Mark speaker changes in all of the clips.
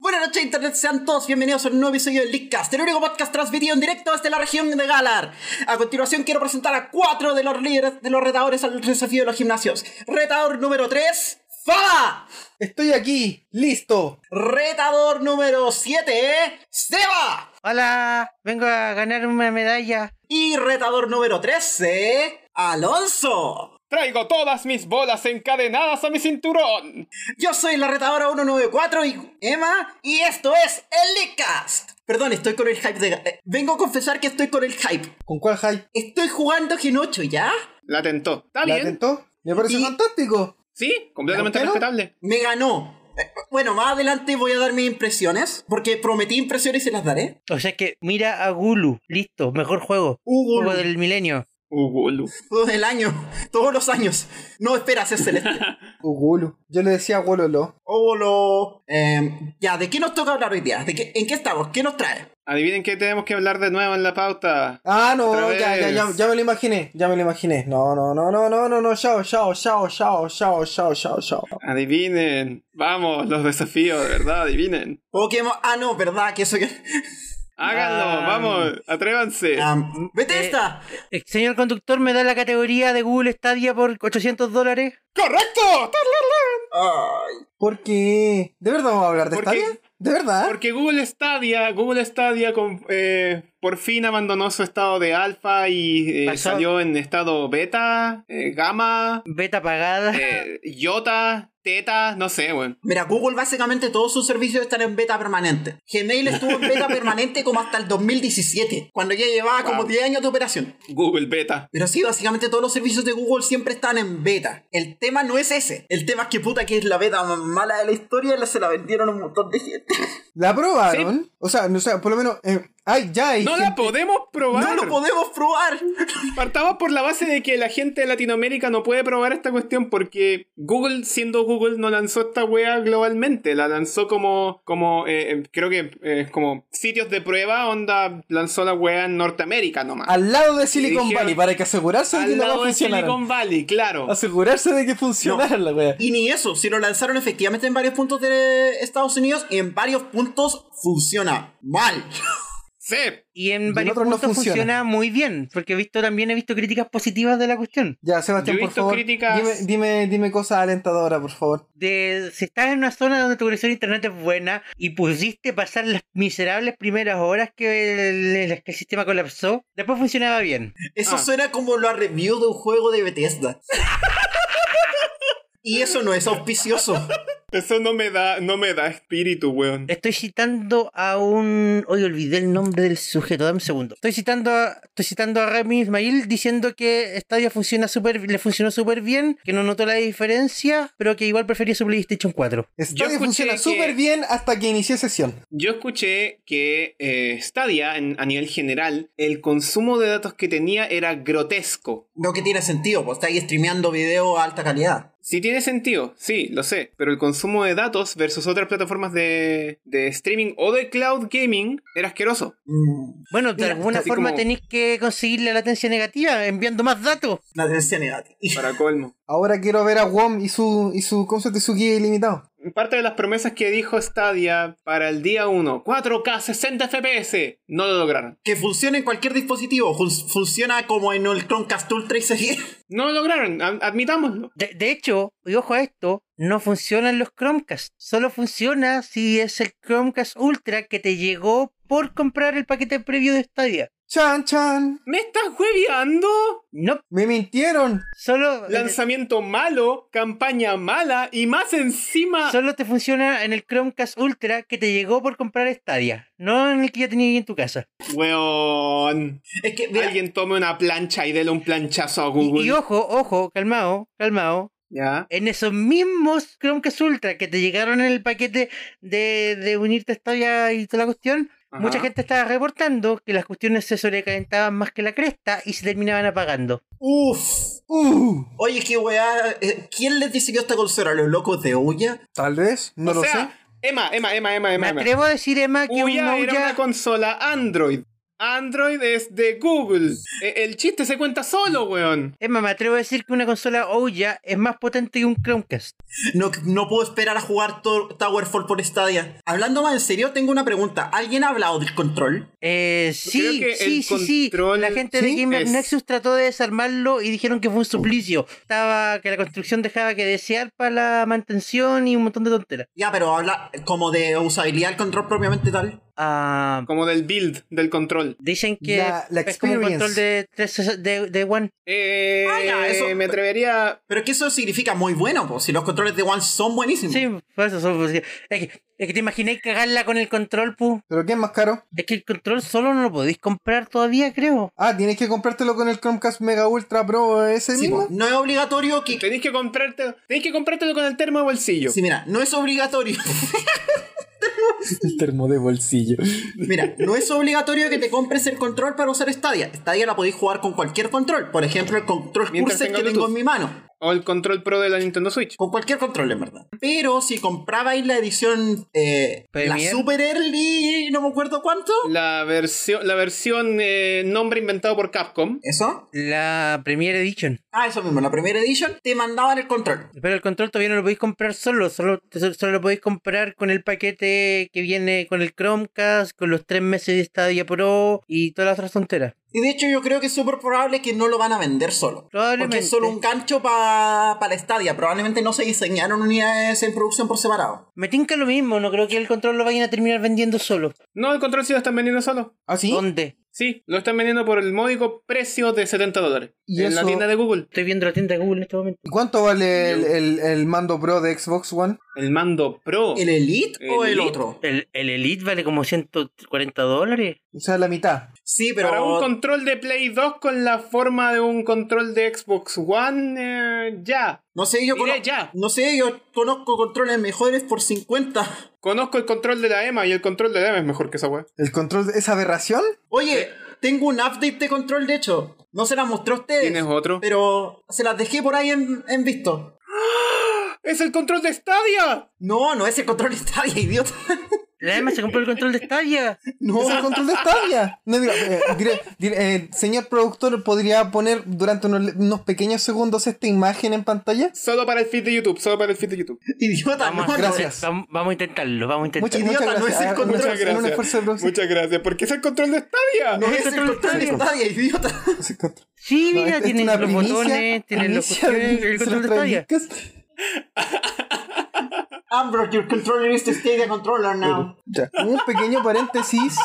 Speaker 1: noches, Internet. Sean todos bienvenidos a un nuevo episodio de Leakcast, el único podcast transmitido en directo desde la región de Galar. A continuación, quiero presentar a cuatro de los líderes, de los retadores al desafío de los gimnasios. Retador número 3, Fada.
Speaker 2: Estoy aquí, listo.
Speaker 1: Retador número 7, Seba.
Speaker 3: Hola, vengo a ganar una medalla.
Speaker 1: Y retador número 13, Alonso.
Speaker 4: Traigo todas mis bolas encadenadas a mi cinturón.
Speaker 1: Yo soy la retadora 194 y Emma, y esto es el Leakcast. Perdón, estoy con el hype de... eh, Vengo a confesar que estoy con el hype.
Speaker 2: ¿Con cuál hype?
Speaker 1: Estoy jugando Gen 8, ¿ya?
Speaker 4: La tentó. ¿Está
Speaker 2: ¿La
Speaker 4: Ah, bien?
Speaker 2: tentó? Me parece
Speaker 1: Y-
Speaker 2: fantástico.
Speaker 4: Sí, completamente
Speaker 2: ¿La tentó?
Speaker 4: respetable.
Speaker 1: Me ganó. Eh, Bueno, más adelante voy a dar mis impresiones, porque prometí impresiones y se las daré.
Speaker 3: O sea que mira a Gulu, listo, mejor juego.
Speaker 1: Hugo,
Speaker 3: Juego del milenio.
Speaker 4: Ugulu.
Speaker 1: todo el año, todos los años. No esperas, es celeste.
Speaker 2: Ugulu. Uh, Yo le decía Wololo.
Speaker 1: Hola. Em, ya, ¿de qué nos toca hablar hoy día? ¿De qué, ¿En qué estamos? ¿Qué nos trae?
Speaker 4: Adivinen qué tenemos que hablar de nuevo en la pauta.
Speaker 2: Ah, no,
Speaker 4: Otra
Speaker 2: ya, ya,
Speaker 4: vez.
Speaker 2: ya, ya me lo imaginé. Ya me lo imaginé. No, no, no, no, no, no, no. Chao, chao, chao, chao, chao, chao, chao, chao.
Speaker 4: Adivinen. Vamos, los desafíos, de verdad, adivinen.
Speaker 1: Pokémon... Ah, no, ¿verdad? Que eso que...
Speaker 4: Háganlo,
Speaker 3: Ah.
Speaker 4: vamos, atrévanse.
Speaker 2: Ah.
Speaker 1: Am, Bethesda.
Speaker 3: Eh, señor conductor, ¿me da la categoría de Google Stadia por 800 dólares?
Speaker 4: ¡Correcto!
Speaker 1: Ay.
Speaker 2: ¿Por qué? ¿De verdad vamos a hablar de
Speaker 4: ¿Por
Speaker 2: esta
Speaker 4: qué?
Speaker 2: bien? ¿De verdad?
Speaker 4: Porque Google Stadia, Google Stadia con- eh, por fin abandonó su estado de alfa y eh,
Speaker 3: Pasó.
Speaker 4: salió en estado beta, eh, gamma,
Speaker 3: Beta pagada.
Speaker 4: eh, iota, teta, no sé, weón.
Speaker 1: Mira, Google básicamente todos sus servicios están en beta permanente. Gmail estuvo en beta permanente como hasta el 2017, cuando ya llevaba como
Speaker 4: Wow.
Speaker 1: 10 años de operación.
Speaker 4: Google beta.
Speaker 1: Pero sí, básicamente todos los servicios de Google siempre están en beta. El tema no es ese. El tema es que puta que es la beta más mala de la historia, la- se la vendieron a un montón de gente.
Speaker 2: ¿La probaron? O sea, no, o sea, por lo menos. eh, ay, ya hay.
Speaker 4: No
Speaker 2: gente-
Speaker 4: la podemos probar.
Speaker 1: No lo podemos probar.
Speaker 4: Partamos por la base de que la gente de Latinoamérica no puede probar esta cuestión porque Google, siendo Google, no lanzó esta wea globalmente. La lanzó como, como eh, eh, creo que eh, como sitios de prueba, onda lanzó la wea en Norteamérica nomás.
Speaker 2: Al lado de Silicon
Speaker 4: Dijeron-
Speaker 2: Valley, para que asegurarse de que
Speaker 4: Al
Speaker 2: la va
Speaker 4: lado de Silicon Valley, claro.
Speaker 2: Asegurarse de que funcionara la wea.
Speaker 1: Y ni eso, si lo lanzaron efectivamente en varios puntos de Estados Unidos y en varios puntos funciona mal.
Speaker 4: Sí.
Speaker 3: Y
Speaker 2: y en
Speaker 3: en varios
Speaker 2: otros no
Speaker 3: puntos funciona.
Speaker 2: funciona
Speaker 3: muy bien, porque he visto también he visto críticas positivas de la cuestión.
Speaker 2: Ya, Sebastián,
Speaker 4: Yo he
Speaker 2: por
Speaker 4: visto
Speaker 2: favor.
Speaker 4: críticas-
Speaker 2: Dime, dime, dime cosas alentadoras, por favor.
Speaker 3: De si estás en una zona donde tu conexión a internet es buena y pusiste pasar las miserables primeras horas que el, el- que el sistema colapsó, después funcionaba bien.
Speaker 1: Eso
Speaker 4: Ah.
Speaker 1: suena como la review de un juego de Bethesda. y eso no es auspicioso.
Speaker 4: Eso no me da, no me da espíritu, weón.
Speaker 3: Estoy citando a un. Hoy olvidé el nombre del sujeto, dame un segundo. Estoy citando a, estoy citando a Remy Ismail diciendo que Stadia funciona super, le funcionó súper bien, que no notó la diferencia, pero que igual prefería su PlayStation 4.
Speaker 2: Stadia
Speaker 4: escuché
Speaker 2: funciona
Speaker 4: que-
Speaker 2: súper bien hasta que inicié sesión.
Speaker 4: Yo escuché que eh, Stadia, en- a nivel general, el consumo de datos que tenía era grotesco.
Speaker 1: No que tiene sentido, pues estáis streameando video a alta calidad.
Speaker 4: Sí tiene sentido, sí, lo sé, pero el consumo de datos versus otras plataformas de, de streaming o de cloud gaming era asqueroso.
Speaker 1: Mm,
Speaker 3: Bueno, de
Speaker 1: Mira,
Speaker 3: alguna
Speaker 4: así
Speaker 3: forma
Speaker 4: como-
Speaker 3: tenéis que conseguir la latencia negativa enviando más datos.
Speaker 1: la tendencia negativa.
Speaker 4: Para colmo.
Speaker 2: Ahora quiero ver a WOM y su, y su concepto y su guía ilimitado.
Speaker 4: Parte de las promesas que dijo Stadia para el día 1, 4K 60 FPS, no lo lograron.
Speaker 1: Que funcione en cualquier dispositivo. Fun- funciona como en el Chromecast Ultra y se
Speaker 4: No lo lograron, ad- admitámoslo.
Speaker 3: De, de hecho, y ojo a esto, no funcionan los Chromecast. Solo funciona si es el Chromecast Ultra que te llegó por comprar el paquete previo de Stadia.
Speaker 2: Chan, chan.
Speaker 4: ¿Me estás hueviando?
Speaker 3: No,
Speaker 2: Me mintieron.
Speaker 3: solo.
Speaker 4: Lanzamiento malo, campaña mala y más encima...
Speaker 3: Solo te funciona en el Chromecast Ultra que te llegó por comprar Stadia, no en el que ya tenías en tu casa.
Speaker 4: Weón.
Speaker 1: Es que, mira,
Speaker 4: Alguien tome una plancha y dele un planchazo a
Speaker 3: Y,
Speaker 4: Google.
Speaker 3: y ojo, ojo, calmao, calmao.
Speaker 4: ¿Ya?
Speaker 3: En esos mismos Chromecast Ultra que te llegaron en el paquete de, de unirte a Stadia y toda la cuestión,
Speaker 4: Ajá.
Speaker 3: mucha gente estaba reportando que las cuestiones se sobrecalentaban más que la cresta y se terminaban apagando.
Speaker 1: uff.
Speaker 2: Uh,
Speaker 1: Oye, qué weá. eh, ¿Quién les diseñó esta consola? ¿Los locos de Uya?
Speaker 2: tal vez, no
Speaker 4: o
Speaker 2: lo
Speaker 4: sea,
Speaker 2: sé.
Speaker 4: Emma, Emma, Emma, Emma,
Speaker 3: Me
Speaker 4: Emma.
Speaker 3: atrevo a decir, Emma, que
Speaker 4: Ouya
Speaker 3: un
Speaker 4: era
Speaker 3: Ouya-
Speaker 4: una consola Android. Android es de Google. E- El chiste se cuenta solo, weón.
Speaker 3: Es más, me atrevo a decir que una consola Ouya es más potente que un Chromecast.
Speaker 1: No, no puedo esperar a jugar to- Towerfall por Stadia. Hablando más en serio, tengo una pregunta. ¿Alguien ha hablado del control?
Speaker 3: Eh, sí,
Speaker 4: que
Speaker 3: sí,
Speaker 4: el
Speaker 3: sí, sí.
Speaker 4: control-
Speaker 3: La gente
Speaker 4: sí,
Speaker 3: de Game
Speaker 4: es-
Speaker 3: Nexus trató de desarmarlo y dijeron que fue un suplicio. Estaba que la construcción dejaba que desear para la mantención y un montón de tonteras.
Speaker 1: Ya, pero habla como de usabilidad del control propiamente tal.
Speaker 3: Ah,
Speaker 4: Como del build, del control.
Speaker 3: dicen que
Speaker 2: La- la
Speaker 3: es como un
Speaker 2: experience.
Speaker 3: control de, 360 de, de One.
Speaker 4: Eh,
Speaker 1: Ah, ya, eso-
Speaker 4: Me atrevería.
Speaker 1: Pero es que eso significa muy bueno, pues, si los controles de One son buenísimos.
Speaker 3: Sí, por eso son- es que, es que te imaginé cagarla con el control, pu.
Speaker 2: ¿Pero qué es más caro?
Speaker 3: Es que el control solo no lo podéis comprar todavía, creo.
Speaker 2: Ah, tienes que comprártelo con el Chromecast Mega Ultra Pro ese
Speaker 1: Sí,
Speaker 2: mismo.
Speaker 1: pues, no es obligatorio que...
Speaker 4: Tenéis que comprarte. Tenéis que comprártelo con el termo de bolsillo.
Speaker 1: Sí, mira, no es obligatorio.
Speaker 2: pues, El termo de bolsillo.
Speaker 1: Mira, no es obligatorio que te compres el control para usar Stadia. Stadia la podéis jugar con cualquier control. Por ejemplo, el control
Speaker 4: Mientras
Speaker 1: Cursor
Speaker 4: tenga
Speaker 1: que tengo
Speaker 4: Bluetooth.
Speaker 1: en mi mano.
Speaker 4: O el control pro de la Nintendo Switch.
Speaker 1: Con cualquier control, en verdad. Pero si comprabais la edición, eh, la
Speaker 3: Premier.
Speaker 1: Super Early, no me acuerdo cuánto.
Speaker 4: La versión, la versión eh, nombre inventado por Capcom.
Speaker 1: ¿Eso?
Speaker 3: La Premier Edition.
Speaker 1: Ah, eso mismo, la primera edición te mandaban el control.
Speaker 3: Pero el control todavía no lo podéis comprar solo, solo, solo- solo lo podéis comprar con el paquete que viene con el Chromecast, con los tres meses de estadía Pro y todas las otras tonteras.
Speaker 1: Y de hecho yo creo que es súper probable que no lo van a vender solo. Porque
Speaker 3: Probablemente.
Speaker 1: es solo un gancho pa- para Stadia. Probablemente no se diseñaron unidades en producción por separado.
Speaker 3: Me tinca lo mismo, no creo que el control lo vayan a terminar vendiendo solo.
Speaker 4: No, el control sí lo están vendiendo solo.
Speaker 2: ¿Ah, sí?
Speaker 3: ¿Dónde?
Speaker 4: Sí, lo están vendiendo por el módico precio de 70 dólares.
Speaker 2: ¿Y
Speaker 4: en la
Speaker 2: eso?
Speaker 4: tienda de Google.
Speaker 3: Estoy viendo la tienda de Google en este momento.
Speaker 2: ¿Y ¿Cuánto vale el, el- el mando Pro de Xbox One?
Speaker 4: El mando pro.
Speaker 1: ¿El Elite o
Speaker 4: Oh. ¿El
Speaker 1: el
Speaker 4: Elite?
Speaker 1: otro?
Speaker 3: El, el Elite vale como 140 dólares.
Speaker 2: O sea, la mitad.
Speaker 1: Sí, pero...
Speaker 4: Para un control de Play 2 con la forma de un control de Xbox One, eh, ya.
Speaker 1: No sé, yo
Speaker 4: Diré
Speaker 1: conozco,
Speaker 4: ya.
Speaker 1: no sé, yo conozco controles mejores por 50.
Speaker 4: Conozco el control de la EMA y el control de la EMA es mejor que esa weá.
Speaker 2: ¿El control de esa aberración?
Speaker 1: Oye, tengo un update de control, de hecho. No se las mostré a ustedes.
Speaker 4: ¿Tienes otro?
Speaker 1: Pero se las dejé por ahí en, en visto.
Speaker 4: ¡Es el control de Stadia!
Speaker 1: No, no es el control Stadia, idiota.
Speaker 3: La EMA se compró el control de Stadia.
Speaker 2: No. ¿Es el control de Stadia? No, digo, eh, diré- diré, eh, señor productor, ¿podría poner durante unos, unos pequeños segundos esta imagen en pantalla?
Speaker 4: Solo para el feed de YouTube, solo para el feed de YouTube.
Speaker 1: idiota, no,
Speaker 3: Vamos,
Speaker 1: no.
Speaker 2: gracias.
Speaker 3: Vamos, vamos a intentarlo, vamos a intentarlo.
Speaker 2: Muchas,
Speaker 1: Idiota,
Speaker 2: muchas
Speaker 1: no es
Speaker 2: gracias.
Speaker 1: el
Speaker 2: Ah,
Speaker 1: control.
Speaker 2: un
Speaker 4: Muchas
Speaker 2: esfuerzo- un esfuerzo de
Speaker 4: gracias.
Speaker 2: producción.
Speaker 4: Muchas gracias. Porque es el control de Stadia.
Speaker 1: No es el control de Stadia, idiota.
Speaker 2: Sí,
Speaker 3: Sí,
Speaker 2: no,
Speaker 3: mira,
Speaker 2: esto es
Speaker 3: tienen
Speaker 2: una
Speaker 3: los
Speaker 2: primicia,
Speaker 3: botones, tienen los
Speaker 2: primicia de-
Speaker 3: cuestiones,
Speaker 2: se
Speaker 3: el control de
Speaker 2: los
Speaker 3: Stadia.
Speaker 2: traducas.
Speaker 1: Ambro, your controller is the Stadia controller now.
Speaker 2: Ya, un pequeño paréntesis.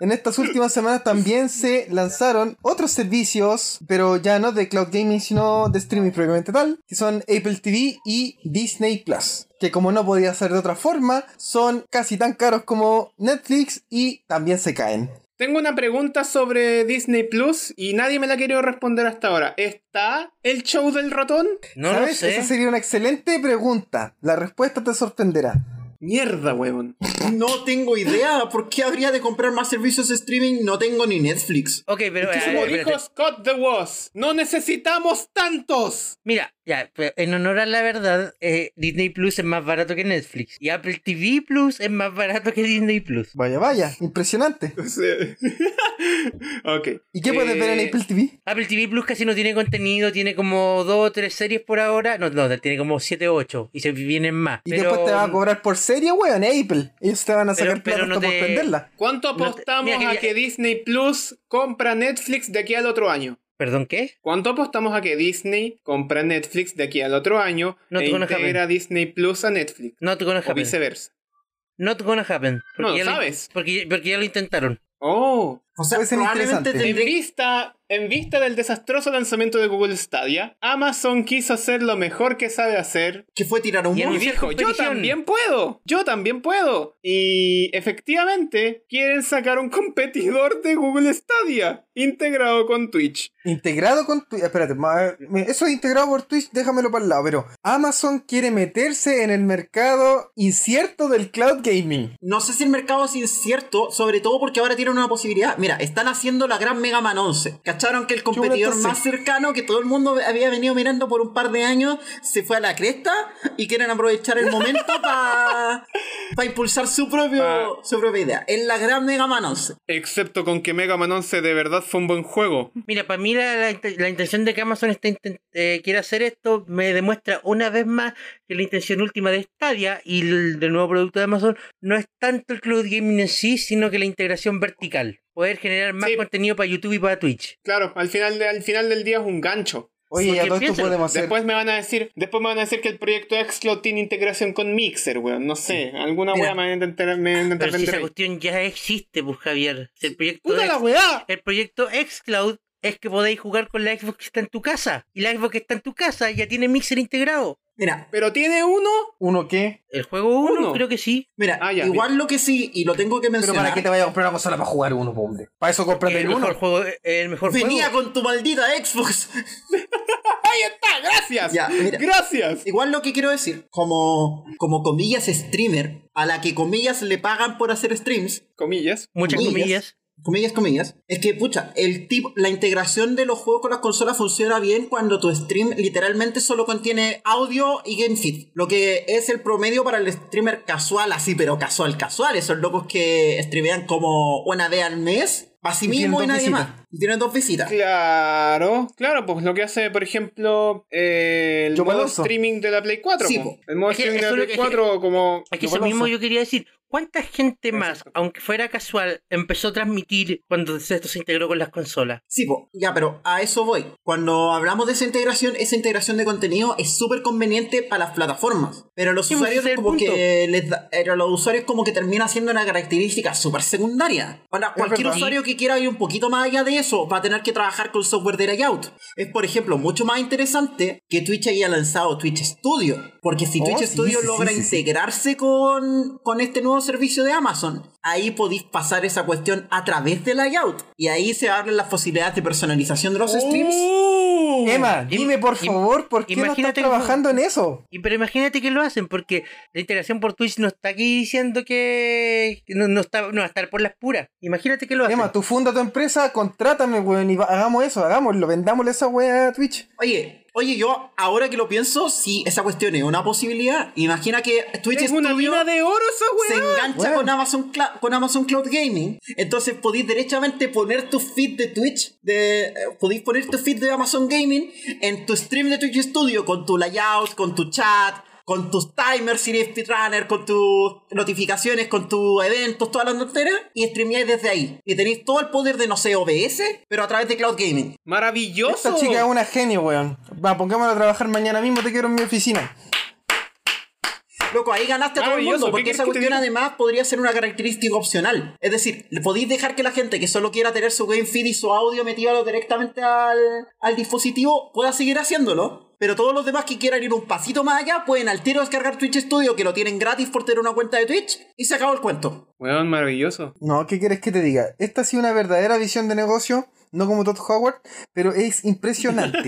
Speaker 2: En estas últimas semanas también se lanzaron otros servicios, pero ya no de cloud gaming, sino de streaming propiamente tal, que son Apple TV y Disney Plus, que como no podía ser de otra forma, son casi tan caros como Netflix y también se caen.
Speaker 4: Tengo una pregunta sobre Disney Plus y nadie me la ha querido responder hasta ahora. ¿Está el show del ratón?
Speaker 3: No lo
Speaker 2: ¿Sabes?
Speaker 3: sé.
Speaker 2: Esa sería una excelente pregunta. La respuesta te sorprenderá.
Speaker 4: Mierda, weón.
Speaker 1: No tengo idea por qué habría de comprar más servicios de streaming. No tengo ni Netflix.
Speaker 3: Ok, pero... eh,
Speaker 4: Como
Speaker 3: espérate.
Speaker 4: dijo Scott The Woz, no necesitamos tantos.
Speaker 3: Mira, ya, pero en honor a la verdad, eh, Disney Plus es más barato que Netflix. Y Apple TV Plus es más barato que Disney Plus.
Speaker 2: Vaya, vaya, impresionante.
Speaker 4: Sí. ok.
Speaker 2: ¿Y qué puedes
Speaker 4: Eh,
Speaker 2: ver en Apple TV?
Speaker 3: Apple TV Plus casi no tiene contenido, tiene como dos o tres series por ahora. No, no, tiene como siete o ocho. Y se vienen más.
Speaker 2: Y
Speaker 3: pero,
Speaker 2: después te van a cobrar por serie, weón, Apple. Ellos te van a
Speaker 3: Pero-
Speaker 2: sacar
Speaker 3: pero
Speaker 2: plata
Speaker 3: no
Speaker 2: hasta por
Speaker 3: te-
Speaker 2: venderla.
Speaker 4: ¿Cuánto
Speaker 3: No te-
Speaker 4: apostamos
Speaker 3: mira que
Speaker 4: a
Speaker 3: ya-
Speaker 4: que Disney Plus compra Netflix de aquí al otro año?
Speaker 3: ¿Perdón qué?
Speaker 4: ¿Cuánto apostamos a que Disney compra Netflix de aquí al otro año
Speaker 3: No
Speaker 4: e
Speaker 3: te conozco,
Speaker 4: integra Disney Plus a Netflix?
Speaker 3: Not gonna
Speaker 4: O
Speaker 3: happen.
Speaker 4: viceversa.
Speaker 3: Not gonna happen.
Speaker 4: No,
Speaker 3: Porque
Speaker 4: lo
Speaker 3: ya
Speaker 4: sabes.
Speaker 3: Porque, porque ya lo intentaron.
Speaker 4: Oh,
Speaker 1: O sea,
Speaker 2: Puede ser
Speaker 1: probablemente
Speaker 2: interesante.
Speaker 4: en
Speaker 1: tendría
Speaker 4: vista, en vista del desastroso lanzamiento de Google Stadia, Amazon quiso hacer lo mejor que sabe hacer
Speaker 1: que fue tirar un
Speaker 3: Y
Speaker 4: Y
Speaker 3: el-
Speaker 1: humo.
Speaker 4: dijo, yo
Speaker 3: competición.
Speaker 4: también puedo, yo también puedo. Y efectivamente, quieren sacar un competidor de Google Stadia, integrado con Twitch.
Speaker 2: Integrado con Twitch. Espérate, ma- eh, me- eso es integrado por Twitch, déjamelo para el lado. Pero Amazon quiere meterse en el mercado incierto del cloud gaming.
Speaker 1: No sé si el mercado es incierto, sobre todo porque ahora tienen una posibilidad. Mira, están haciendo la gran Mega Man 11. Cacharon que el
Speaker 2: bueno
Speaker 1: competidor
Speaker 2: está,
Speaker 1: más
Speaker 2: sí.
Speaker 1: cercano que todo el mundo había venido mirando por un par de años se fue a la cresta y quieren aprovechar el momento para impulsar su, propio,
Speaker 4: Pa-
Speaker 1: su propia idea. Es la gran Mega Man 11.
Speaker 4: Excepto con que Mega Man 11 de verdad fue un buen juego.
Speaker 3: Mira, para mí la, la int- la intención de que Amazon está inten- eh, quiera hacer esto me demuestra una vez más que la intención última de Stadia y el, del nuevo producto de Amazon no es tanto el cloud gaming en sí, sino que la integración vertical. Poder generar más
Speaker 4: Sí.
Speaker 3: contenido para YouTube y para Twitch.
Speaker 4: Claro, al final, de- al final del día es un gancho.
Speaker 2: Oye,
Speaker 3: Porque
Speaker 2: a todo esto
Speaker 3: piénsalo,
Speaker 2: podemos hacer.
Speaker 4: Después me van a decir, después me van a decir que el proyecto Xcloud tiene integración con Mixer, weón. No sé, alguna
Speaker 1: Mira.
Speaker 4: weá me van a intentar, me van a intentar
Speaker 3: Pero si
Speaker 4: vender
Speaker 3: esa
Speaker 4: ahí.
Speaker 3: cuestión ya existe, pues Javier. Si El proyecto,
Speaker 4: ¡Puta
Speaker 3: X-
Speaker 4: la weá!
Speaker 3: el proyecto Xcloud es que podéis jugar con la Xbox que está en tu casa. Y la Xbox que está en tu casa ya tiene Mixer integrado.
Speaker 1: Mira,
Speaker 4: Pero tiene uno.
Speaker 2: ¿Uno qué?
Speaker 3: El juego 1
Speaker 4: Uno.
Speaker 3: creo que sí.
Speaker 1: mira,
Speaker 4: Ah, ya,
Speaker 1: igual lo que sí, y lo tengo que
Speaker 2: Pero para
Speaker 1: mencionar.
Speaker 2: qué te vayas a comprar una consola para jugar uno, po, hombre. Para eso
Speaker 3: que
Speaker 2: comprate
Speaker 3: El
Speaker 2: el uno.
Speaker 3: mejor juego, el mejor
Speaker 1: Venía
Speaker 3: juego.
Speaker 1: con tu maldita Xbox.
Speaker 4: ¡Ahí está! ¡Gracias!
Speaker 1: Ya, mira.
Speaker 4: ¡Gracias!
Speaker 1: Igual lo que quiero decir, como, como comillas streamer, a la que comillas le pagan por hacer streams,
Speaker 4: Comillas.
Speaker 3: Muchas
Speaker 1: comillas.
Speaker 3: comillas.
Speaker 1: comillas, comillas, es que, pucha, el tipo, la integración de los juegos con las consolas funciona bien cuando tu stream literalmente solo contiene audio y game feed, lo que es el promedio para el streamer casual, así, pero casual, casual, esos locos que streamean como una vez al mes, para sí
Speaker 2: Y tienen
Speaker 1: mismo y
Speaker 2: dos
Speaker 1: nadie
Speaker 2: visitas.
Speaker 1: más, y tienen dos visitas.
Speaker 4: Claro, claro, pues lo que hace, por ejemplo, eh, el
Speaker 2: Yo
Speaker 4: modo
Speaker 2: paloso.
Speaker 4: streaming de la Play 4.
Speaker 1: Sí,
Speaker 4: po.
Speaker 1: po.
Speaker 4: El modo
Speaker 3: Es que
Speaker 4: streaming de
Speaker 3: eso
Speaker 4: la
Speaker 3: es lo
Speaker 4: Play
Speaker 3: que-
Speaker 4: 4, como.
Speaker 3: Aquí
Speaker 2: Yo
Speaker 3: eso mismo
Speaker 2: conozco.
Speaker 3: yo quería decir, ¿cuánta gente más,
Speaker 4: Exacto.
Speaker 3: aunque fuera casual, empezó a transmitir cuando esto se integró con las consolas?
Speaker 1: Sí, po. ya, pero a eso voy. Cuando hablamos de esa integración, esa integración de contenido es súper conveniente para las plataformas. Pero los
Speaker 3: Sí, pues,
Speaker 1: usuarios
Speaker 3: ese es el
Speaker 1: como
Speaker 3: punto.
Speaker 1: que les da- pero los usuarios como que termina siendo una característica súper secundaria. Ahora, cualquier
Speaker 2: verdad.
Speaker 1: usuario que quiera ir un poquito más allá de eso va a tener que trabajar con software de layout. Es, por ejemplo, mucho más interesante que Twitch haya lanzado Twitch Studio. Porque si
Speaker 2: Oh,
Speaker 1: Twitch
Speaker 2: sí,
Speaker 1: Studio
Speaker 2: sí,
Speaker 1: logra
Speaker 2: sí, sí, sí.
Speaker 1: integrarse con, con este nuevo servicio de Amazon. Ahí podéis pasar esa cuestión a través del layout. Y ahí se abren las posibilidades de personalización de los
Speaker 4: Oh,
Speaker 1: streams.
Speaker 4: ¡Uh!
Speaker 2: Emma, dime por
Speaker 3: im-
Speaker 2: favor, ¿por qué no estás
Speaker 3: imagínate que-
Speaker 2: trabajando en eso?
Speaker 3: Y pero imagínate que lo hacen, porque la integración por Twitch no está aquí diciendo que que no, no está, no va a estar por las puras. Imagínate que lo hacen.
Speaker 2: Emma, tú funda tu empresa, contrátame, weón, y va- hagamos eso, hagámoslo, vendámosle esa weá a Twitch.
Speaker 1: Oye, oye, yo ahora que lo pienso, sí, esa cuestión es una posibilidad. Imagina que Twitch
Speaker 4: Es una
Speaker 1: Studio
Speaker 4: mina de oro esa
Speaker 1: se
Speaker 4: weá.
Speaker 1: engancha
Speaker 2: weón.
Speaker 1: con, Amazon Cla- con Amazon Cloud Gaming. Entonces podéis derechamente poner tu feed de Twitch, de, eh, podéis poner tu feed de Amazon Gaming en tu stream de Twitch Studio con tu layout, con tu chat. Con tus timers, si eres speedrunner, con tus notificaciones, con tus eventos, todas las tonteras, y streameáis desde ahí. Y tenéis todo el poder de, no sé, OBS, pero a través de Cloud Gaming.
Speaker 4: Maravilloso.
Speaker 2: Esta chica es una genio, weón. Va, pongámosla a trabajar mañana mismo, te quiero en mi oficina.
Speaker 1: Loco, ahí ganaste a todo el
Speaker 4: Maravilloso,
Speaker 1: mundo,
Speaker 4: ¿qué
Speaker 1: porque
Speaker 4: quieres
Speaker 1: esa
Speaker 4: que te
Speaker 1: cuestión
Speaker 4: diga?
Speaker 1: además podría ser una característica opcional. Es decir, le podéis dejar que la gente que solo quiera tener su game feed y su audio metido directamente al, al dispositivo pueda seguir haciéndolo. Pero todos los demás que quieran ir un pasito más allá pueden al tiro descargar Twitch Studio, que lo tienen gratis por tener una cuenta de Twitch, y se acabó el cuento.
Speaker 4: Weón, maravilloso.
Speaker 2: No, ¿qué quieres que te diga? Esta ha sido una verdadera visión de negocio, no como Todd Howard, pero es impresionante.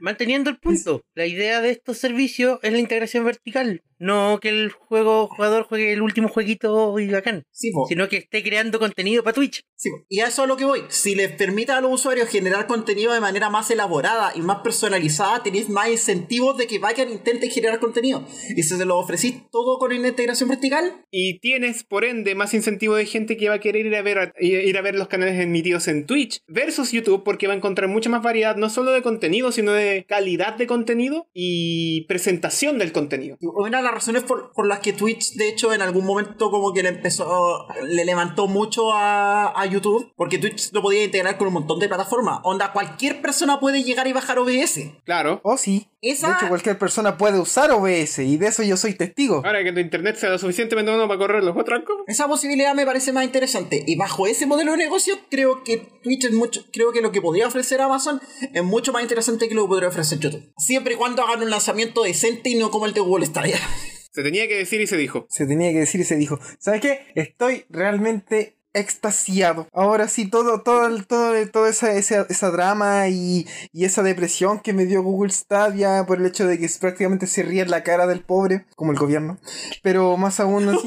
Speaker 3: Manteniendo el punto, la idea de estos servicios es la integración vertical, no que el juego jugador juegue el último jueguito y bacán,
Speaker 1: Sí, po.
Speaker 3: sino que esté creando contenido para Twitch.
Speaker 1: Sí, y a eso es a lo que voy. Si les permite a los usuarios generar contenido de manera más elaborada y más personalizada, tenéis más incentivos de que vayan e intenten generar contenido. Y si se lo ofrecís todo con una integración vertical,
Speaker 4: Y tienes, por ende, más incentivo de gente que va a querer ir a ver, a- ir a ver los canales emitidos en Twitch versus YouTube porque va a encontrar mucha más variedad, no solo de contenido, sino de calidad de contenido y presentación del contenido.
Speaker 1: Una de las razones por, por las que Twitch, de hecho, en algún momento como que le empezó, le levantó mucho a, a YouTube, porque Twitch lo podía integrar con un montón de plataformas. Onda, cualquier persona puede llegar y bajar OBS.
Speaker 4: Claro.
Speaker 2: Oh, sí.
Speaker 1: Esa-
Speaker 2: De hecho, cualquier persona puede usar OBS, y de eso yo soy testigo.
Speaker 4: Ahora que tu internet sea lo suficientemente bueno para correr los cuatro arcos.
Speaker 1: Esa posibilidad me parece más interesante. Y bajo ese modelo de negocio, creo que Twitch es mucho, creo que lo que podría ofrecer Amazon es mucho más interesante que lo que podría ofrecer YouTube. Siempre y cuando hagan un lanzamiento decente y no como el de Google Stadia.
Speaker 4: Se tenía que decir y se dijo.
Speaker 2: Se tenía que decir y se dijo. ¿Sabes qué? Estoy realmente extasiado. Ahora sí, todo, todo, el- todo, el- todo esa, esa, esa drama y, y esa depresión que me dio Google Stadia por el hecho de que prácticamente se ríe en la cara del pobre, como el gobierno. Pero más aún así.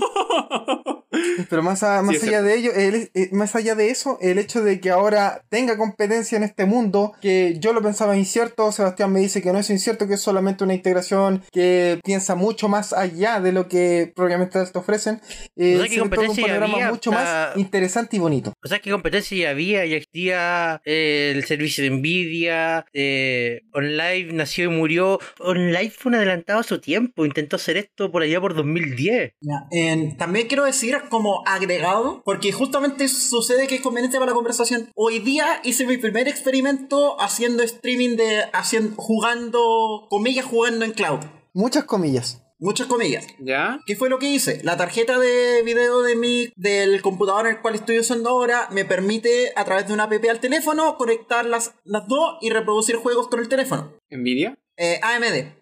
Speaker 2: Pero más, a- más
Speaker 4: es
Speaker 2: allá de ello, el- eh, más allá de eso, el hecho de que ahora tenga competencia en este mundo, que yo lo pensaba incierto, Sebastián me dice que no es incierto, que es solamente una integración que piensa mucho más allá de lo que propiamente tal te ofrecen, eh,
Speaker 3: O sea,
Speaker 2: se le
Speaker 3: que
Speaker 2: toca un
Speaker 3: competencia ya
Speaker 2: panorama
Speaker 3: había
Speaker 2: mucho
Speaker 3: hasta-
Speaker 2: más interesante y bonito.
Speaker 3: O sea, que competencia ya había, ya existía eh, el servicio de Nvidia, eh, OnLive nació y murió. OnLive fue un adelantado a su tiempo, intentó hacer esto por allá por 2010.
Speaker 1: Ya, en- también quiero decir como agregado, porque justamente sucede que es conveniente para la conversación. Hoy día hice mi primer experimento haciendo streaming de haciendo, jugando, comillas, jugando en cloud.
Speaker 2: Muchas comillas.
Speaker 1: Muchas comillas.
Speaker 4: ¿Ya?
Speaker 1: ¿Qué fue lo que hice? La tarjeta de video de mi, del computador en el cual estoy usando ahora me permite a través de una app al teléfono conectar las, las dos y reproducir juegos con el teléfono.
Speaker 4: ¿Envidia?
Speaker 1: Eh, AMD.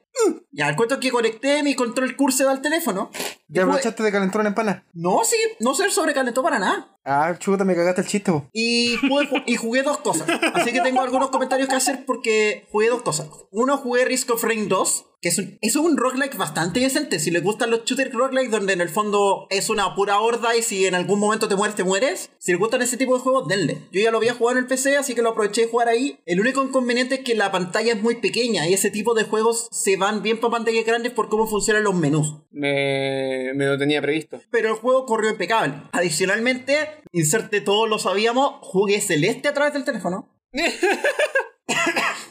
Speaker 1: Ya, el cuento es que conecté mi control cursor al teléfono.
Speaker 2: ¿Ya aprovechaste de calentar una empana?
Speaker 1: No, sí, no se sobrecalentó para nada.
Speaker 2: Ah, chuta, me cagaste el chiste, vos.
Speaker 1: Y, pude ju- y jugué dos cosas. Así que tengo algunos comentarios que hacer porque jugué dos cosas. Uno, jugué Risk of Rain 2, que es un, es un roguelike bastante decente. Si les gustan los shooter roguelike, donde en el fondo es una pura horda y si en algún momento te mueres, te mueres. Si les gustan ese tipo de juegos, denle. Yo ya lo había jugado en el PC, así que lo aproveché de jugar ahí. El único inconveniente es que la pantalla es muy pequeña y ese tipo de juegos se van bien para pantallas grandes por cómo funcionan los menús
Speaker 4: Me, me lo tenía previsto.
Speaker 1: pero el juego corrió impecable. Adicionalmente, inserte todo lo sabíamos, jugué celeste a través del teléfono.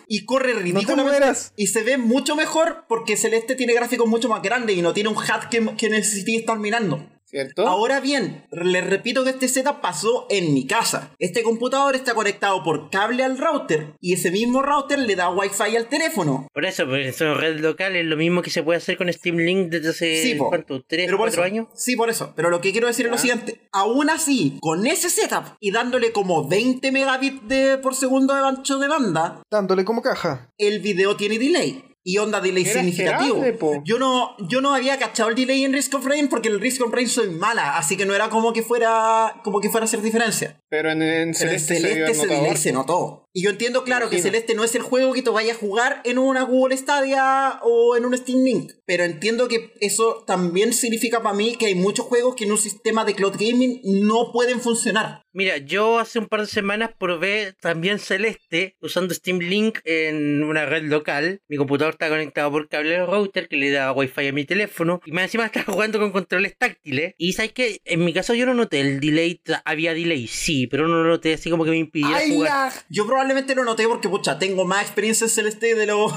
Speaker 1: y corre ridículamente
Speaker 2: mueras.
Speaker 1: y se ve mucho mejor porque Celeste tiene gráficos mucho más grandes y no tiene un hat que, que necesite estar mirando.
Speaker 4: ¿Cierto?
Speaker 1: Ahora bien, les repito que este Z pasó en mi casa. Este computador está conectado por cable al router y ese mismo router le da wifi al teléfono.
Speaker 3: Por eso, pues, eso, red local es lo mismo que se puede hacer con Steam Link desde hace,
Speaker 1: Sí, po.
Speaker 3: ¿cuánto? ¿Tres,
Speaker 1: Pero por
Speaker 3: cuatro
Speaker 1: eso,
Speaker 3: años?
Speaker 1: Sí, por eso. Pero lo que quiero decir es lo siguiente. Aún así, con ese setup y dándole como 20 megabits de, por segundo de ancho de banda,
Speaker 2: Dándole como caja.
Speaker 1: el video tiene delay. Y onda delay
Speaker 4: Era
Speaker 1: significativo.
Speaker 4: esperable, po.
Speaker 1: Yo no, yo no había cachado el delay en Risk of Rain porque el Risk of Rain soy mala, así que no era como que fuera, como que fuera a hacer diferencia.
Speaker 4: Pero en, en
Speaker 1: Pero en
Speaker 4: Celeste,
Speaker 1: Celeste
Speaker 4: se
Speaker 1: ese
Speaker 4: vio
Speaker 1: delay
Speaker 4: anotador.
Speaker 1: se notó. Y yo entiendo, claro, que
Speaker 4: Imagino.
Speaker 1: Celeste no es el juego que tú vayas a jugar en una Google Stadia o en un Steam Link. Pero entiendo que eso también significa para mí que hay muchos juegos que en un sistema de cloud gaming no pueden funcionar.
Speaker 3: Mira, yo hace un par de semanas probé también Celeste usando Steam Link en una red local. Mi computador está conectado por cable al router que le da wifi a mi teléfono. Y más encima estaba jugando con controles táctiles. Y sabes que en mi caso yo no noté el delay. Tra- Había delay, sí, pero no lo noté así como que me impidiera
Speaker 2: ¡Ay,
Speaker 3: jugar.
Speaker 2: la!
Speaker 1: Yo probablemente lo noté porque, pucha, tengo más experiencia en Celeste de lo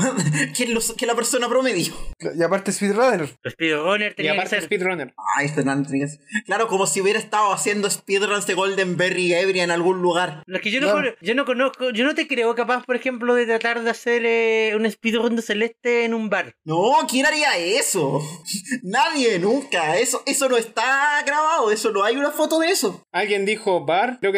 Speaker 1: que, los- que la persona promedio.
Speaker 2: Y aparte, Speedrunner.
Speaker 3: Los speedrunner
Speaker 4: Y
Speaker 3: tenían que
Speaker 4: aparte
Speaker 3: ser.
Speaker 4: Speedrunner.
Speaker 1: Ay, Fernando Rodríguez. Claro, como si hubiera estado haciendo speedruns de Golden Berry Ebria en algún lugar.
Speaker 3: Los que yo no,
Speaker 2: Claro.
Speaker 3: con- yo no conozco, yo no te creo capaz, por ejemplo, de tratar de hacer eh, un speedrun de Celeste en un bar.
Speaker 1: No, ¿quién haría eso? Nadie, nunca. Eso, eso no está grabado, eso no hay una foto de eso.
Speaker 4: Alguien dijo, Bar, creo que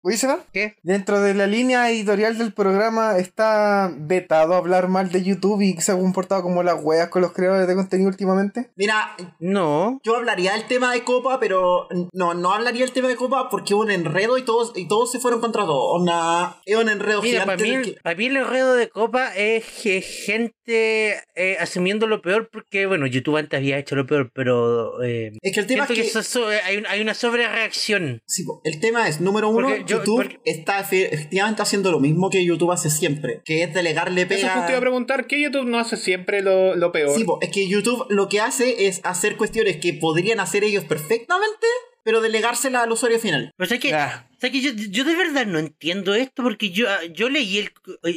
Speaker 2: Oye, Seba,
Speaker 3: ¿Qué?
Speaker 2: dentro de la línea editorial del programa está vetado hablar mal de YouTube y se ha comportado como las weas con los creadores de contenido últimamente.
Speaker 1: Mira,
Speaker 3: No.
Speaker 1: yo hablaría del tema de Copa, pero no, no hablaría del tema de Copa porque hubo un enredo y todos, y todos se fueron contra todos. Una, es un enredo
Speaker 3: Mira, para
Speaker 1: gigante.
Speaker 3: mí,
Speaker 1: del que-
Speaker 3: para mí el enredo de Copa es que gente eh, asumiendo lo peor porque, bueno, YouTube antes había hecho lo peor, pero... eh,
Speaker 1: Es que el tema
Speaker 3: siento
Speaker 1: es que...
Speaker 3: que eso- eso- hay, un- hay una sobrereacción.
Speaker 1: Sí, po, el tema es, número uno,
Speaker 3: Porque yo-
Speaker 1: YouTube
Speaker 3: porque-
Speaker 1: está efe- efectivamente haciendo lo mismo que YouTube hace siempre, que es delegarle pega...
Speaker 4: Eso justo iba a preguntar, ¿qué YouTube no hace siempre lo, lo peor?
Speaker 1: Sí, po, es que YouTube lo que hace es hacer cuestiones que podrían hacer ellos perfectamente, pero delegárselas al usuario final.
Speaker 3: Pero es que
Speaker 4: Ah.
Speaker 3: O sea que yo, yo de verdad no entiendo esto porque yo, ah, yo, leí, el,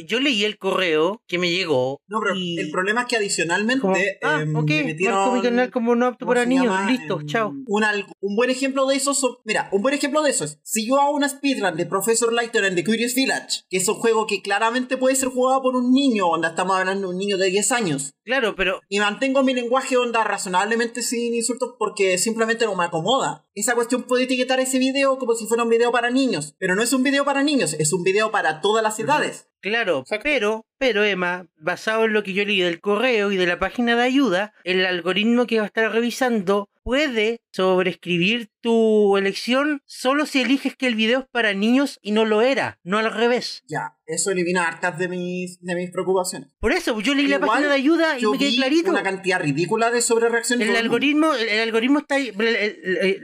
Speaker 3: yo leí el correo que me llegó.
Speaker 1: No, pero
Speaker 3: y
Speaker 1: el problema es que adicionalmente.
Speaker 3: como, ah,
Speaker 1: em,
Speaker 3: ok,
Speaker 1: le metieron-
Speaker 3: marco mi canal como no apto
Speaker 1: ¿cómo
Speaker 3: para
Speaker 1: se
Speaker 3: niños.
Speaker 1: llama?
Speaker 3: Listo,
Speaker 1: Em,
Speaker 3: chao.
Speaker 1: Un, al- un buen ejemplo de eso. son- mira, un buen ejemplo de eso es. Si yo hago una speedrun de Professor Lighter and the Curious Village, que es un juego que claramente puede ser jugado por un niño, onda, estamos hablando de un niño de 10 años.
Speaker 3: Claro, pero
Speaker 1: Y mantengo mi lenguaje onda razonablemente sin insultos porque simplemente no me acomoda. Esa cuestión puede etiquetar ese video como si fuera un video para niños. Pero no es un video para niños, es un video para todas las edades.
Speaker 3: Claro,
Speaker 4: Exacto.
Speaker 3: pero, pero Emma, basado en lo que yo leí del correo y de la página de ayuda, el algoritmo que va a estar revisando puede sobreescribir tu elección solo si eliges que el video es para niños y no lo era, no al revés.
Speaker 1: Ya, eso elimina hartas de mis, de mis preocupaciones.
Speaker 3: Por eso, yo leí la
Speaker 1: Igual,
Speaker 3: página de ayuda Ah, y
Speaker 1: Yo
Speaker 3: me quedé
Speaker 1: vi
Speaker 3: clarito.
Speaker 1: una cantidad ridícula de sobrereacciones.
Speaker 3: El
Speaker 1: todo el mundo.
Speaker 3: algoritmo, el, el algoritmo está ahí, el- el- el-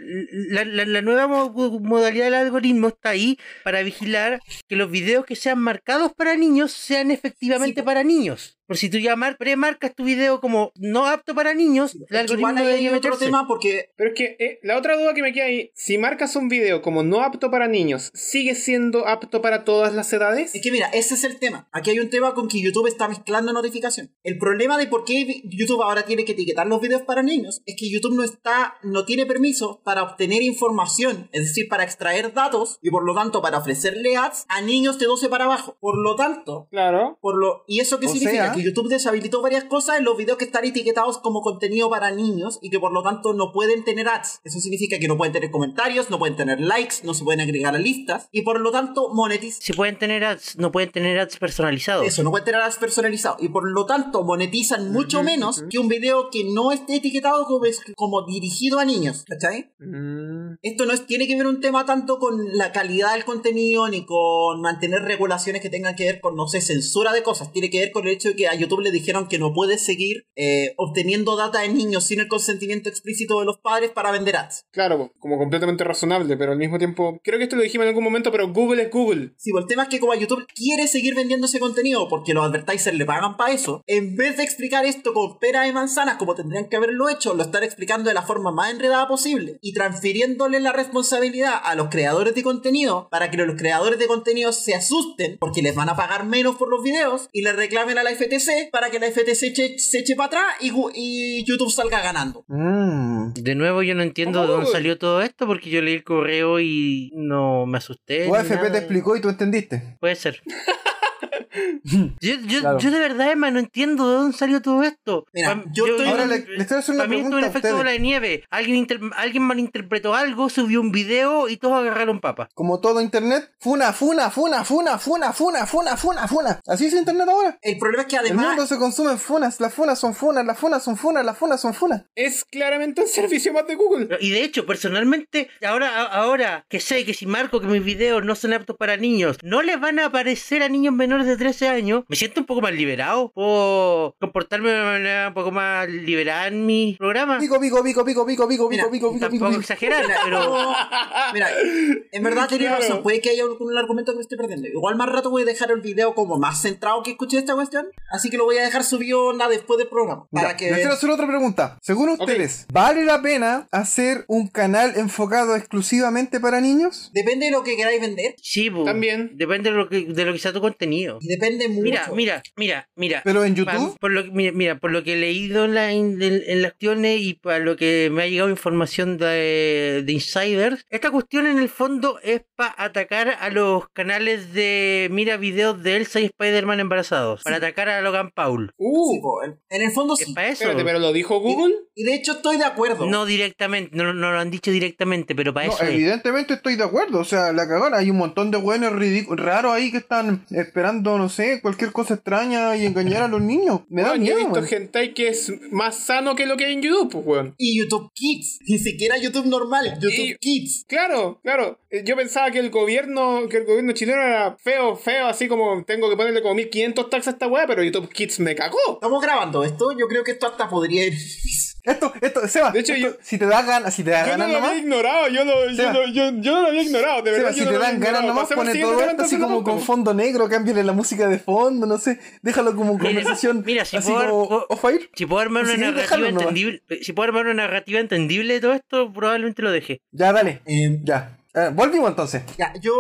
Speaker 3: la, la- la nueva mo- modalidad del algoritmo está ahí para vigilar que los videos que sean marcados para niños sean efectivamente
Speaker 1: Sí.
Speaker 3: para niños. Por si tú ya mar- premarcas tu video como no apto para niños, el
Speaker 1: Es que
Speaker 3: algoritmo
Speaker 1: igual hay
Speaker 3: debería
Speaker 1: otro
Speaker 3: meterse.
Speaker 1: tema porque
Speaker 4: Pero es que eh, la otra duda que me queda ahí, si marcas un video como no apto para niños, ¿sigue siendo apto para todas las edades?
Speaker 1: es que mira, ese es el tema. Aquí hay un tema con que YouTube está mezclando notificación. El problema de por qué YouTube ahora tiene que etiquetar los videos para niños es que YouTube no está no tiene permiso para obtener información, es decir, para extraer datos y por lo tanto para ofrecerle ads a niños de 12 para abajo. Por lo tanto,
Speaker 4: Claro.
Speaker 1: por lo y eso qué
Speaker 2: O
Speaker 1: significa
Speaker 2: sea-
Speaker 1: que YouTube deshabilitó varias cosas en los videos que están etiquetados como contenido para niños y que por lo tanto no pueden tener ads eso significa que no pueden tener comentarios no pueden tener likes no se pueden agregar a listas y por lo tanto monetiz
Speaker 3: Si pueden tener ads, no pueden tener ads personalizados.
Speaker 1: eso, no pueden tener ads personalizados. Y por lo tanto, monetizan mucho menos que un video que no esté etiquetado como, es- como dirigido a niños. ¿Cachai?
Speaker 4: Mm.
Speaker 1: Esto no es- tiene que ver un tema tanto con la calidad del contenido ni con mantener regulaciones que tengan que ver con, no sé, censura de cosas. Tiene que ver con el hecho de que a YouTube le dijeron que no puede seguir eh, obteniendo data de niños sin el consentimiento explícito de los padres para vender ads.
Speaker 4: Claro, po, como completamente razonable, pero al mismo tiempo, creo que esto lo dijimos en algún momento, pero Google es Google.
Speaker 1: Sí, pues el tema es que como YouTube quiere seguir vendiendo ese contenido porque los advertisers le pagan para eso, en vez de explicar esto con peras y manzanas como tendrían que haberlo hecho, lo están explicando de la forma más enredada posible y transfiriéndole la responsabilidad a los creadores de contenido para que los creadores de contenido se asusten porque les van a pagar menos por los videos y le reclamen a la FTC para que la FTC eche- se eche para atrás y, gu- y YouTube salga ganando.
Speaker 2: Mm.
Speaker 3: De nuevo, yo no entiendo de dónde
Speaker 4: Oh.
Speaker 3: salió todo esto porque yo leí el correo y no me asusté.
Speaker 2: Tu
Speaker 3: ni
Speaker 2: AFP
Speaker 3: nada.
Speaker 2: te explicó y tú entendiste.
Speaker 3: Puede ser. yo, yo,
Speaker 2: Claro.
Speaker 3: yo de verdad, Emma, no entiendo de dónde salió todo esto.
Speaker 1: Mira,
Speaker 3: Pa-
Speaker 1: yo estoy-
Speaker 2: Ahora
Speaker 1: Mm.
Speaker 2: le, le estoy haciendo una
Speaker 3: Para mí esto es un
Speaker 2: pregunta a
Speaker 3: efecto bola
Speaker 2: ustedes.
Speaker 3: de nieve. Alguien, inter- alguien malinterpretó algo, subió un video y todos agarraron papa.
Speaker 2: Como todo internet, funa, funa, funa, funa, funa, funa, funa, funa, funa. Así es internet ahora.
Speaker 1: El problema es que
Speaker 2: El
Speaker 1: además...
Speaker 2: mundo se consume en funas, las funas son funas, las funas son funas, las funas son funas.
Speaker 4: Es claramente un servicio más de Google.
Speaker 3: Y de hecho, personalmente, ahora, a- ahora que sé que si marco que mis videos no son aptos para niños, no les van a aparecer a niños menores de 13 años, me siento un poco más liberado. Puedo comportarme de una manera un poco más liberada en mi programa.
Speaker 2: Pico, pico, pico, pico, pico, pico,
Speaker 1: Mira,
Speaker 2: pico, pico, pico, pico,
Speaker 3: Tampoco
Speaker 2: pico.
Speaker 3: exagerar, pero
Speaker 1: Mira, en verdad tenía
Speaker 4: Claro.
Speaker 1: razón. Puede que haya algún argumento que me esté perdiendo. Igual más rato voy a dejar el video como más centrado que escuché esta cuestión. Así que lo voy a dejar subido onda después del programa. Para
Speaker 2: Ya,
Speaker 1: que.
Speaker 2: Les quiero hacer otra pregunta. Según ustedes, ¿vale la pena hacer un canal enfocado exclusivamente para niños?
Speaker 1: Depende de lo que queráis vender.
Speaker 3: sí, bu,
Speaker 4: También.
Speaker 3: depende de lo que, de lo que sea tu contenido.
Speaker 1: Y depende mucho.
Speaker 3: Mira, mira, mira, mira.
Speaker 2: Pero en
Speaker 3: Pa-
Speaker 2: YouTube,
Speaker 3: por lo, que- mira, mira, por lo que he leído en, la- en- en- en las cuestiones y para lo que me ha llegado información de, de insiders, esta cuestión en el fondo es para atacar a los canales de mira videos de Elsa y Spider-Man embarazados, para atacar a Logan Paul.
Speaker 1: Sí,
Speaker 4: Uh,
Speaker 1: po, en en el fondo
Speaker 3: Es
Speaker 1: sí.
Speaker 3: para eso.
Speaker 4: espérate, pero lo dijo Google.
Speaker 1: Y de hecho estoy de acuerdo.
Speaker 3: No directamente, no, no lo han dicho directamente, pero para
Speaker 2: No,
Speaker 3: eso. es.
Speaker 2: evidentemente estoy de acuerdo. O sea, la cagada. Hay un montón de güeyes ridicu- raros ahí que están esperando, no sé, cualquier cosa extraña y engañar a los niños. Me da
Speaker 4: Weón, yo
Speaker 2: miedo.
Speaker 4: he visto
Speaker 2: man.
Speaker 4: hentai que es más sano que lo que hay en YouTube, pues, weón.
Speaker 1: Y YouTube Kids. Ni siquiera YouTube normal. YouTube
Speaker 4: Y-
Speaker 1: Kids.
Speaker 4: Claro, claro. Eh, Yo pensaba que el gobierno, que el gobierno chileno era feo, feo, así como tengo que ponerle como 1500 taxas a esta weá, pero YouTube Kids me cagó.
Speaker 1: Estamos grabando esto. Yo creo que esto hasta podría ir.
Speaker 2: Esto, esto, Seba.
Speaker 4: De hecho,
Speaker 2: esto,
Speaker 4: yo-
Speaker 2: si te da ganas, si te da
Speaker 4: Yo no
Speaker 2: ganas
Speaker 4: lo
Speaker 2: nomás.
Speaker 4: había ignorado, yo, lo, yo,
Speaker 2: Seba.
Speaker 4: lo- yo, yo no lo había ignorado, de
Speaker 2: Seba,
Speaker 4: verdad.
Speaker 2: si
Speaker 4: yo no
Speaker 2: te
Speaker 4: lo había
Speaker 2: dan ganas
Speaker 4: ignorado.
Speaker 2: nomás,
Speaker 4: Pasemos al
Speaker 2: pone
Speaker 4: siguiente
Speaker 2: todo
Speaker 4: tema,
Speaker 2: esto así
Speaker 4: entonces,
Speaker 2: como
Speaker 4: loco.
Speaker 2: con fondo negro, cámbiale la música de fondo, no sé, déjalo como
Speaker 3: Mira,
Speaker 2: conversación
Speaker 3: mira, si
Speaker 2: así
Speaker 3: puedo dar-
Speaker 2: como
Speaker 3: puedo-
Speaker 2: off-air.
Speaker 3: Si puedo armar
Speaker 2: Si
Speaker 3: una
Speaker 2: queréis
Speaker 3: narrativa
Speaker 2: dejarlo nomás.
Speaker 3: entendible, si puedo armar una narrativa entendible de todo esto, probablemente lo deje.
Speaker 2: Ya, dale,
Speaker 1: Eh,
Speaker 2: ya. Eh, volvimos entonces.
Speaker 1: Ya, yo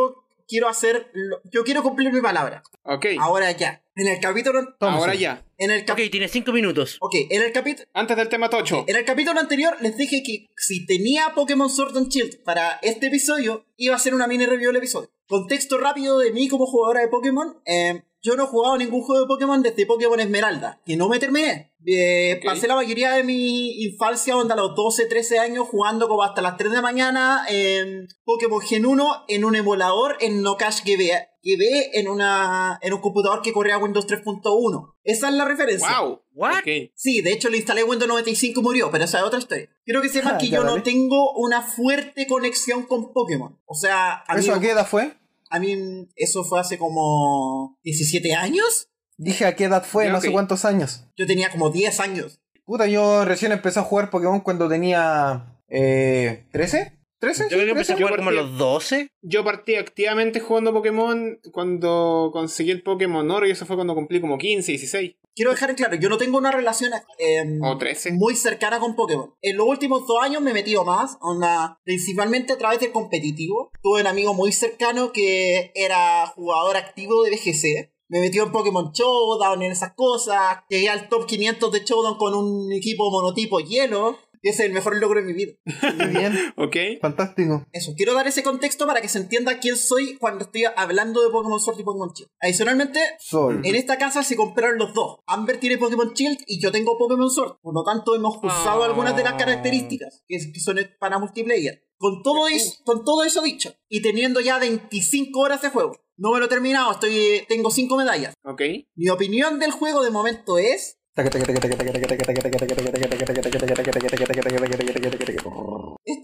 Speaker 1: quiero hacer. lo- yo quiero cumplir mi palabra.
Speaker 4: Ok.
Speaker 1: Ahora ya. En el capítulo.
Speaker 4: Ahora ya.
Speaker 1: En el
Speaker 3: Ok,
Speaker 1: capítulo.
Speaker 3: tiene cinco minutos.
Speaker 1: Ok, en el capítulo.
Speaker 4: Antes del tema tocho.
Speaker 1: En el capítulo anterior les dije que si tenía Pokémon Sword and Shield para este episodio, iba a ser una mini review del episodio. Contexto rápido de mí como jugadora de Pokémon. eh, yo no he jugado ningún juego de Pokémon desde Pokémon Esmeralda, que no me terminé. Eh,
Speaker 4: Ok.
Speaker 1: Pasé la mayoría de mi infancia, onda a los 12, 13 años, jugando como hasta las 3 de la mañana eh, Pokémon Gen 1 en un emulador en Nocash GB, GB en, una, en un computador que corría Windows 3.1. Esa es la referencia.
Speaker 4: Wow.
Speaker 3: What?
Speaker 4: Ok.
Speaker 1: Sí, de hecho lo instalé en Windows 95 y murió, pero esa es otra historia. Quiero que sepan
Speaker 2: Ah,
Speaker 1: que
Speaker 2: ya
Speaker 1: yo no
Speaker 2: vale.
Speaker 1: tengo una fuerte conexión con Pokémon. O sea, a mí,
Speaker 2: ¿Eso a qué edad fue?
Speaker 1: a mí eso fue hace como 17 años.
Speaker 2: Dije a qué edad fue,
Speaker 4: Ya,
Speaker 2: no
Speaker 4: ok.
Speaker 2: sé cuántos años.
Speaker 1: Yo tenía como 10 años.
Speaker 2: Puta, yo recién empecé a jugar Pokémon cuando tenía. Eh, ¿13? ¿13?
Speaker 3: Yo
Speaker 2: sí,
Speaker 3: creo que empecé a
Speaker 2: 13.
Speaker 3: jugar como a los 12.
Speaker 4: Yo partí activamente jugando Pokémon cuando conseguí el Pokémon Oro y eso fue cuando cumplí como 15, 16
Speaker 1: Quiero dejar en claro, yo no tengo una relación em,
Speaker 4: o 13.
Speaker 1: muy cercana con Pokémon. En los últimos dos años me he metido más, onda, principalmente a través del competitivo. Tuve un amigo muy cercano que era jugador activo de BGC. Me metió en Pokémon Showdown, en esas cosas. Llegué al top 500 de Showdown con un equipo monotipo hielo. Y ese es el mejor logro de mi vida.
Speaker 2: Muy bien,
Speaker 4: Ok.
Speaker 2: fantástico.
Speaker 1: Eso, quiero dar ese contexto para que se entienda quién soy cuando estoy hablando de Pokémon Sword y Pokémon Shield. Adicionalmente,
Speaker 2: Sol.
Speaker 1: en esta casa se compraron los dos. Amber tiene Pokémon Shield y yo tengo Pokémon Sword. Por lo tanto, hemos usado
Speaker 4: Ah.
Speaker 1: algunas de las características que, es- que son para multiplayer. Con todo,
Speaker 4: Uh.
Speaker 1: eso, con todo eso dicho, y teniendo ya 25 horas de juego, no me lo he terminado, estoy, tengo 5 medallas.
Speaker 4: Ok.
Speaker 1: Mi opinión del juego de momento es, está piola.
Speaker 4: Es como- es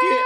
Speaker 4: que-
Speaker 2: Ah,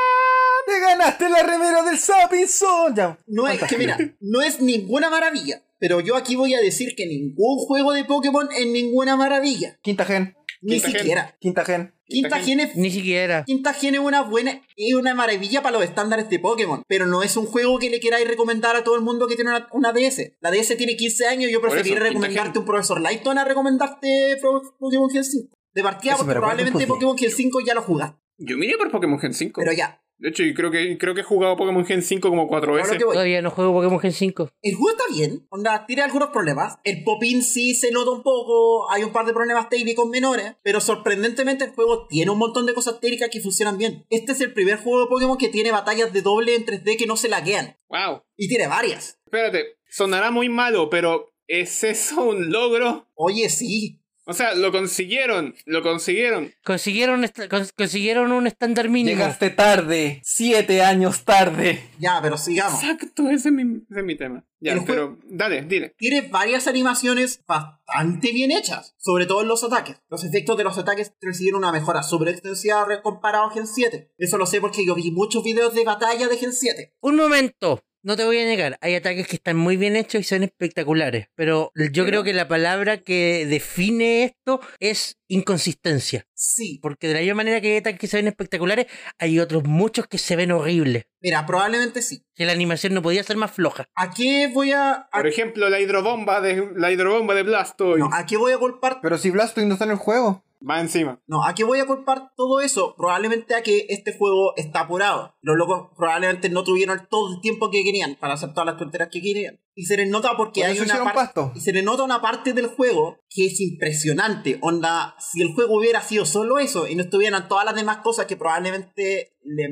Speaker 2: ¡Te ganaste la remera del Sapinson! Ya.
Speaker 1: No es que mira, no es ninguna maravilla. Pero yo aquí voy a decir que ningún juego de Pokémon es ninguna maravilla.
Speaker 2: Quinta gen.
Speaker 1: Ni
Speaker 4: Quinta gen.
Speaker 1: siquiera.
Speaker 2: Quinta gen.
Speaker 1: Quinta,
Speaker 4: Quinta
Speaker 1: gen es
Speaker 3: Ni siquiera.
Speaker 1: Quinta Gen es una buena es una maravilla para los estándares de Pokémon, pero no es un juego que le queráis recomendar a todo el mundo que tiene una, una DS. La DS tiene 15 años y yo
Speaker 4: Por
Speaker 1: preferí
Speaker 4: eso, Quinta
Speaker 1: recomendarte
Speaker 4: Gen.
Speaker 1: un profesor Lighton a recomendarte Pro- Pokémon Gen 5. De partida,
Speaker 2: Eso,
Speaker 1: porque
Speaker 2: pero ¿cuál es el
Speaker 1: probablemente
Speaker 2: punto?
Speaker 1: Pokémon Gen 5 ya lo jugaste.
Speaker 4: Yo miré por Pokémon Gen 5.
Speaker 1: Pero ya,
Speaker 4: De hecho, yo creo que, creo que he jugado Pokémon Gen 5 como cuatro
Speaker 1: ahora
Speaker 4: veces.
Speaker 1: que voy.
Speaker 3: Todavía no juego Pokémon Gen 5.
Speaker 1: El juego está bien, onda, tiene algunos problemas. El popín sí se nota un poco, hay un par de problemas técnicos menores, pero sorprendentemente el juego tiene un montón de cosas técnicas que funcionan bien. Este es el primer juego de Pokémon que tiene batallas de doble en 3D que no se laguean.
Speaker 4: Wow.
Speaker 1: Y tiene varias.
Speaker 4: Espérate, sonará muy malo, pero ¿es eso un logro?
Speaker 1: Oye, sí.
Speaker 4: O sea, lo consiguieron, lo consiguieron.
Speaker 3: Consiguieron, est- cons- consiguieron un estándar mínimo.
Speaker 2: Llegaste tarde. Siete años tarde.
Speaker 1: Ya, pero sigamos.
Speaker 4: Exacto, ese es mi, ese es mi tema. Ya,
Speaker 1: El jue-
Speaker 4: pero dale, dile.
Speaker 1: Tiene varias animaciones bastante bien hechas, sobre todo en los ataques. Los efectos de los ataques recibieron una mejora súper extensiva re- comparado a Gen 7. Eso lo sé porque yo vi muchos videos de batalla de Gen 7.
Speaker 3: Un momento. No te voy a negar, hay ataques que están muy bien hechos y son espectaculares, pero yo creo que la palabra que define esto es inconsistencia,
Speaker 1: Sí,
Speaker 3: porque de la misma manera que hay ataques que se ven espectaculares, hay otros muchos que se ven horribles,
Speaker 1: mira, probablemente sí.
Speaker 3: que la animación no podía ser más floja.
Speaker 1: ¿A qué voy a...? a-
Speaker 4: Por ejemplo, la hidrobomba de la hidrobomba de Blastoise.
Speaker 1: Ah. no, ¿a qué voy a culpar
Speaker 2: Pero si Blastoise no está en el juego.
Speaker 4: Va encima.
Speaker 1: No, ¿a qué voy a culpar todo eso? Probablemente a que este juego está apurado. Los locos probablemente no tuvieron todo el tiempo que querían para hacer todas las tonteras que querían. Y se les nota porque
Speaker 2: Por
Speaker 1: hay
Speaker 2: eso
Speaker 1: una
Speaker 2: hicieron
Speaker 1: par-
Speaker 2: pasto.
Speaker 1: Y se les nota una parte del juego que es impresionante. Onda, si el juego hubiera sido solo eso y no estuvieran todas las demás cosas que probablemente le,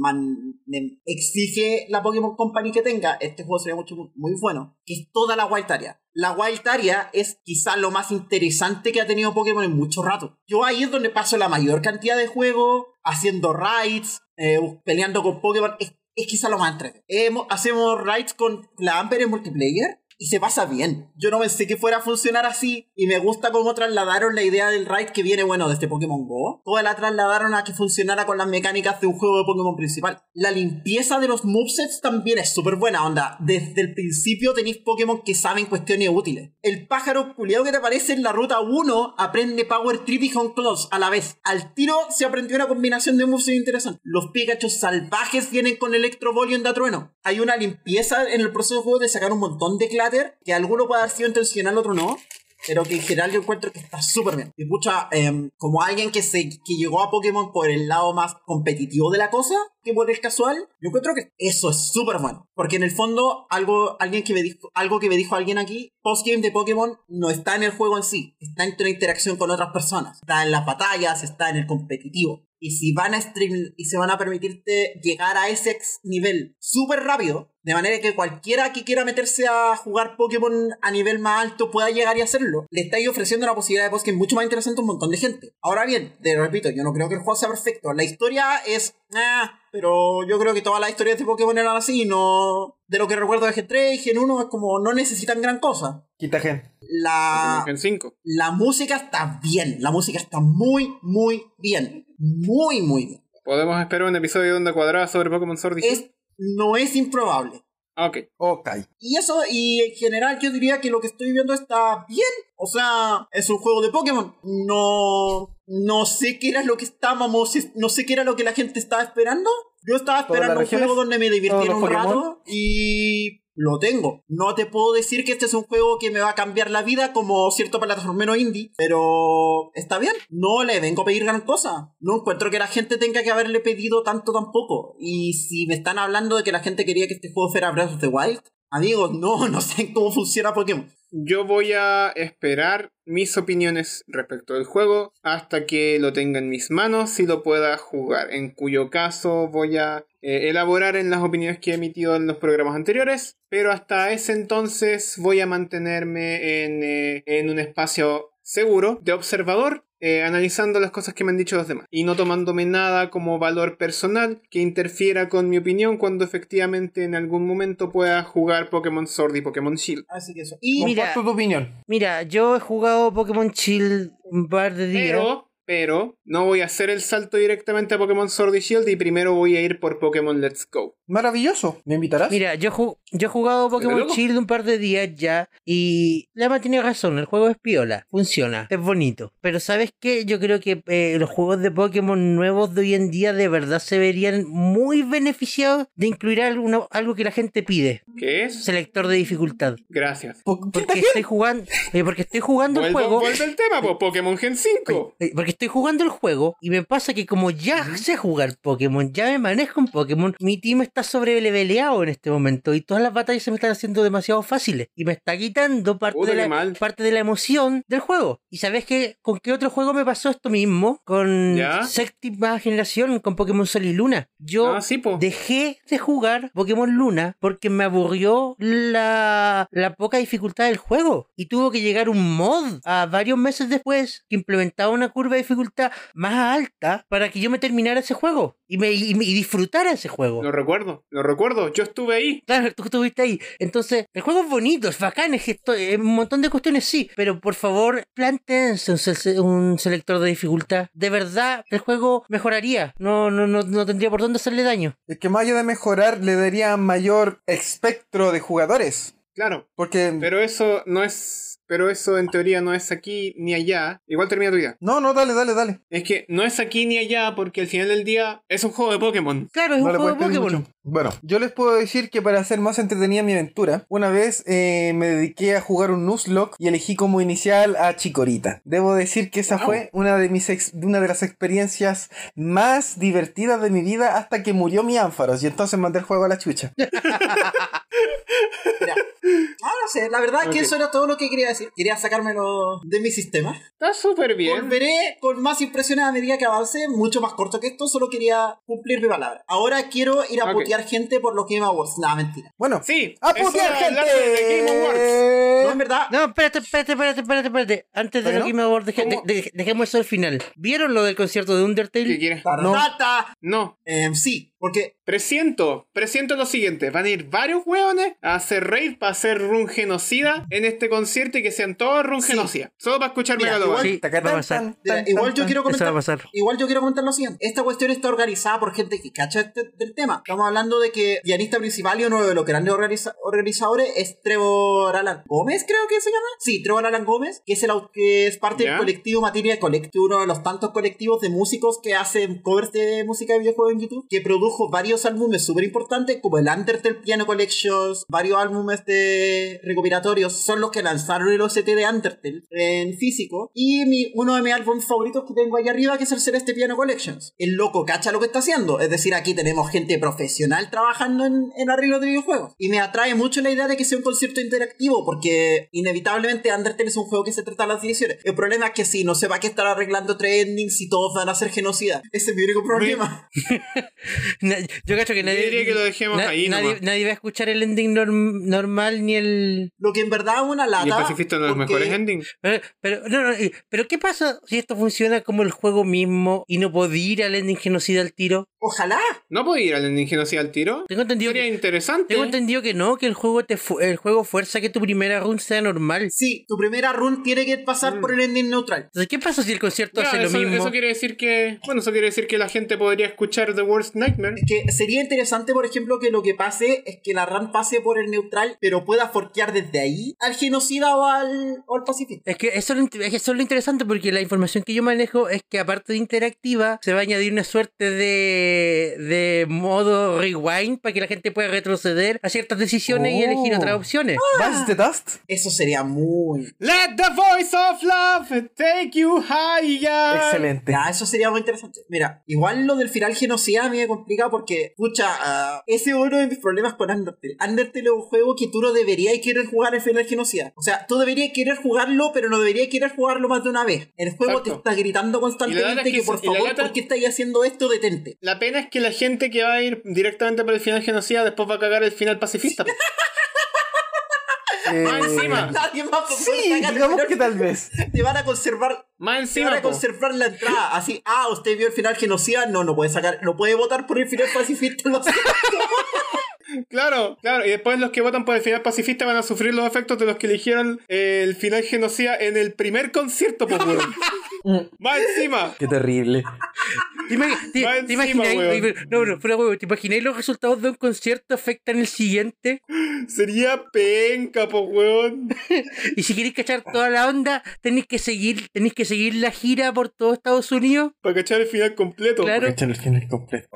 Speaker 1: man- le exige la Pokémon Company que tenga, este juego sería mucho, muy bueno. Que es toda la Wild Area. La Wild Area es quizás lo más interesante que ha tenido Pokémon en mucho rato. Yo ahí es donde paso la mayor cantidad de juego, haciendo raids, eh, peleando con Pokémon. Es, es quizás lo más entretenido. Hemos- hacemos raids con la Amber en multiplayer y se pasa bien. Yo no pensé que fuera a funcionar así y me gusta cómo trasladaron la idea del raid que viene, bueno, desde Pokémon Go. Toda la trasladaron a que funcionara con las mecánicas de un juego de Pokémon principal. La limpieza de los movesets también es súper buena, onda. Desde el principio tenéis Pokémon que saben cuestiones útiles. El pájaro culiado que te aparece en la ruta 1 aprende Power Trip y Home Claws a la vez. Al tiro se aprendió una combinación de movesets interesante. Los Pikachu salvajes vienen con Electro Ball y Onda Trueno. Hay una limpieza en el proceso de juego de sacar un montón de clutter, que alguno puede haber sido intencional, otro no. pero que en general yo encuentro que está súper bien. Y pucha, em, como alguien que, se, que llegó a Pokémon por el lado más competitivo de la cosa, que por el casual, yo encuentro que eso es súper bueno. Porque en el fondo, algo, alguien que me dijo, algo que me dijo alguien aquí, postgame de Pokémon no está en el juego en sí, está en tu interacción con otras personas, está en las batallas, está en el competitivo. Y si van a stream y se van a permitirte llegar a ese ex- nivel súper rápido, de manera que cualquiera que quiera meterse a jugar Pokémon a nivel más alto pueda llegar y hacerlo, le estáis ofreciendo una posibilidad de postgame mucho más interesante a un montón de gente. Ahora bien, te repito, yo no creo que el juego sea perfecto. La historia es. ah, pero yo creo que todas las historias de Pokémon eran así, no. De lo que recuerdo de G3 y Gen 1 es como no necesitan gran cosa.
Speaker 2: Quita gen.
Speaker 1: La.
Speaker 4: En 5.
Speaker 1: La música está bien, la música está muy, muy bien. Muy, muy bien.
Speaker 4: Podemos esperar un episodio de Onda Cuadrada sobre Pokémon Sword y Shield?
Speaker 1: Es, no es improbable.
Speaker 4: Ah, ok.
Speaker 2: Ok.
Speaker 1: Y eso, y en general yo diría que lo que estoy viendo está bien. O sea, es un juego de Pokémon. No, no sé qué era lo que estábamos, no sé qué era lo que la gente estaba esperando. Yo estaba
Speaker 2: Todas las
Speaker 1: esperando un
Speaker 2: regiones,
Speaker 1: juego donde me divirtiera
Speaker 2: todos
Speaker 1: un
Speaker 2: los Pokémon.
Speaker 1: rato y lo tengo. No te puedo decir que este es un juego que me va a cambiar la vida como cierto plataformero indie, pero está bien. No le vengo a pedir gran cosa. No encuentro que la gente tenga que haberle pedido tanto tampoco. Y si me están hablando de que la gente quería que este juego fuera Breath of the Wild, amigos, no, no sé cómo funciona Pokémon.
Speaker 4: Yo voy a esperar mis opiniones respecto del juego hasta que lo tenga en mis manos y lo pueda jugar, en cuyo caso voy a eh, elaborar en las opiniones que he emitido en los programas anteriores, pero hasta ese entonces voy a mantenerme en, eh, en un espacio seguro de observador. eh, analizando las cosas que me han dicho los demás y no tomándome nada como valor personal que interfiera con mi opinión cuando efectivamente en algún momento pueda jugar Pokémon Sword y Pokémon Shield.
Speaker 1: Así que eso. Y
Speaker 3: Mira.
Speaker 2: Comparto tu opinión.
Speaker 3: Mira, yo he jugado Pokémon Chill un par de días.
Speaker 4: Pero, pero, no voy a hacer el salto directamente a Pokémon Sword y Shield y primero voy a ir por Pokémon Let's Go.
Speaker 2: Maravilloso. ¿Me invitarás?
Speaker 3: Mira, yo, ju- yo he jugado Pokémon
Speaker 4: loco.
Speaker 3: Shield un par de días ya y Lama tiene razón, el juego es piola, funciona, es bonito. Pero ¿sabes qué? Yo creo que eh, los juegos de Pokémon nuevos de hoy en día de verdad se verían muy beneficiados de incluir alguno- algo que la gente pide,
Speaker 4: ¿Qué es?
Speaker 3: selector de dificultad.
Speaker 4: Gracias.
Speaker 2: Po-
Speaker 3: Porque estoy jugando, eh, porque estoy jugando el
Speaker 4: Vuelvo,
Speaker 3: juego.
Speaker 4: vuelvo al tema, po, Pokémon Gen 5.
Speaker 3: Eh, Porque estoy jugando el juego y me pasa que como ya sé jugar Pokémon, ya me manejo en Pokémon, mi team está sobreleveleado en este momento y todas las batallas se me están haciendo demasiado fáciles y me está quitando parte,
Speaker 4: Puta,
Speaker 3: de,
Speaker 4: qué
Speaker 3: la,
Speaker 4: mal.
Speaker 3: parte de la emoción del juego. ¿Y sabes qué? ¿Con qué otro juego me pasó esto mismo? Con
Speaker 4: ¿Ya?
Speaker 3: séptima generación, con Pokémon Sol y Luna. Yo
Speaker 4: Ah, sí, po.
Speaker 3: Dejé de jugar Pokémon Luna porque me aburrió la, la poca dificultad del juego. Y tuvo que llegar un mod a varios meses después que implementaba una curva de dificultad más alta para que yo me terminara ese juego y, me, y me- y disfrutara ese juego.
Speaker 4: Lo recuerdo, lo recuerdo. Yo estuve ahí.
Speaker 3: Claro, tú estuviste ahí. Entonces, el juego es bonito, es bacán, es gesto- es un montón de cuestiones, sí. Pero por favor, plántense un, se- un selector de dificultad. De verdad, el juego mejoraría. No, no, no, no tendría por dónde hacerle daño.
Speaker 2: Es que más allá de mejorar, le daría mayor espectro de jugadores.
Speaker 4: Claro.
Speaker 2: Porque.
Speaker 4: Pero eso no es. Pero eso en teoría no es aquí ni allá. Igual termina tu idea.
Speaker 2: No, no, dale, dale, dale.
Speaker 4: Es que no es aquí ni allá porque al final del día es un juego de Pokémon.
Speaker 3: Claro, es
Speaker 2: No
Speaker 3: un
Speaker 2: le
Speaker 3: juego de
Speaker 2: puedes pedir
Speaker 3: Pokémon.
Speaker 2: mucho. Bueno, yo les puedo decir que para hacer más entretenida mi aventura, una vez eh, me dediqué a jugar un Nuzlocke y elegí como inicial a Chikorita. Debo decir que esa fue una de mis ex- una de las experiencias más divertidas de mi vida hasta que murió mi Ánfaros y entonces mandé el juego a la chucha.
Speaker 1: Mira, ah, no sé, la verdad que
Speaker 4: Ok.
Speaker 1: eso era todo lo que quería decir. Quería sacármelo de mi sistema.
Speaker 4: Está súper bien.
Speaker 1: Volveré con más impresiones a medida que avance, mucho más corto que esto, solo quería cumplir mi palabra. Ahora quiero ir a
Speaker 4: Ok.
Speaker 1: putear gente por los Game Awards. Nada, mentira.
Speaker 2: Bueno,
Speaker 4: Sí.
Speaker 2: a
Speaker 4: es
Speaker 2: putear
Speaker 4: hora de hablar de The Game Awards.
Speaker 1: No, en
Speaker 2: gente.
Speaker 1: verdad,
Speaker 3: No, espérate, espérate, espérate, espérate, espérate. Antes de
Speaker 2: ¿Todavía
Speaker 3: lo
Speaker 2: no?
Speaker 3: que me aborde, deje-
Speaker 4: ¿Cómo?
Speaker 3: de- de- dejemos eso al final. ¿Vieron lo del concierto de
Speaker 4: ¿Qué
Speaker 3: Undertale?
Speaker 4: quieres?
Speaker 1: la
Speaker 2: No.
Speaker 1: rata.
Speaker 4: No.
Speaker 1: Em, sí, porque
Speaker 4: Presiento, presiento lo siguiente, van a ir varios hueones a hacer raid para hacer run genocida en este concierto y que sean todos run
Speaker 1: Sí.
Speaker 4: genocida. Solo para escuchar
Speaker 1: Mira,
Speaker 4: Megalobox.
Speaker 3: Sí,
Speaker 2: Taca,
Speaker 3: va a
Speaker 2: tan,
Speaker 3: pasar.
Speaker 2: tan,
Speaker 1: mira,
Speaker 2: tan,
Speaker 1: igual
Speaker 2: tan,
Speaker 1: yo
Speaker 2: tan.
Speaker 1: quiero
Speaker 3: Eso va a
Speaker 1: comentar.
Speaker 3: pasar.
Speaker 1: Igual yo quiero comentar lo siguiente. Esta cuestión está organizada por gente que cacha este- del tema. Estamos hablando de que pianista principal y uno de los grandes organiza- organizadores es Trevor Alan Gómez, creo que se llama. Sí, Trevor Alan Gómez, que es, el, au- que es parte
Speaker 4: Ya.
Speaker 1: del colectivo Materia Collective, uno de los tantos colectivos de músicos que hacen covers de música de videojuegos en YouTube, que produjo produjo varios álbumes súper importantes, como el Undertale Piano Collections, varios álbumes de recopilatorios, son los que lanzaron el OST de Undertale en físico. Y mi- uno de mis álbumes favoritos que tengo ahí arriba, que es el Celeste este Piano Collections. El loco cacha lo que está haciendo. Es decir, aquí tenemos gente profesional trabajando en, en arreglos de videojuegos. Y me atrae mucho la idea de que sea un concierto interactivo, porque inevitablemente Undertale es un juego que se trata a las direcciones. El problema es que si no se va a estar arreglando tres endings y todos van a hacer genocida. Ese es mi único problema.
Speaker 3: Na- Yo cacho que nadie.
Speaker 4: diría que lo dejemos ahí
Speaker 3: Nadie,
Speaker 4: nomás.
Speaker 3: nadie va a escuchar el ending norm- normal ni el.
Speaker 1: Lo que en verdad es una
Speaker 4: Y el
Speaker 1: lata.
Speaker 4: pacifista es uno de los
Speaker 1: porque-
Speaker 4: mejores endings.
Speaker 3: Pero, pero, no, no, eh, pero ¿qué pasa si esto funciona como el juego mismo y no podía ir al ending genocida al tiro?
Speaker 1: Ojalá.
Speaker 4: ¿No puedo ir al ending genocida al tiro?
Speaker 3: Tengo entendido,
Speaker 4: Sería
Speaker 3: que,
Speaker 4: interesante.
Speaker 3: tengo entendido que no, que el juego te fu- el juego fuerza que tu primera run sea normal.
Speaker 1: Sí, tu primera run tiene que pasar
Speaker 4: Mm.
Speaker 1: por el ending neutral.
Speaker 3: Entonces, ¿qué pasa si el concierto
Speaker 4: Ya,
Speaker 3: hace
Speaker 4: eso,
Speaker 3: lo mismo?
Speaker 4: eso quiere decir que. Bueno, eso quiere decir que la gente podría escuchar The Worst Nightmare.
Speaker 1: Que sería interesante, por ejemplo, que lo que pase es que la run pase por el neutral, pero pueda forquear desde ahí al genocida o al, o al pacifista.
Speaker 3: Es que eso es, lo, int- es que eso es lo interesante porque la información que yo manejo es que aparte de interactiva se va a añadir una suerte de, de modo rewind para que la gente pueda retroceder a ciertas decisiones y
Speaker 2: Oh.
Speaker 3: elegir otras opciones.
Speaker 2: Bass the Dust.
Speaker 1: Eso sería muy.
Speaker 4: Let the voice of love take you higher.
Speaker 2: Excelente.
Speaker 1: Ya, eso sería muy interesante. Mira, igual lo del final genocida a mí me complica porque, pucha, ah, ese es uno de mis problemas con Undertale. Undertale es un juego que tú no deberías querer jugar el final genocida. O sea, tú deberías querer jugarlo, pero no deberías querer jugarlo más de una vez. El juego
Speaker 4: Exacto.
Speaker 1: te está gritando
Speaker 4: lata
Speaker 1: constantemente
Speaker 4: es
Speaker 1: que,
Speaker 4: que
Speaker 1: por
Speaker 4: se- y la
Speaker 1: favor,
Speaker 4: lata-
Speaker 1: ¿por qué estáis haciendo esto? Detente.
Speaker 4: La pena es que la gente que va a ir directamente por el final genocida después va a cagar el final pacifista. po.
Speaker 2: Eh,
Speaker 4: Más encima.
Speaker 1: Nadie más va a poder
Speaker 2: Sí,
Speaker 1: sacar el
Speaker 2: digamos
Speaker 1: final
Speaker 2: que tal vez.
Speaker 1: Te van a conservar.
Speaker 4: Más
Speaker 1: Te van
Speaker 4: encima.
Speaker 1: a
Speaker 4: po.
Speaker 1: conservar la entrada. Así, ah, usted vio el final genocida. No, no puede sacar, no puede votar por el final pacifista. lo siento.
Speaker 4: Claro, claro. Y después los que votan por el final pacifista van a sufrir los efectos de los que eligieron eh, el final genocida en el primer concierto, po, weón. Más encima.
Speaker 2: Qué terrible.
Speaker 3: ¿Te, imag- te-
Speaker 4: Ah, Va
Speaker 3: te
Speaker 4: encima,
Speaker 3: imagináis-
Speaker 4: weón.
Speaker 3: oye, no, no, fuera huevo, ¿te imagináis los resultados de un concierto afectan el siguiente?
Speaker 4: Sería penca, po, weón.
Speaker 3: Y si queréis cachar toda la onda, tenéis que seguir, tenéis que seguir la gira por todo Estados Unidos.
Speaker 4: Para cachar el final completo.
Speaker 3: Claro.
Speaker 2: Cachan el final completo.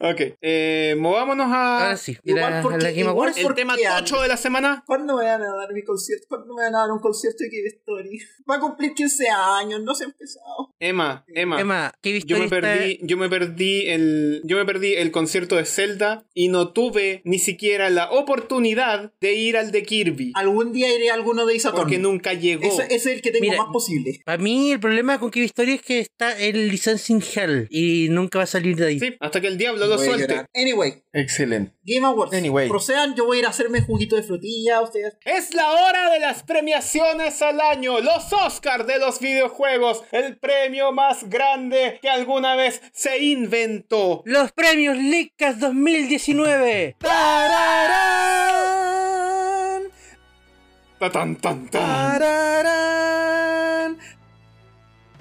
Speaker 4: Ok. eh, movámonos a.
Speaker 3: Ahora Ah, sí,
Speaker 1: Igual
Speaker 3: era
Speaker 1: porque-
Speaker 3: la Game
Speaker 1: igual
Speaker 3: Awards.
Speaker 4: El tema
Speaker 1: Porque-
Speaker 4: tocho de la semana.
Speaker 1: ¿Cuándo me van a dar mi concierto? ¿Cuándo me van a dar un concierto de Cave Story? Va a cumplir 15 años, no se ha empezado.
Speaker 4: Emma, Emma.
Speaker 3: Emma, ¿qué
Speaker 4: Yo
Speaker 3: historia
Speaker 4: me perdí, yo me perdí el, yo me perdí el concierto de Zelda y no tuve ni siquiera la oportunidad de ir al de Kirby
Speaker 1: Algún día iré a alguno de Isatorn.
Speaker 4: porque nunca llegó.
Speaker 1: Ese, ese es el que tengo
Speaker 3: Mira,
Speaker 1: más posible.
Speaker 3: Para mí el problema con Cave Story es que está en licensing hell y nunca va a salir de ahí.
Speaker 4: Sí, hasta que el diablo lo
Speaker 1: Voy a
Speaker 4: suelte.
Speaker 1: llorar. Anyway,
Speaker 2: Excelente.
Speaker 1: Game Awards.
Speaker 2: Anyway.
Speaker 1: Procedan, yo voy a ir a hacerme juguito de frutilla. Ustedes.
Speaker 4: Es la hora de las premiaciones al año, los Oscars de los videojuegos, el premio más grande que alguna vez se inventó.
Speaker 3: Los premios Lickas 2019.
Speaker 2: Tararán,
Speaker 4: Ta tan tan tan.
Speaker 2: tararán,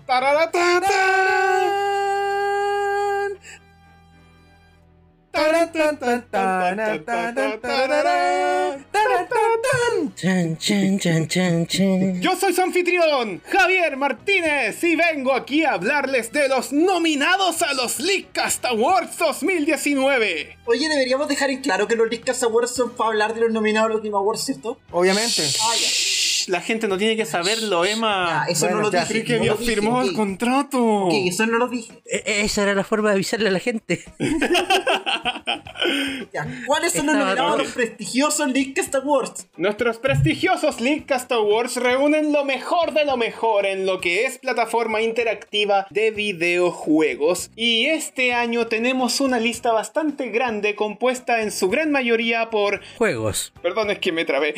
Speaker 4: Tararatatán.
Speaker 2: tararán. Tarán, tan, tan, tarán, tan, tan, tararán, tarán, tan, tan.
Speaker 3: Chan, chan, chan, chan, chan.
Speaker 4: Yo soy su anfitrión, Javier Martínez, y vengo aquí a hablarles de los nominados a los Leakcast Awards 2019.
Speaker 1: Oye, deberíamos dejar en claro que los Discast Awards son para hablar de los nominados a los Game Awards, ¿cierto?
Speaker 2: Obviamente.
Speaker 1: Ah, ya.
Speaker 4: La gente no tiene que saberlo, Emma.
Speaker 1: Ah, eso
Speaker 2: Bueno,
Speaker 1: no lo
Speaker 2: ya,
Speaker 1: dije.
Speaker 4: Creí que
Speaker 1: no
Speaker 4: había
Speaker 1: lo dije,
Speaker 4: firmado el
Speaker 1: ok.
Speaker 4: contrato.
Speaker 1: Ok, eso no lo dije.
Speaker 3: E- Esa era la forma de avisarle a la gente.
Speaker 1: Ya. ¿Cuáles son los
Speaker 3: Estaba
Speaker 1: nominados a
Speaker 3: bien.
Speaker 1: los prestigiosos Discast Awards?
Speaker 4: Nuestros prestigiosos Leakcast Awards reúnen lo mejor de lo mejor en lo que es plataforma interactiva de videojuegos. Y este año tenemos una lista bastante grande compuesta en su gran mayoría por...
Speaker 3: Juegos.
Speaker 4: Perdón, es que me trabé.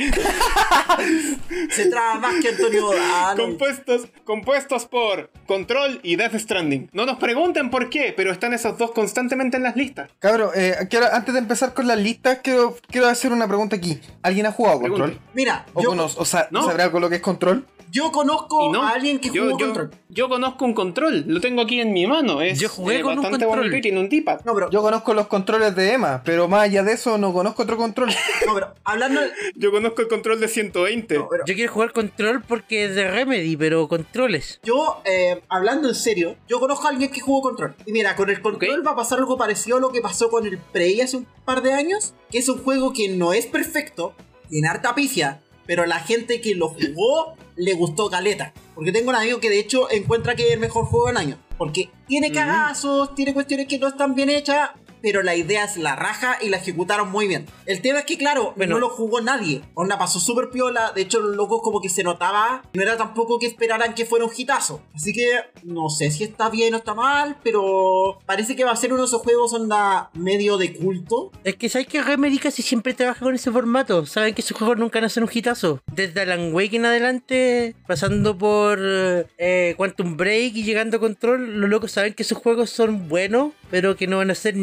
Speaker 1: Se traba más que Antonio Dano.
Speaker 4: compuestos, compuestos por Control y Death Stranding. No nos pregunten por qué, pero están esos dos constantemente en las listas.
Speaker 2: Cabro, eh, quiero- antes de empezar con las listas, quiero, quiero hacer una pregunta aquí. ¿Alguien ha jugado
Speaker 4: Pregunte.
Speaker 2: Control?
Speaker 1: Mira,
Speaker 2: ¿O,
Speaker 1: yo,
Speaker 2: conoce- o sa-
Speaker 4: No.
Speaker 2: sabrá algo lo que es Control?
Speaker 1: Yo conozco
Speaker 4: Y no,
Speaker 1: a alguien que
Speaker 4: yo,
Speaker 1: jugó
Speaker 4: yo-
Speaker 1: Control.
Speaker 4: yo conozco un control, lo tengo aquí en mi mano. Es,
Speaker 3: Yo jugué
Speaker 4: eh,
Speaker 3: con un
Speaker 4: bastante
Speaker 3: control.
Speaker 4: bonito y tiene un D-pad.
Speaker 1: No, pero,
Speaker 2: Yo conozco los controles de Emma, pero más allá de eso no conozco otro control.
Speaker 1: no, pero hablando. de-
Speaker 4: Yo conozco el control de 120.
Speaker 1: no, eh, pero-
Speaker 3: Yo quiero jugar control porque es de Remedy, pero controles.
Speaker 1: Yo, eh, hablando en serio, yo conozco a alguien que jugó Control. Y mira, con el Control
Speaker 4: Ok.
Speaker 1: va a pasar algo parecido a lo que pasó con el Prey hace un par de años, que es un juego que no es perfecto, tiene harta pifia, pero la gente que lo jugó le gustó caleta. Porque tengo un amigo que de hecho encuentra que es el mejor juego del año. Porque tiene cagazos, tiene cuestiones que no están bien hechas, pero la idea es la raja y la ejecutaron muy bien. El tema es que, claro,
Speaker 3: Bueno.
Speaker 1: no lo jugó nadie. Onda pasó súper piola. De hecho, los locos como que se notaba. No era tampoco que esperaran que fuera un hitazo. Así que no sé si está bien o está mal, pero parece que va a ser uno de esos juegos onda medio de culto.
Speaker 3: Es que sabes que Remedy casi siempre trabaja con ese formato. Saben que sus juegos nunca nacen un hitazo. Desde Alan Wake en adelante, pasando por eh, Quantum Break y llegando a Control, los locos saben que sus juegos son buenos, pero que no van a ser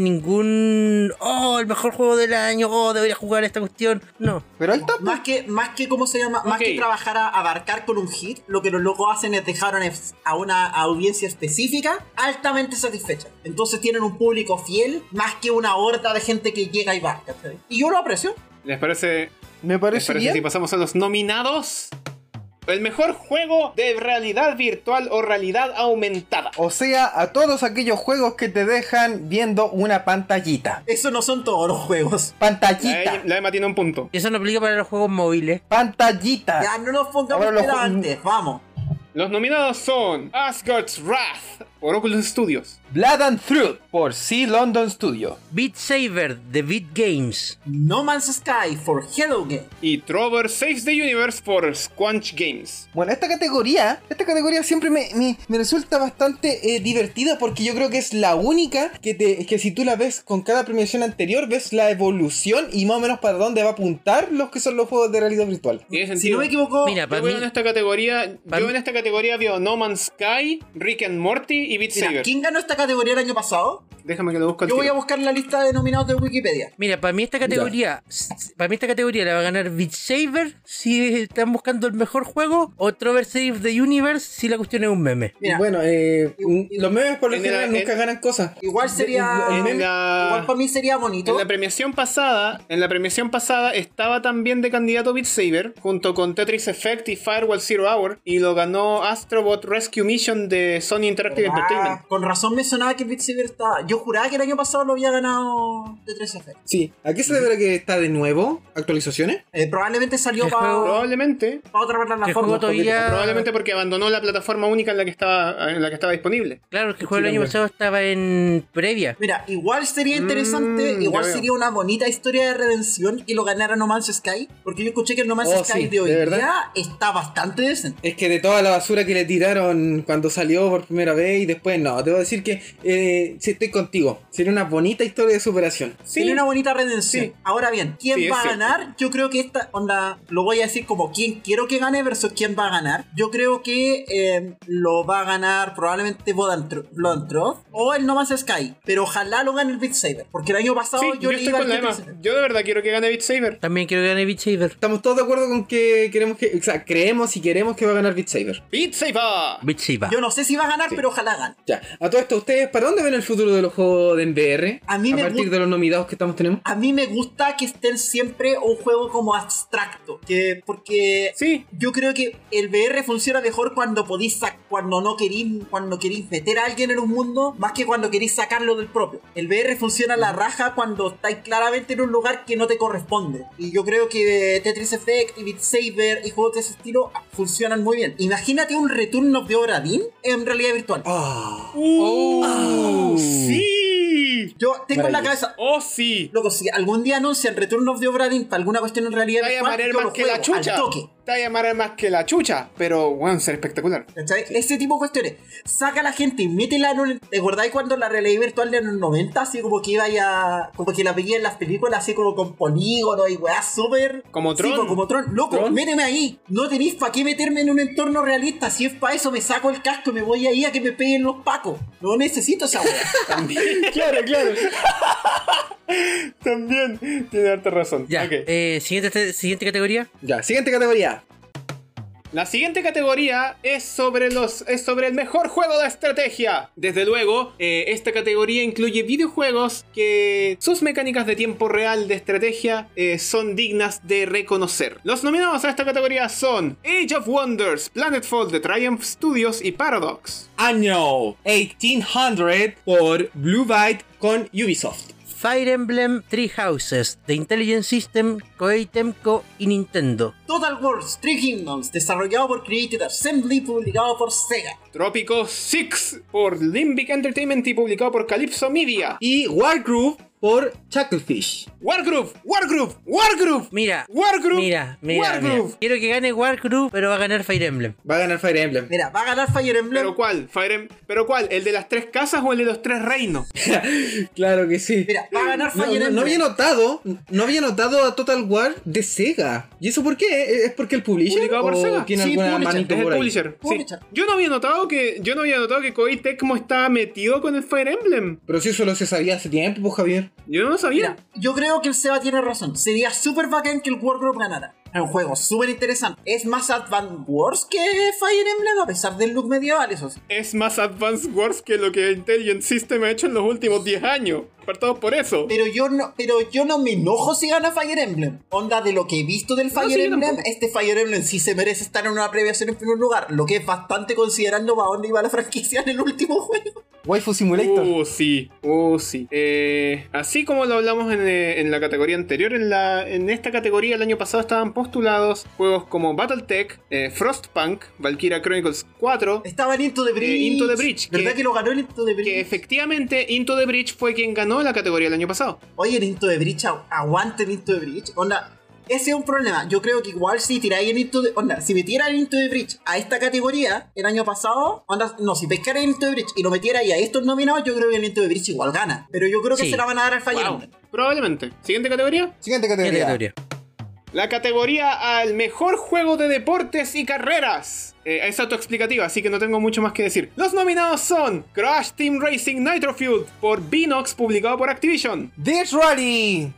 Speaker 3: ningún. ¡Oh, el mejor juego del año! ¡Oh, debería jugar esta cuestión! No.
Speaker 2: Pero ahí está.
Speaker 1: Más que, más que cómo se llama, más
Speaker 4: Ok.
Speaker 1: que trabajar a abarcar con un hit, lo que los locos hacen es dejar a una- a una audiencia específica altamente satisfecha. Entonces tienen un público fiel, más que una horda de gente que llega y va. ¿cachai? Y yo lo aprecio.
Speaker 4: ¿Les parece,
Speaker 2: Me
Speaker 4: les
Speaker 2: parece
Speaker 4: parece si
Speaker 2: bien.
Speaker 4: pasamos a los nominados? El mejor juego de realidad virtual o realidad aumentada.
Speaker 2: O sea, a todos aquellos juegos que te dejan viendo una pantallita.
Speaker 1: Eso no son todos los juegos.
Speaker 4: La, E,
Speaker 2: Pantallita.
Speaker 4: la Emma tiene un punto.
Speaker 3: Y eso no aplica para los juegos móviles.
Speaker 2: Pantallita.
Speaker 1: Ya, no nos pongamos
Speaker 2: Ahora lo-
Speaker 1: pedantes, vamos.
Speaker 4: Los nominados son Asgard's Wrath por Oculus Studios,
Speaker 2: Blood and Truth por Sea London Studio.
Speaker 3: Beat Saber de Beat Games.
Speaker 1: No Man's Sky for Hello Game.
Speaker 4: y Trover Saves the Universe por Squanch Games.
Speaker 2: Bueno, esta categoría, esta categoría siempre me, me- me resulta bastante eh, divertida porque yo creo que es la única que, te, que si tú la ves con cada premiación anterior, ves la evolución y más o menos para dónde va a apuntar los que son los juegos de realidad virtual.
Speaker 4: ¿Tiene
Speaker 1: Si
Speaker 4: sentido?
Speaker 1: no me equivoco,
Speaker 3: Mira,
Speaker 4: yo
Speaker 3: para mí.
Speaker 4: veo en esta categoría,
Speaker 3: pa'
Speaker 4: yo
Speaker 3: mí-
Speaker 4: en esta categoría veo No Man's Sky, Rick and Morty y Beat
Speaker 1: mira,
Speaker 4: Saber.
Speaker 1: ¿quién ganó esta categoría el año pasado?
Speaker 4: Déjame que lo busque. al
Speaker 1: Yo voy a
Speaker 4: tiro.
Speaker 1: buscar la lista de nominados de Wikipedia.
Speaker 3: Mira, para mí esta categoría, para mí esta categoría la va a ganar Beat Saber si están buscando el mejor juego o Trover Save the Universe si la cuestión es un meme.
Speaker 1: Mira,
Speaker 2: bueno, eh,
Speaker 1: y-
Speaker 2: los memes por lo
Speaker 4: en la-
Speaker 2: general nunca
Speaker 4: en-
Speaker 2: ganan cosas.
Speaker 1: igual sería.
Speaker 2: el
Speaker 4: en la-
Speaker 1: Igual para mí sería bonito.
Speaker 4: En la premiación pasada, en la premiación pasada estaba también de candidato Beat Saber junto con Tetris Effect y Firewall Zero Hour y lo ganó Astrobot Rescue Mission de Sony Interactive Entertainment.
Speaker 1: Ah, con razón me sonaba que Beat Saber estaba. Yo juraba que el año pasado lo había ganado de 3F.
Speaker 2: Sí, ¿a qué se deberá que está de nuevo? ¿Actualizaciones?
Speaker 1: Eh, probablemente salió
Speaker 3: El
Speaker 1: para
Speaker 3: juego-
Speaker 4: Probablemente,
Speaker 1: otra
Speaker 3: Que el
Speaker 1: plataforma.
Speaker 3: juego todavía,
Speaker 4: probablemente porque abandonó la plataforma única en la que estaba en la que estaba disponible.
Speaker 3: claro, que el juego del año pasado estaba en previa.
Speaker 1: Mira, igual sería interesante,
Speaker 4: Mm,
Speaker 1: igual
Speaker 4: ya veo.
Speaker 1: sería una bonita historia de redención que lo ganara No Man's Sky, porque yo escuché que el No Man's
Speaker 2: Oh,
Speaker 1: Sky
Speaker 2: sí,
Speaker 1: de hoy
Speaker 2: de verdad.
Speaker 1: día está bastante decente.
Speaker 2: Es que de toda la basura que le tiraron cuando salió por primera vez y después no, debo decir que eh, sí estoy contigo. Sería una bonita historia de superación.
Speaker 1: Tiene una bonita redención.
Speaker 4: Sí.
Speaker 1: Ahora bien, ¿quién
Speaker 4: Sí, es
Speaker 1: va a
Speaker 4: cierto.
Speaker 1: ganar? Yo creo que esta onda, lo voy a decir como quién quiero que gane versus quién va a ganar. Yo creo que eh, lo va a ganar probablemente Blondroth o el No Man's Sky, pero ojalá lo gane el Beat Saber, porque el año pasado
Speaker 4: Sí,
Speaker 1: yo
Speaker 4: yo
Speaker 1: le
Speaker 4: estoy
Speaker 1: iba al
Speaker 4: con la
Speaker 1: Beat
Speaker 4: Emma.
Speaker 1: Saber.
Speaker 4: Yo de verdad quiero que gane Beat Saber.
Speaker 3: También quiero que gane Beat Saber.
Speaker 2: Estamos todos de acuerdo con que queremos que, o sea, creemos y queremos que va a ganar Beat Saber.
Speaker 4: Beat Saber.
Speaker 3: Beat Saber.
Speaker 1: Yo no sé si va a ganar,
Speaker 2: Sí.
Speaker 1: pero ojalá gane.
Speaker 2: Ya, a todo esto, ¿ustedes para dónde ven el futuro de los juegos de VR?
Speaker 1: A mí me
Speaker 2: partir
Speaker 1: gust-
Speaker 2: de los nominados que estamos tenemos.
Speaker 1: A mí me gusta que estén siempre un juego como abstracto, que porque
Speaker 4: Sí,
Speaker 1: Yo creo que el VR funciona mejor cuando podís sac- cuando no querís, cuando querís meter a alguien en un mundo, más que cuando querís sacarlo del propio. El VR funciona a la raja cuando estáis claramente en un lugar que no te corresponde. Y yo creo que Tetris Effect y Beat Saber y juegos de ese estilo ah, funcionan muy bien. Imagínate un returno de Obradin en realidad virtual.
Speaker 2: Ah,
Speaker 4: Oh, sí.
Speaker 1: Yo tengo en la cabeza.
Speaker 2: Maravilloso.
Speaker 4: Oh, sí.
Speaker 1: Loco, si algún día anuncian Return of the Obra Dinn para alguna cuestión en realidad
Speaker 4: Te va a
Speaker 1: virtual,
Speaker 4: llamar
Speaker 1: yo
Speaker 4: más
Speaker 1: lo
Speaker 4: que la
Speaker 1: juego al
Speaker 4: chucha.
Speaker 1: toque.
Speaker 4: Te va a llamar más que la chucha. Pero, bueno, ser espectacular.
Speaker 1: ¿Cachai? Ese tipo de cuestiones. Saca a la gente y métela en un. ¿Te acordáis cuando la realidad virtual de los 90? Así como que iba ya. Como que la veía en las películas, así como con polígonos y weá, súper.
Speaker 4: Como
Speaker 1: Sí,
Speaker 4: Tron.
Speaker 1: pues, como Tron. Loco,
Speaker 2: Tron.
Speaker 1: méteme ahí. No tenéis para qué meterme en un entorno realista. Si es para eso, me saco el casco y me voy ahí a que me peguen los pacos. No necesito esa weá.
Speaker 2: claro, claro.
Speaker 4: También tiene harta razón.
Speaker 3: Ya,
Speaker 4: Ok.
Speaker 1: eh.
Speaker 3: eh, siguiente, siguiente categoría.
Speaker 2: Ya, siguiente categoría.
Speaker 4: La siguiente categoría es sobre, los, es sobre el mejor juego de estrategia. Desde luego, eh, esta categoría incluye videojuegos que sus mecánicas de tiempo real de estrategia eh, son dignas de reconocer. Los nominados a esta categoría son Age of Wonders, Planetfall de Triumph Studios y Paradox.
Speaker 5: Año 1800 por Blue Byte con Ubisoft.
Speaker 3: Fire Emblem Three Houses de Intelligent System, Koei Temco y Nintendo.
Speaker 1: Total War Three Kingdoms, desarrollado por Creative Assembly, publicado por Sega.
Speaker 4: Trópico 6 por Limbic Entertainment y publicado por Calypso Media.
Speaker 5: Y Wargroove por Chucklefish.
Speaker 4: Wargroove, Wargroove, Wargroove.
Speaker 3: Mira,
Speaker 4: Wargroove.
Speaker 3: mira, mira, mira.
Speaker 4: Wargroove.
Speaker 3: Quiero que gane Wargroove, pero va a ganar Fire Emblem.
Speaker 5: Va a ganar Fire Emblem.
Speaker 1: Mira, va a ganar Fire Emblem.
Speaker 4: ¿Pero cuál? Fire Em- ¿Pero cuál? ¿El de las tres casas o el de los tres reinos?
Speaker 5: Claro que sí.
Speaker 1: Mira, va a ganar
Speaker 5: No,
Speaker 1: Fire
Speaker 5: no- no
Speaker 1: Emblem.
Speaker 5: había notado, no había notado a Total War de Sega. ¿Y eso por qué? ¿Es porque el publisher?
Speaker 4: Publicado por
Speaker 5: ¿O
Speaker 4: Sega.
Speaker 5: tiene
Speaker 1: Sí,
Speaker 5: alguna
Speaker 1: publisher,
Speaker 5: manito
Speaker 4: Es el
Speaker 5: por ahí?
Speaker 4: publisher. sí.
Speaker 1: Publisher.
Speaker 4: Yo no había notado que yo no había notado que Koei Tecmo estaba metido con el Fire Emblem.
Speaker 5: Pero si eso lo se sabía hace tiempo, pues, Javier.
Speaker 4: Yo no lo sabía.
Speaker 1: Mira, yo creo que el Seba tiene razón. Sería súper bacán que el Wargroup ganara. Es un juego súper interesante. Es más Advanced Wars que Fire Emblem, a pesar del look medieval, eso sí.
Speaker 4: Es más Advanced Wars que lo que Intelligent System ha hecho en los últimos 10 años. Partamos por eso.
Speaker 1: Pero yo no, pero yo no me enojo si gana Fire Emblem. Onda de lo que he visto del Fire
Speaker 4: sí, yo
Speaker 1: Emblem,
Speaker 4: tampoco.
Speaker 1: este Fire Emblem sí se merece estar en una premiación en primer lugar, lo que es bastante considerando para dónde iba la franquicia en el último juego.
Speaker 2: Waifu Simulator.
Speaker 4: Oh, sí, oh, sí. Eh, así como lo hablamos en, eh, en la categoría anterior, en, la, en esta categoría el año pasado estaban postulados juegos como Battletech, eh, Frostpunk, Valkyria Chronicles 4,
Speaker 1: Estaba en Into the Bridge.
Speaker 4: Eh, Into the Bridge,
Speaker 1: ¿Verdad
Speaker 4: que-
Speaker 1: que, lo ganó el Into the Bridge?
Speaker 4: que efectivamente Into the Bridge fue quien ganó la categoría el año pasado.
Speaker 1: Oye, el Into the Bridge, agu- aguante el Into the Bridge. Onda, ese es un problema. Yo creo que igual si tiráis el Into the... Onda, si metieran el Into the Bridge a esta categoría el año pasado, onda, no, si pescara el Into the Bridge y lo metiera ahí a estos nominados, yo creo que el Into the Bridge igual gana. Pero yo creo que
Speaker 3: Sí.
Speaker 1: se la van a dar al Fire
Speaker 4: Wow,
Speaker 1: Emblem.
Speaker 4: probablemente. Siguiente categoría.
Speaker 2: Siguiente
Speaker 3: ¿Qué
Speaker 2: categoría.
Speaker 3: categoría?
Speaker 4: La categoría al mejor juego de deportes y carreras. Eh, es autoexplicativa, así que no tengo mucho más que decir. Los nominados son Crash Team Racing Nitro Fuel por Binox, publicado por Activision.
Speaker 2: Death Rally.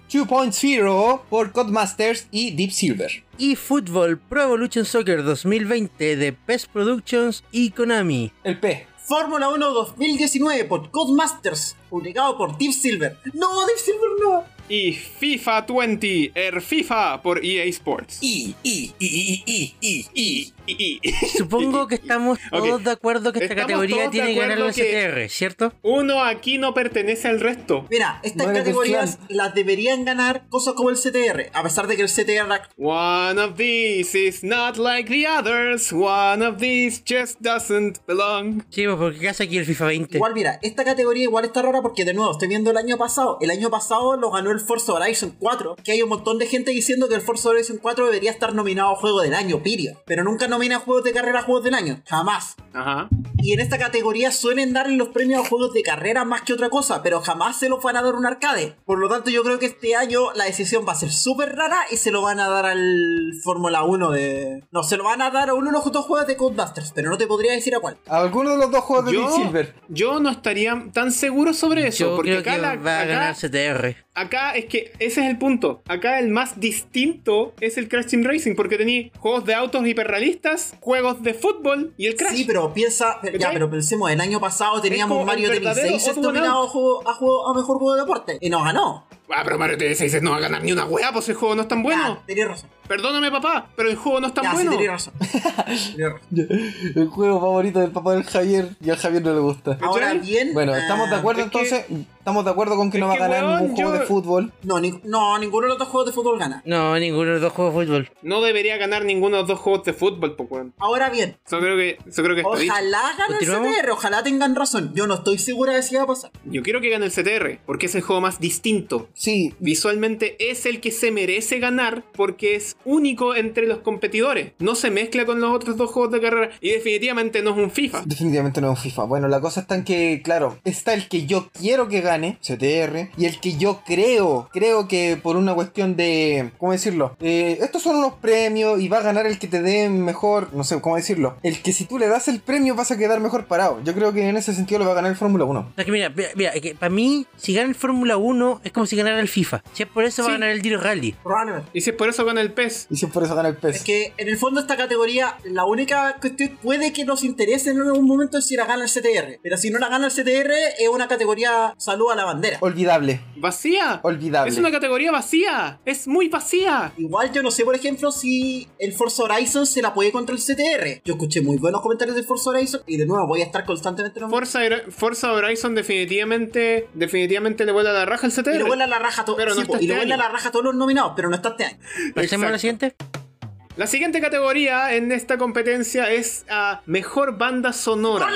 Speaker 5: 2.0 por Codemasters y Deep Silver.
Speaker 3: Y Fútbol Pro Evolution Soccer 2020 de PES Productions y Konami.
Speaker 5: El P.
Speaker 1: Fórmula 1 2019 por Codemasters, publicado por Deep Silver. No, Deep Silver no.
Speaker 4: Y FIFA 20, Air FIFA por EA Sports.
Speaker 5: I, I, I, I, I, I, I.
Speaker 4: Y- y-
Speaker 3: Supongo que estamos
Speaker 4: Ok.
Speaker 3: todos de acuerdo que esta
Speaker 4: Estamos
Speaker 3: categoría
Speaker 4: todos de
Speaker 3: tiene que ganar la
Speaker 4: acuerdo que-
Speaker 3: CTR, ¿cierto?
Speaker 4: Uno aquí no pertenece al resto.
Speaker 1: Mira, estas
Speaker 2: No eres del
Speaker 1: categorías las deberían ganar cosas como el CTR, a pesar de que el CTR
Speaker 4: One of these is not like the others. One of these just doesn't belong.
Speaker 3: Sí, pues, porque ¿qué hace aquí el FIFA 20?
Speaker 1: Igual, mira, esta categoría igual está rara porque, de nuevo, estoy viendo el año pasado. El año pasado lo ganó el Forza Horizon 4, que hay un montón de gente diciendo que el Forza Horizon 4 debería estar nominado a Juego del Año, Pirio. Pero nunca nomina juegos de carrera a Juegos del Año, jamás.
Speaker 4: Ajá.
Speaker 1: Y en esta categoría suelen darle los premios a juegos de carrera más que otra cosa, pero jamás se los van a dar a un arcade. Por lo tanto, yo creo que este año la decisión va a ser súper rara y se lo van a dar al Fórmula 1 de... No, se lo van a dar a uno de los dos juegos de Codemasters, pero no te podría decir a cuál.
Speaker 2: Alguno de los dos juegos de Deep
Speaker 4: Yo,
Speaker 2: Silver.
Speaker 4: yo no estaría tan seguro sobre eso,
Speaker 3: Yo
Speaker 4: porque
Speaker 3: creo
Speaker 4: acá,
Speaker 3: que
Speaker 4: la-
Speaker 3: va a
Speaker 4: acá-
Speaker 3: ganar CTR.
Speaker 4: acá es que ese es el punto. Acá el más distinto es el Crash Team Racing, porque tenía juegos de autos hiperrealistas, juegos de fútbol y el Crash.
Speaker 1: Sí, pero piensa, ya,
Speaker 4: ¿Cachai?
Speaker 1: pero pensemos, el año pasado
Speaker 4: como
Speaker 1: teníamos
Speaker 4: el
Speaker 1: Mario Tennis
Speaker 4: verdadero
Speaker 1: 6
Speaker 4: Otto
Speaker 1: nominado a, juego, a, juego- a mejor juego de deporte y nos ganó.
Speaker 4: Ah, pero Mario TD6 no va a ganar ni una wea, pues el juego no es tan bueno.
Speaker 1: Ya, tenías razón.
Speaker 4: Perdóname, papá, pero el juego no es tan
Speaker 1: ya,
Speaker 4: bueno.
Speaker 1: sí, tenías razón. Tenías razón.
Speaker 2: El juego favorito del papá del Javier y al Javier no le gusta.
Speaker 4: ¿Cachai?
Speaker 1: Ahora bien.
Speaker 2: Bueno, ¿estamos de
Speaker 1: ah,
Speaker 2: acuerdo
Speaker 4: es que-
Speaker 2: entonces? ¿Estamos de acuerdo con que
Speaker 4: es
Speaker 2: no va a
Speaker 4: que,
Speaker 2: ganar
Speaker 4: weón,
Speaker 2: ningún juego
Speaker 4: yo-
Speaker 2: de fútbol?
Speaker 1: No, ni- no, ninguno de los dos juegos de fútbol gana.
Speaker 3: No, ninguno de los dos juegos de fútbol.
Speaker 4: No debería ganar ninguno de los dos juegos de fútbol, pues weón.
Speaker 1: Ahora bien,
Speaker 4: Eso creo que, eso creo que está dicho.
Speaker 1: ojalá gane el
Speaker 3: ¿Continuamos?
Speaker 1: CTR, ojalá tengan razón. Yo no estoy segura de si va a pasar.
Speaker 4: Yo quiero que gane el CTR, porque es el juego más distinto.
Speaker 2: Sí.
Speaker 4: Visualmente es el que se merece ganar porque es único entre los competidores. No se mezcla con los otros dos juegos de carrera y definitivamente no es un FIFA.
Speaker 2: Definitivamente no es un FIFA. Bueno, la cosa está en que, claro, está el que yo quiero que gane, CTR, y el que yo creo, creo que por una cuestión de, ¿cómo decirlo? Eh, estos son unos premios y va a ganar el que te dé mejor, no sé, ¿cómo decirlo? El que si tú le das el premio vas a quedar mejor parado. Yo creo que en ese sentido lo va a ganar el Fórmula 1.
Speaker 3: No, es que mira, mira, mira, es que para mí, si gana el Fórmula 1, es como si ganara el FIFA. Si es por eso, va a
Speaker 4: Sí.
Speaker 3: ganar el Diro Rally.
Speaker 1: Probablemente.
Speaker 4: Y si es por eso con el pez.
Speaker 2: Y si por eso gana el E
Speaker 4: Pues.
Speaker 2: PES.
Speaker 1: Es que en el fondo esta categoría, la única cuestión puede que nos interese en algún momento es si la gana el CTR. Pero si no la gana el CTR, es una categoría salud a la bandera.
Speaker 2: Olvidable,
Speaker 4: ¡Vacía!
Speaker 2: olvidable.
Speaker 4: Es una categoría vacía. Es muy vacía.
Speaker 1: Igual yo no sé, por ejemplo, si el Forza Horizon se la puede contra el CTR. Yo escuché muy buenos comentarios de Forza Horizon y de nuevo voy a estar constantemente en los-
Speaker 4: Forza, Hor- Forza Horizon definitivamente, definitivamente le vuela la raja al
Speaker 1: Y
Speaker 4: CTR.
Speaker 1: le vuela la raja a to-
Speaker 4: Pero no
Speaker 1: sí,
Speaker 4: está
Speaker 1: po, y
Speaker 4: este
Speaker 1: le vuela
Speaker 4: año.
Speaker 1: la raja a todos los nominados, pero no está este año.
Speaker 3: Pasemos a la
Speaker 4: Exacto.
Speaker 3: siguiente.
Speaker 4: La siguiente categoría en esta competencia es a mejor banda sonora.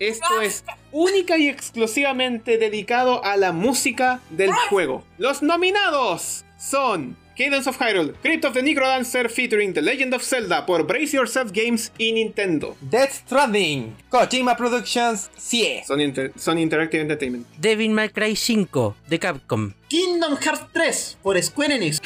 Speaker 4: Esto es única y exclusivamente dedicado a la música del juego. Los nominados son Cadence of Hyrule, Crypt of the Necrodancer featuring The Legend of Zelda por Brace Yourself Games y Nintendo.
Speaker 2: Death Stranding, Kojima Productions, sí.
Speaker 4: Son, Inter- son Interactive Entertainment.
Speaker 3: Devil May Cry 5 de Capcom.
Speaker 1: Kingdom Hearts 3 por Square Enix.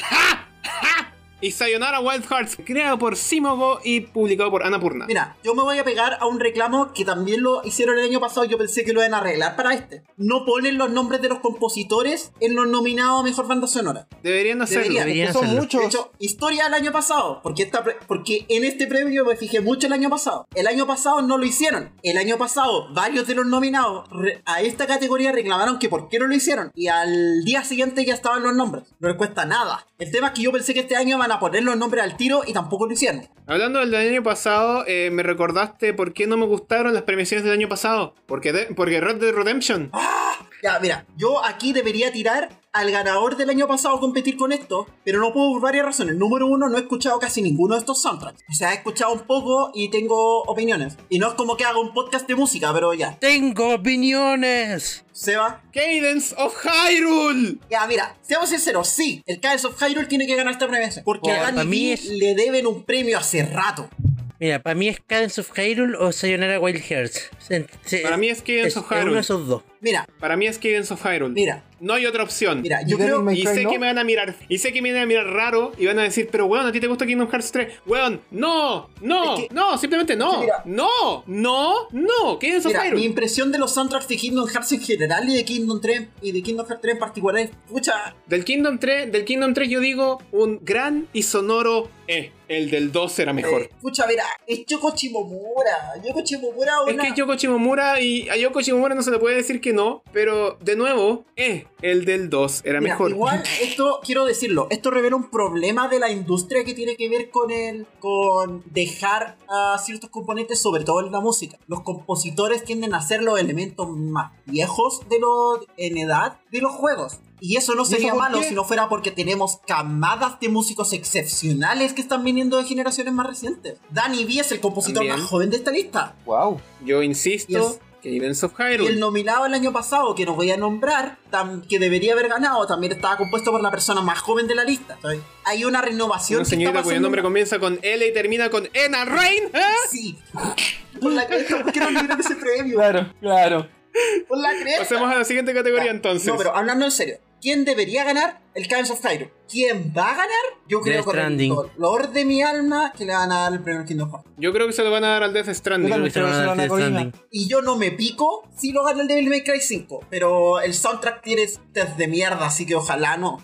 Speaker 4: Y Sayonara Wild Hearts, creado por Simogo y publicado por Annapurna.
Speaker 1: Mira, yo me voy a pegar a un reclamo que también lo hicieron el año pasado y yo pensé que lo iban a arreglar para este. No ponen los nombres de los compositores en los nominados a mejor banda sonora.
Speaker 4: Deberían hacerlo.
Speaker 1: Deberían.
Speaker 2: Es que
Speaker 3: Deberían
Speaker 2: son
Speaker 3: hacerlo.
Speaker 2: muchos.
Speaker 1: De hecho, historia del año pasado, porque, esta pre- porque en este premio me fijé mucho el año pasado. El año pasado no lo hicieron. El año pasado, varios de los nominados re- a esta categoría reclamaron que por qué no lo hicieron. Y al día siguiente ya estaban los nombres. No les cuesta nada. El tema es que yo pensé que este año van a poner los nombres al tiro y tampoco lo hicieron.
Speaker 4: Hablando del año pasado, eh, me recordaste por qué no me gustaron las premiaciones del año pasado. Porque, de- porque Red Dead Redemption.
Speaker 1: ¡Ah! Ya, mira, yo aquí debería tirar al ganador del año pasado a competir con esto, pero no puedo por varias razones. Número uno, no he escuchado casi ninguno de estos soundtracks. O sea, he escuchado un poco y tengo opiniones. Y no es como que haga un podcast de música, pero ya.
Speaker 3: Tengo opiniones.
Speaker 1: Seba.
Speaker 4: Cadence of Hyrule.
Speaker 1: Ya, mira, seamos sinceros, sí, el Cadence of Hyrule tiene que ganar esta premiación. Porque a
Speaker 3: Por- para
Speaker 1: Gandhi
Speaker 3: mí es-
Speaker 1: le deben un premio hace rato.
Speaker 3: Mira, para mí es Cadence of Hyrule o Sayonara Wild Hearts. Se- se-
Speaker 4: Para mí es Cadence of Hyrule.
Speaker 3: uno de esos dos.
Speaker 1: Mira,
Speaker 4: Para mí es Cadence of Hyrule.
Speaker 1: Mira.
Speaker 4: No hay otra opción.
Speaker 1: mira,
Speaker 2: ¿Y
Speaker 1: yo
Speaker 2: Devil
Speaker 1: creo...
Speaker 2: May-
Speaker 4: Y sé
Speaker 2: ¿no?
Speaker 4: que me van a mirar, y sé que me van a mirar raro y van a decir, pero weón, ¿a ti te gusta Kingdom Hearts 3? Weón, no, no,
Speaker 1: Es que-
Speaker 4: no, simplemente no,
Speaker 1: es que mira-
Speaker 4: no, no, no, Cadence of
Speaker 1: Mira, mi
Speaker 4: Hyrule.
Speaker 1: impresión de los soundtracks de Kingdom Hearts en general y de Kingdom 3 y de Kingdom Hearts 3 en particular es, pucha,
Speaker 4: Del Kingdom 3, del Kingdom 3 yo digo un gran y sonoro eh, el del 2 era mejor.
Speaker 1: Eh, pucha, mira, es Yoko Shimomura. Yoko Shimomura
Speaker 4: Es
Speaker 1: una...
Speaker 4: que Yoko Shimomura y a Yoko Shimomura no se le puede decir que no, pero de nuevo, eh, el del 2 era
Speaker 1: Mira,
Speaker 4: mejor.
Speaker 1: Igual, esto, quiero decirlo, esto revela un problema de la industria que tiene que ver con el, con dejar a ciertos componentes, sobre todo en la música. Los compositores tienden a ser los elementos más viejos de los, en edad de los juegos. Y eso no
Speaker 2: eso
Speaker 1: sería
Speaker 2: por
Speaker 1: malo
Speaker 2: qué?
Speaker 1: si no fuera porque tenemos camadas de músicos excepcionales que están viniendo de generaciones más recientes. Danny B es el compositor
Speaker 4: También.
Speaker 1: más joven de esta lista.
Speaker 2: Wow.
Speaker 4: Yo
Speaker 1: Yes.
Speaker 4: insisto, que Cadence of
Speaker 1: Y el
Speaker 4: Hyrule.
Speaker 1: nominado el año pasado, que no voy a nombrar, tam- que debería haber ganado, también estaba compuesto por la persona más joven de la lista. ¿sabes? Hay una renovación
Speaker 4: Una
Speaker 1: que
Speaker 4: señorita
Speaker 1: está
Speaker 4: cuyo
Speaker 1: pasando-
Speaker 4: nombre comienza con L y termina con Ena Rain. ¿eh?
Speaker 1: Sí. Por la cresta, ¿por qué no olvidaron ese premio?
Speaker 2: Claro, claro.
Speaker 1: Por la cresta.
Speaker 4: Pasemos a la siguiente categoría entonces.
Speaker 1: No, pero hablando en serio, ¿quién debería ganar? El Cadence of Hyrule. ¿Quién va a ganar? Yo creo
Speaker 3: Death
Speaker 1: con el
Speaker 3: Stranding.
Speaker 1: dolor de mi alma que le van a dar el premio al Kingdom Hearts.
Speaker 4: Yo creo que se lo van a dar al Death Stranding.
Speaker 2: Yo también.
Speaker 3: Creo que se lo van a dar
Speaker 2: Barcelona,
Speaker 3: Death Stranding.
Speaker 1: Y yo no me pico si lo gana el Devil May Cry 5. Pero el soundtrack tiene test de mierda, así que ojalá no.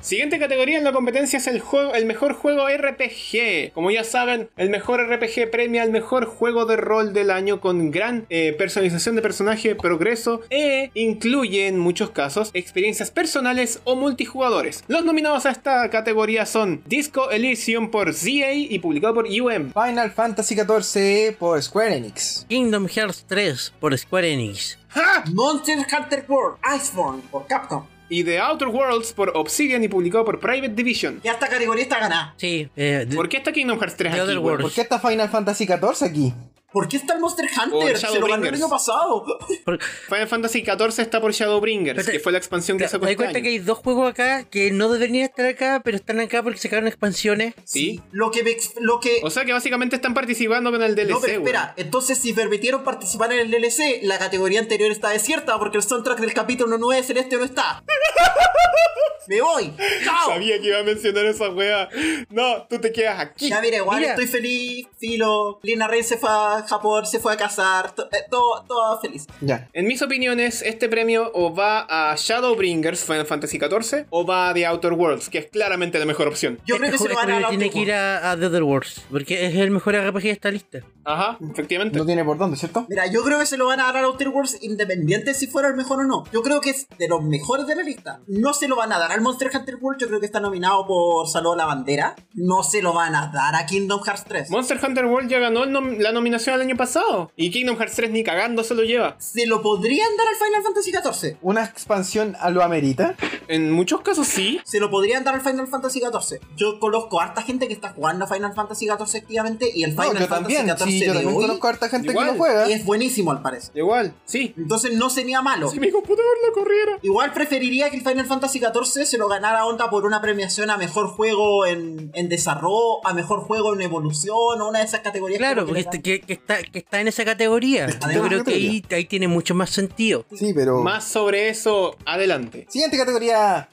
Speaker 4: Siguiente categoría en la competencia es el, juego, el mejor juego RPG. Como ya saben, el mejor RPG premia al mejor juego de rol del año con gran eh, personalización de personaje, progreso e incluye en muchos casos experiencias personales o multijugadores. Los nominados a esta categoría son Disco Elysium por ZA y publicado por UM.
Speaker 2: Final Fantasy XIV por Square Enix.
Speaker 3: Kingdom Hearts 3 por Square Enix.
Speaker 4: ¡Ja!
Speaker 1: Monster Hunter World Iceborne por Capcom.
Speaker 4: Y The Outer Worlds por Obsidian y publicado por Private Division.
Speaker 1: Ya esta categoría está ganada.
Speaker 3: Sí, eh, de-
Speaker 4: ¿Por qué está Kingdom Hearts 3
Speaker 3: The
Speaker 4: aquí?
Speaker 3: Other
Speaker 4: weón?
Speaker 3: Worlds.
Speaker 2: ¿Por qué está Final Fantasy XIV aquí?
Speaker 1: ¿Por qué está el Monster Hunter?
Speaker 4: Por
Speaker 1: Se lo ganó el
Speaker 4: Shadowbringers.
Speaker 1: año pasado.
Speaker 4: Final Fantasy XIV está por Shadowbringers, que
Speaker 3: Espérate.
Speaker 4: fue la expansión que
Speaker 3: Claro,
Speaker 4: sacó
Speaker 3: me doy
Speaker 4: este
Speaker 3: cuenta que
Speaker 4: año.
Speaker 3: hay dos juegos acá que no deberían estar acá, pero están acá porque sacaron expansiones.
Speaker 4: Sí.
Speaker 1: Lo que me ex- lo que
Speaker 4: O sea que básicamente están participando con el DLC,
Speaker 1: No, pero
Speaker 4: weón.
Speaker 1: espera, entonces si permitieron participar en el DLC, la categoría anterior está desierta porque el soundtrack del capítulo 9 celeste no está. Me voy. Chao.
Speaker 4: Sabía que iba a mencionar esa wea. No, tú te quedas aquí.
Speaker 1: Ya mira, igual
Speaker 3: Mira.
Speaker 1: estoy feliz, filo, Lina Rey se fue a Japón, se fue a casar, to- eh, todo, todo feliz.
Speaker 2: Ya.
Speaker 4: En mis opiniones, este premio o va a Shadowbringers Final Fantasy XIV o va a The Outer Worlds, que es claramente la mejor opción.
Speaker 1: Yo
Speaker 3: Este
Speaker 1: creo que se lo
Speaker 3: juego
Speaker 1: van a dar
Speaker 3: tiene que ir a, a The Other Worlds, porque es el mejor RPG de esta lista.
Speaker 4: Ajá,
Speaker 1: Mm.
Speaker 4: efectivamente.
Speaker 2: No tiene por dónde, ¿cierto?
Speaker 1: Mira, yo creo que se lo van a dar a Outer Worlds independiente si fuera el mejor o no. Yo creo que es de los mejores de la lista. No se lo van a dar al Monster Hunter World, yo creo que está nominado por Saludo a la Bandera. No se lo van a dar a Kingdom Hearts 3.
Speaker 4: Monster Hunter World ya ganó el nom- la nominación el año pasado. Y Kingdom Hearts 3 ni cagando se lo lleva.
Speaker 1: se lo podrían dar al Final Fantasy XIV.
Speaker 2: ¿Una expansión a lo amerita?
Speaker 4: En muchos casos sí.
Speaker 1: Se lo podrían dar al Final Fantasy XIV. Yo conozco a harta gente que está jugando a Final Fantasy XIV activamente y el
Speaker 2: No,
Speaker 1: Final
Speaker 2: yo
Speaker 1: Fantasy
Speaker 2: también.
Speaker 1: XIV
Speaker 2: Sí,
Speaker 1: de
Speaker 2: yo también
Speaker 1: hoy
Speaker 2: conozco a harta gente
Speaker 4: Igual.
Speaker 2: que lo juega.
Speaker 1: es buenísimo al parecer.
Speaker 4: Igual, sí.
Speaker 1: Entonces no sería malo.
Speaker 4: Si mi computador no corriera.
Speaker 1: Igual preferiría que el Final Fantasy XIV se lo ganara onda por una premiación a mejor juego en, en desarrollo, a mejor juego en evolución o una de esas categorías.
Speaker 3: Claro,
Speaker 1: que
Speaker 3: porque
Speaker 1: le
Speaker 3: este-
Speaker 1: dan.
Speaker 3: que, que está, que está en esa categoría.
Speaker 1: Está en
Speaker 3: Yo
Speaker 1: esa
Speaker 3: creo que ahí, ahí tiene mucho más sentido.
Speaker 2: Sí, pero.
Speaker 4: Más sobre eso adelante.
Speaker 2: Siguiente categoría.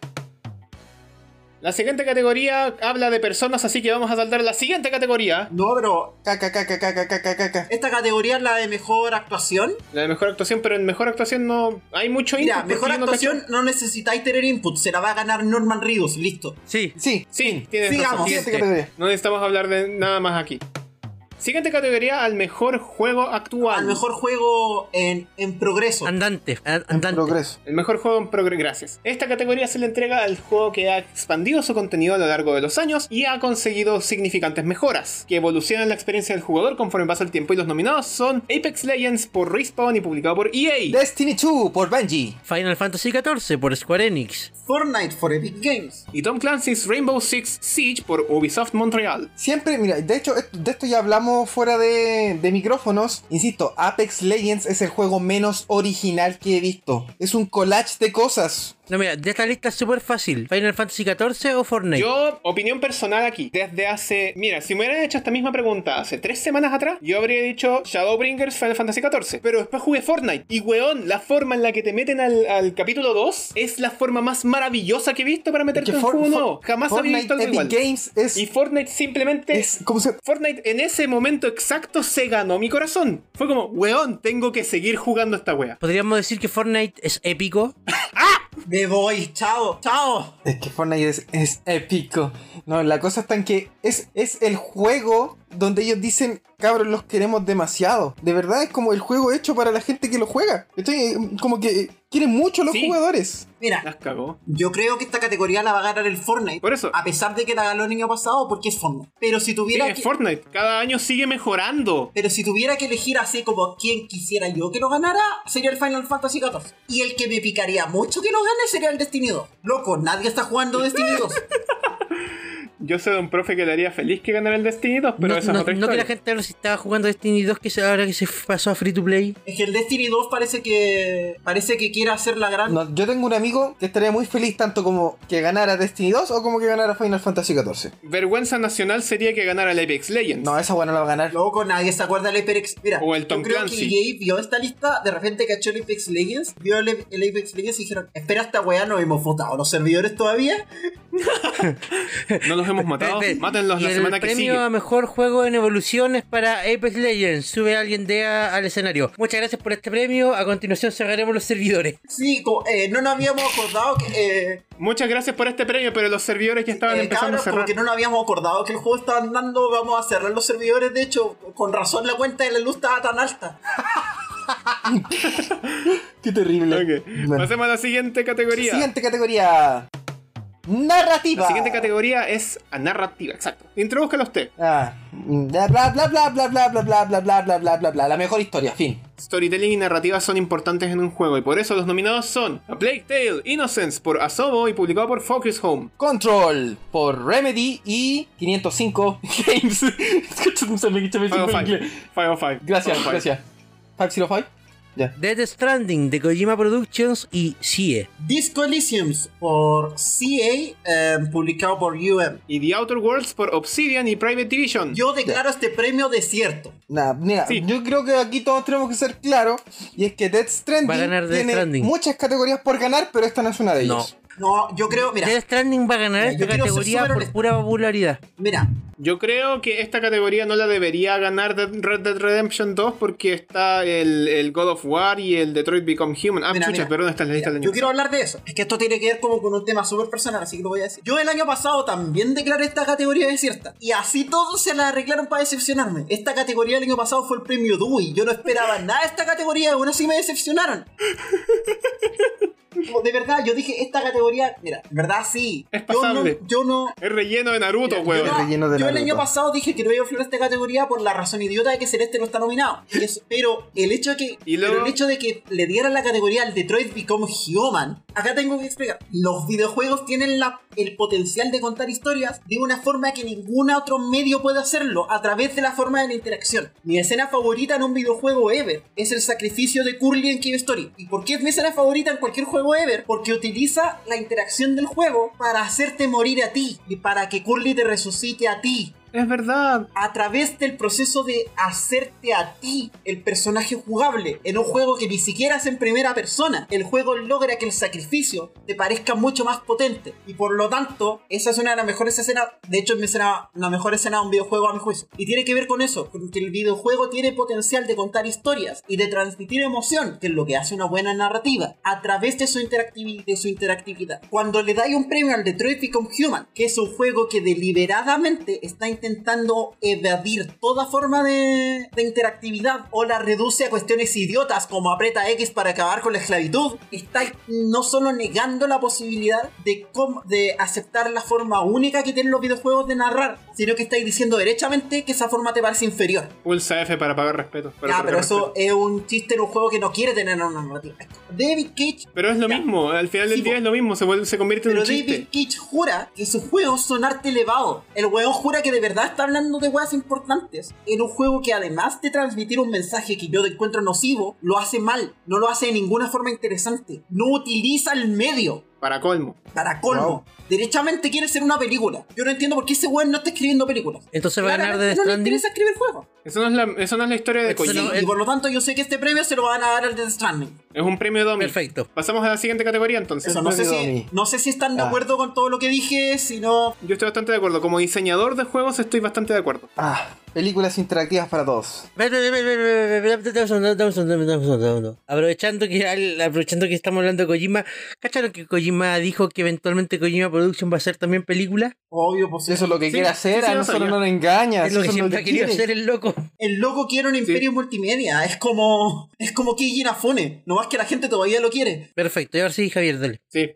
Speaker 4: La siguiente categoría habla de personas, así que vamos a saltar a la siguiente categoría.
Speaker 1: No, pero
Speaker 2: Caca, caca, caca, caca, caca.
Speaker 1: esta categoría es la de mejor actuación.
Speaker 4: La de mejor actuación, pero en mejor actuación no hay mucho
Speaker 1: Mira,
Speaker 4: input porque
Speaker 1: mejor
Speaker 4: yo no
Speaker 1: actuación
Speaker 4: cacho-
Speaker 1: no necesitáis tener input, se la va a ganar Norman Reedus, listo.
Speaker 3: Sí.
Speaker 2: Sí,
Speaker 4: Sí, tienes
Speaker 1: Sigamos.
Speaker 4: razón.
Speaker 2: siguiente
Speaker 1: Siguiente.
Speaker 2: categoría.
Speaker 4: No necesitamos hablar de nada más aquí. Siguiente categoría al mejor juego actual.
Speaker 1: Al mejor juego en, en progreso.
Speaker 3: Andante. a-
Speaker 2: En
Speaker 3: Andante.
Speaker 2: progreso.
Speaker 4: El mejor juego en progreso. Gracias. Esta categoría se le entrega al juego que ha expandido su contenido a lo largo de los años y ha conseguido significantes mejoras, que evolucionan la experiencia del jugador conforme pasa el tiempo. Y los nominados son Apex Legends por Respawn y publicado por E EA.
Speaker 2: Destiny 2 por Bungie.
Speaker 3: Final Fantasy XIV por Square Enix.
Speaker 1: Fortnite for Epic Games.
Speaker 4: Y Tom Clancy's Rainbow Six Siege por Ubisoft Montreal.
Speaker 2: Siempre, mira, de hecho, esto- de esto ya hablamos fuera de, de micrófonos. Insisto, Apex Legends es el juego menos original que he visto. Es un collage de cosas.
Speaker 3: No, mira, de esta lista es súper fácil. Final Fantasy XIV o Fortnite.
Speaker 4: Yo, opinión personal aquí, desde hace. Mira, si me hubieran hecho esta misma pregunta hace tres semanas atrás, yo habría dicho Shadowbringers Final Fantasy XIV. Pero después jugué Fortnite. Y weón, la forma en la que te meten al, al capítulo 2 es la forma más maravillosa que he visto para
Speaker 2: Que
Speaker 4: meterte en un
Speaker 2: For-
Speaker 4: juego
Speaker 2: For-
Speaker 4: nuevo. Jamás había
Speaker 2: Fortnite
Speaker 4: visto algo
Speaker 2: Epic
Speaker 4: igual.
Speaker 2: Games es.
Speaker 4: Y Fortnite simplemente.
Speaker 2: es ¿cómo se-
Speaker 4: Fortnite en ese momento exacto se ganó mi corazón. Fue como, weón, tengo que seguir jugando esta wea.
Speaker 3: Podríamos decir que Fortnite es épico.
Speaker 4: Ah,
Speaker 1: Me voy, chao, chao.
Speaker 2: Es que Fortnite es, es épico. No, la cosa está en que es, es el juego donde ellos dicen, cabros, los queremos demasiado. De verdad es como el juego hecho para la gente que lo juega. Estoy, eh, como que eh, quieren mucho los
Speaker 4: Sí.
Speaker 2: jugadores.
Speaker 1: Mira,
Speaker 4: Las cagó.
Speaker 1: yo creo que esta categoría la va a ganar el Fortnite.
Speaker 4: Por eso.
Speaker 1: A pesar de que la ganó el año pasado porque es Fortnite. Pero si
Speaker 4: Sí,
Speaker 1: tuviera
Speaker 4: es
Speaker 1: que...
Speaker 4: Fortnite. Cada año sigue mejorando.
Speaker 1: Pero si tuviera que elegir así como quien quisiera yo que lo ganara, sería el Final Fantasy XIV. Y el que me picaría mucho que lo gane sería el Destiny 2. Loco, nadie está jugando Destiny 2.
Speaker 4: Yo soy un profe que le haría feliz que ganara el Destiny 2, pero
Speaker 3: no,
Speaker 4: esa
Speaker 3: no-
Speaker 4: es otra
Speaker 3: no
Speaker 4: historia.
Speaker 3: que la gente ahora se estaba jugando Destiny 2 que se- ahora que se pasó a Free to Play.
Speaker 1: Es que el Destiny 2 parece que... Parece que quiere hacer la
Speaker 4: Ah.
Speaker 1: gran...
Speaker 2: No, yo tengo un amigo que estaría muy feliz tanto como que ganara Destiny 2 o como que ganara Final Fantasy XIV.
Speaker 4: Vergüenza nacional sería que ganara el Apex Legends.
Speaker 2: No, esa buena la va a ganar.
Speaker 1: Loco, nadie se acuerda del Apex. Mira,
Speaker 4: O el
Speaker 1: yo
Speaker 4: Tom
Speaker 1: creo
Speaker 4: Clancy.
Speaker 1: que EA vio esta lista, de repente cachó el Apex Legends, vio el, el Apex Legends y dijeron, espera esta weá, no hemos votado los servidores todavía.
Speaker 4: No los hemos matado.
Speaker 3: Ve- ve-
Speaker 4: Mátenlos
Speaker 3: eh. y
Speaker 4: la
Speaker 3: el
Speaker 4: semana que
Speaker 3: premio
Speaker 4: sigue.
Speaker 3: a mejor juego en evolución es para Apex Legends. Sube a alguien de a- al escenario. Muchas gracias por este premio. A continuación cerraremos los servidores.
Speaker 1: Sí, co- eh, no nos habíamos acordado que... eh,
Speaker 4: Muchas gracias por este premio, pero los servidores ya estaban
Speaker 1: eh,
Speaker 4: empezando
Speaker 1: cabros,
Speaker 4: a cerrar.
Speaker 1: como que no nos habíamos acordado que el juego estaba andando, vamos a cerrar los servidores, de hecho, con razón la cuenta de la luz estaba tan alta.
Speaker 2: Qué terrible.
Speaker 4: Ok.
Speaker 2: Bueno.
Speaker 4: Pasemos a la siguiente categoría.
Speaker 2: Siguiente categoría. Narrativa.
Speaker 4: La siguiente categoría es a narrativa, exacto. Introduzca usted.
Speaker 2: Ah, bla bla bla bla bla bla bla bla bla bla bla bla bla bla la mejor historia, fin.
Speaker 4: storytelling y narrativa son importantes en un juego, y por eso los nominados son A Plague Tale, Innocence por Asobo y publicado por Focus Home.
Speaker 6: Control por Remedy y 505 Games. Escucha, se me- se me- se me-
Speaker 4: 505. 505.
Speaker 6: Gracias,
Speaker 4: 505.
Speaker 6: gracias. 505.
Speaker 3: Dead Stranding de Kojima Productions y E. CIE.
Speaker 1: Disco Elysiums por CA, eh, publicado por UM.
Speaker 4: Y The Outer Worlds por Obsidian y Private Division.
Speaker 1: Yo declaro este premio desierto.
Speaker 2: Nah, mira,
Speaker 4: Sí.
Speaker 2: yo creo que aquí todos tenemos que ser claros. Y es que Death Stranding
Speaker 3: Va a ganar Death
Speaker 2: tiene
Speaker 3: Stranding.
Speaker 2: muchas categorías por ganar, pero esta no es una de
Speaker 3: No.
Speaker 2: ellas.
Speaker 1: No, yo creo, mira,
Speaker 3: Death Stranding va a ganar
Speaker 1: Mira, yo
Speaker 3: esta
Speaker 1: quiero ser
Speaker 3: categoría
Speaker 1: súper
Speaker 3: por
Speaker 1: honesto.
Speaker 3: pura popularidad.
Speaker 1: mira,
Speaker 4: Yo creo que esta categoría no la debería ganar de- Red Dead Redemption 2 porque está el, el God of War y el Detroit Become Human. Ah,
Speaker 1: Mira,
Speaker 4: chucha,
Speaker 1: mira.
Speaker 4: perdón, esta es la lista
Speaker 1: mira,
Speaker 4: del
Speaker 1: yo
Speaker 4: año
Speaker 1: quiero hablar de eso. Es que esto tiene que ver como con un tema súper personal, así que lo voy a decir. Yo el año pasado también declaré esta categoría desierta. Y así todos se la arreglaron para decepcionarme. Esta categoría el año pasado fue el premio Dewey. Yo no esperaba nada de esta categoría, aún así me decepcionaron. Como, De verdad, yo dije, esta categoría, mira, en verdad sí.
Speaker 4: Es
Speaker 1: Yo no,
Speaker 4: pasable.
Speaker 1: yo no,
Speaker 4: Es relleno de Naruto,
Speaker 1: Yo,
Speaker 4: weón.
Speaker 1: no-
Speaker 2: relleno de
Speaker 1: yo el
Speaker 2: Naruto.
Speaker 1: año pasado dije que no iba a figurar esta categoría por la razón idiota de que Celeste no está nominado. Y eso- pero el hecho de que
Speaker 4: Y luego-
Speaker 1: pero el hecho de que le dieran la categoría al Detroit Become Human, acá tengo que explicar. Los videojuegos tienen la- el potencial de contar historias de una forma que ningún otro medio puede hacerlo, a través de la forma de la interacción. Mi escena favorita en un videojuego ever es el sacrificio de Curly en Cave Story. ¿Y por qué es mi escena favorita en cualquier juego ever? Porque utiliza la interacción del juego para hacerte morir a ti y para que Curly te resucite a ti
Speaker 4: Es verdad.
Speaker 1: a través del proceso de hacerte a ti el personaje jugable en un juego que ni siquiera es en primera persona. El juego logra que el sacrificio te parezca mucho más potente y por lo tanto esa es una de las mejores escenas, de hecho es mi escena- la mejor escena de un videojuego a mi juicio. Y tiene que ver con eso, con que el videojuego tiene potencial de contar historias y de transmitir emoción, que es lo que hace una buena narrativa, a través de su, interactivi- de su interactividad. Cuando le dais un premio al Detroit Become Human, que es un juego que deliberadamente está intentando evadir toda forma de, de interactividad o la reduce a cuestiones idiotas como aprieta X para acabar con la esclavitud, estáis no solo negando la posibilidad de, cómo- de aceptar la forma única que tienen los videojuegos de narrar, sino que estáis diciendo derechamente que esa forma te parece inferior.
Speaker 4: Pulsa F para pagar respeto. para
Speaker 1: Ya,
Speaker 4: pagar
Speaker 1: pero eso
Speaker 4: respeto.
Speaker 1: es un chiste en un juego que no quiere tener una narrativa. David Cage
Speaker 4: Pero es lo
Speaker 1: Ya.
Speaker 4: mismo. Al final del
Speaker 1: Sí,
Speaker 4: día
Speaker 1: po.
Speaker 4: es lo mismo. Se, vuelve- se convierte en
Speaker 1: Pero
Speaker 4: un chiste.
Speaker 1: David Cage jura que sus juegos son arte elevado. El huevo jura que de verdad está hablando de weas importantes. En un juego que además de transmitir un mensaje que yo encuentro nocivo, lo hace mal. No lo hace de ninguna forma interesante. No utiliza el medio.
Speaker 4: Para colmo.
Speaker 1: Para colmo.
Speaker 2: Wow.
Speaker 1: Derechamente quiere ser una película. Yo no entiendo por qué ese weón no está escribiendo películas.
Speaker 3: Entonces va a ganar
Speaker 1: Claramente
Speaker 3: Death
Speaker 1: no le
Speaker 3: Stranding.
Speaker 1: interesa escribir juegos.
Speaker 4: Eso no es la, eso no es la historia de
Speaker 3: Eso
Speaker 4: Kojima.
Speaker 3: no-
Speaker 1: Y por lo tanto yo sé que este premio se lo van a dar al Death Stranding.
Speaker 4: Es un premio Domi.
Speaker 3: Perfecto.
Speaker 4: Pasamos a la siguiente categoría entonces.
Speaker 1: Eso, no sé,
Speaker 2: no digo a
Speaker 1: si,
Speaker 2: mí.
Speaker 1: no sé si están de
Speaker 2: Ah.
Speaker 1: acuerdo con todo lo que dije, si no...
Speaker 4: Yo estoy bastante de acuerdo. Como diseñador de juegos estoy bastante de acuerdo.
Speaker 2: Ah, películas interactivas para todos.
Speaker 3: Aprovechando que al- aprovechando que estamos hablando de Kojima, ¿cacharon que Kojima dijo que eventualmente Kojima Production va a hacer también película?
Speaker 1: Obvio, pues
Speaker 2: Eso es lo que
Speaker 4: Sí,
Speaker 2: quiere
Speaker 4: sí,
Speaker 2: hacer,
Speaker 4: sí,
Speaker 2: a
Speaker 4: lo
Speaker 2: nosotros
Speaker 4: sabía.
Speaker 2: no nos engañas.
Speaker 3: Es lo
Speaker 2: eso
Speaker 3: que siempre ha querido
Speaker 2: quiere.
Speaker 3: hacer el loco.
Speaker 1: El loco quiere un imperio multimedia. Es como. Es como Keiji Inafune. No más que la gente todavía lo quiere.
Speaker 3: Perfecto, y ahora sí, Javier, dale.
Speaker 4: Sí.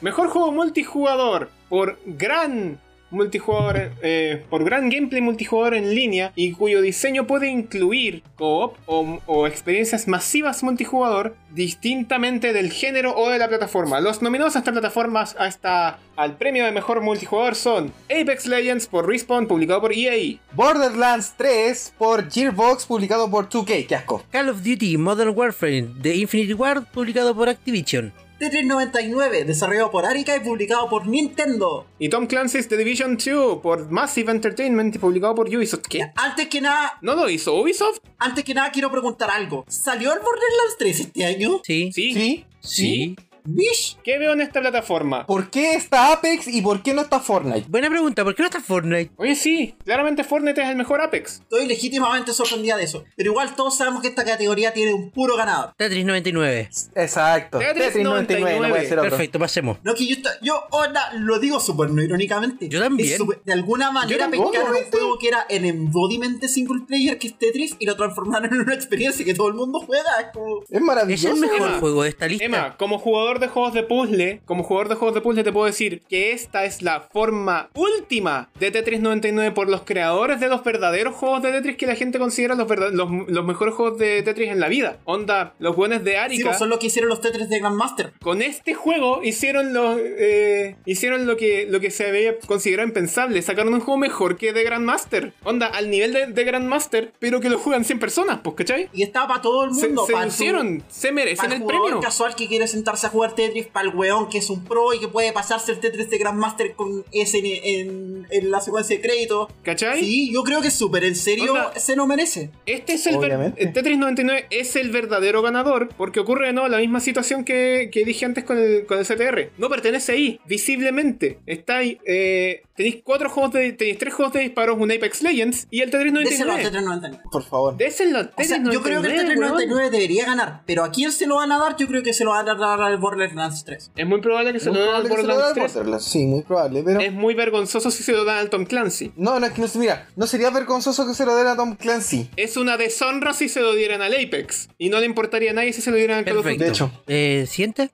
Speaker 4: Mejor juego multijugador por gran multijugador eh, por gran gameplay multijugador en línea y cuyo diseño puede incluir co-op o, o experiencias masivas multijugador distintamente del género o de la plataforma. Los nominados a esta plataforma hasta al premio de mejor multijugador son Apex Legends por Respawn publicado por E EA,
Speaker 2: Borderlands 3 por Gearbox, publicado por 2K. Qué asco.
Speaker 3: Call of Duty Modern Warfare The Infinity Ward, publicado por Activision.
Speaker 1: T399, desarrollado por Arica y publicado por Nintendo.
Speaker 4: y Tom Clancy's The Division 2 por Massive Entertainment y publicado por Ubisoft. ¿Qué?
Speaker 1: Antes que nada,
Speaker 4: ¿No lo hizo Ubisoft?
Speaker 1: antes que nada quiero preguntar algo. ¿Salió el Borderlands 3 este año?
Speaker 3: Sí.
Speaker 4: Sí.
Speaker 2: ¿Sí?
Speaker 3: Sí.
Speaker 1: ¿Mish?
Speaker 4: ¿Qué veo en esta plataforma?
Speaker 2: ¿Por qué está Apex y por qué no está Fortnite?
Speaker 3: Buena pregunta, ¿por qué no está Fortnite?
Speaker 4: Oye, sí, claramente Fortnite es el mejor Apex.
Speaker 1: Estoy legítimamente sorprendida de eso. Pero igual todos sabemos que esta categoría tiene un puro ganador.
Speaker 3: Tetris 99.
Speaker 2: Exacto.
Speaker 4: Tetris
Speaker 2: Tetris 99, no puede ser otro.
Speaker 3: Perfecto, pasemos.
Speaker 1: No, que yo, estoy- yo onda, lo digo súper no irónicamente.
Speaker 3: Yo también.
Speaker 1: Es súper- de alguna manera
Speaker 4: tampoco,
Speaker 1: pescaron un
Speaker 4: ¿viste?
Speaker 1: juego que era el embodiment de single player que es Tetris y lo transformaron en una experiencia que todo el mundo juega. Es como-
Speaker 2: Es
Speaker 3: Es
Speaker 2: maravilloso.
Speaker 3: el mejor
Speaker 4: Emma.
Speaker 3: juego de esta lista.
Speaker 4: Emma, como jugador jugador de juegos de puzzle, como jugador de juegos de puzzle te puedo decir que esta es la forma última de Tetris 99 por los creadores de los verdaderos juegos de Tetris que la gente considera los, verda- los, los mejores juegos de Tetris en la vida. Onda, los buenos de
Speaker 1: Sí,
Speaker 4: Arica
Speaker 1: pues, son lo que hicieron los Tetris de Grandmaster.
Speaker 4: con este juego hicieron lo, eh, hicieron lo que, lo que se había considerado impensable. Sacaron un juego mejor que The Grandmaster. Onda, al nivel de, de Grandmaster, pero que lo juegan 100 personas, pues, ¿cachai?
Speaker 1: Y estaba para todo el
Speaker 4: Se,
Speaker 1: mundo.
Speaker 4: se
Speaker 1: para el-
Speaker 4: lucieron, se merecen
Speaker 1: Para el
Speaker 4: el
Speaker 1: jugador
Speaker 4: premio.
Speaker 1: casual que quiere sentarse a jugar Tetris, para el weón que es un pro y que puede pasarse el Tetris de Grandmaster con ese en, en- en la secuencia de crédito.
Speaker 4: ¿Cachai?
Speaker 1: Sí, yo creo que súper en serio
Speaker 4: Onda.
Speaker 1: se lo merece.
Speaker 4: Este es el ver-
Speaker 2: Obviamente.
Speaker 4: el Tetris 99 es el verdadero ganador porque ocurre de nuevo la misma situación que, que dije antes con el, con el CTR. No pertenece ahí, visiblemente. Está ahí, eh, tenéis cuatro juegos de, tenéis tres juegos de disparos, un Apex Legends y el Tetris
Speaker 1: Déselo al
Speaker 4: 99.
Speaker 1: Tetris 99.
Speaker 2: Por favor.
Speaker 4: Déselo al
Speaker 1: O sea,
Speaker 4: Tetris 99.
Speaker 1: yo creo que el Tetris
Speaker 4: weón.
Speaker 1: 99 debería ganar, pero ¿a quién se lo van a dar? Yo creo que se lo van a dar al Borderlands 3.
Speaker 4: Es muy probable que se lo den al Borderlands 3.
Speaker 2: Sí, muy probable, pero...
Speaker 4: Es muy vergonzoso si se lo dan al Tom Clancy.
Speaker 2: No, no, es que no se mira. No sería vergonzoso que se lo den a Tom Clancy.
Speaker 4: Es una deshonra si se lo dieran al Apex. Y no le importaría a nadie si se lo dieran al Call of Duty.
Speaker 3: Perfecto.
Speaker 2: De hecho.
Speaker 3: Eh, ¿Siente?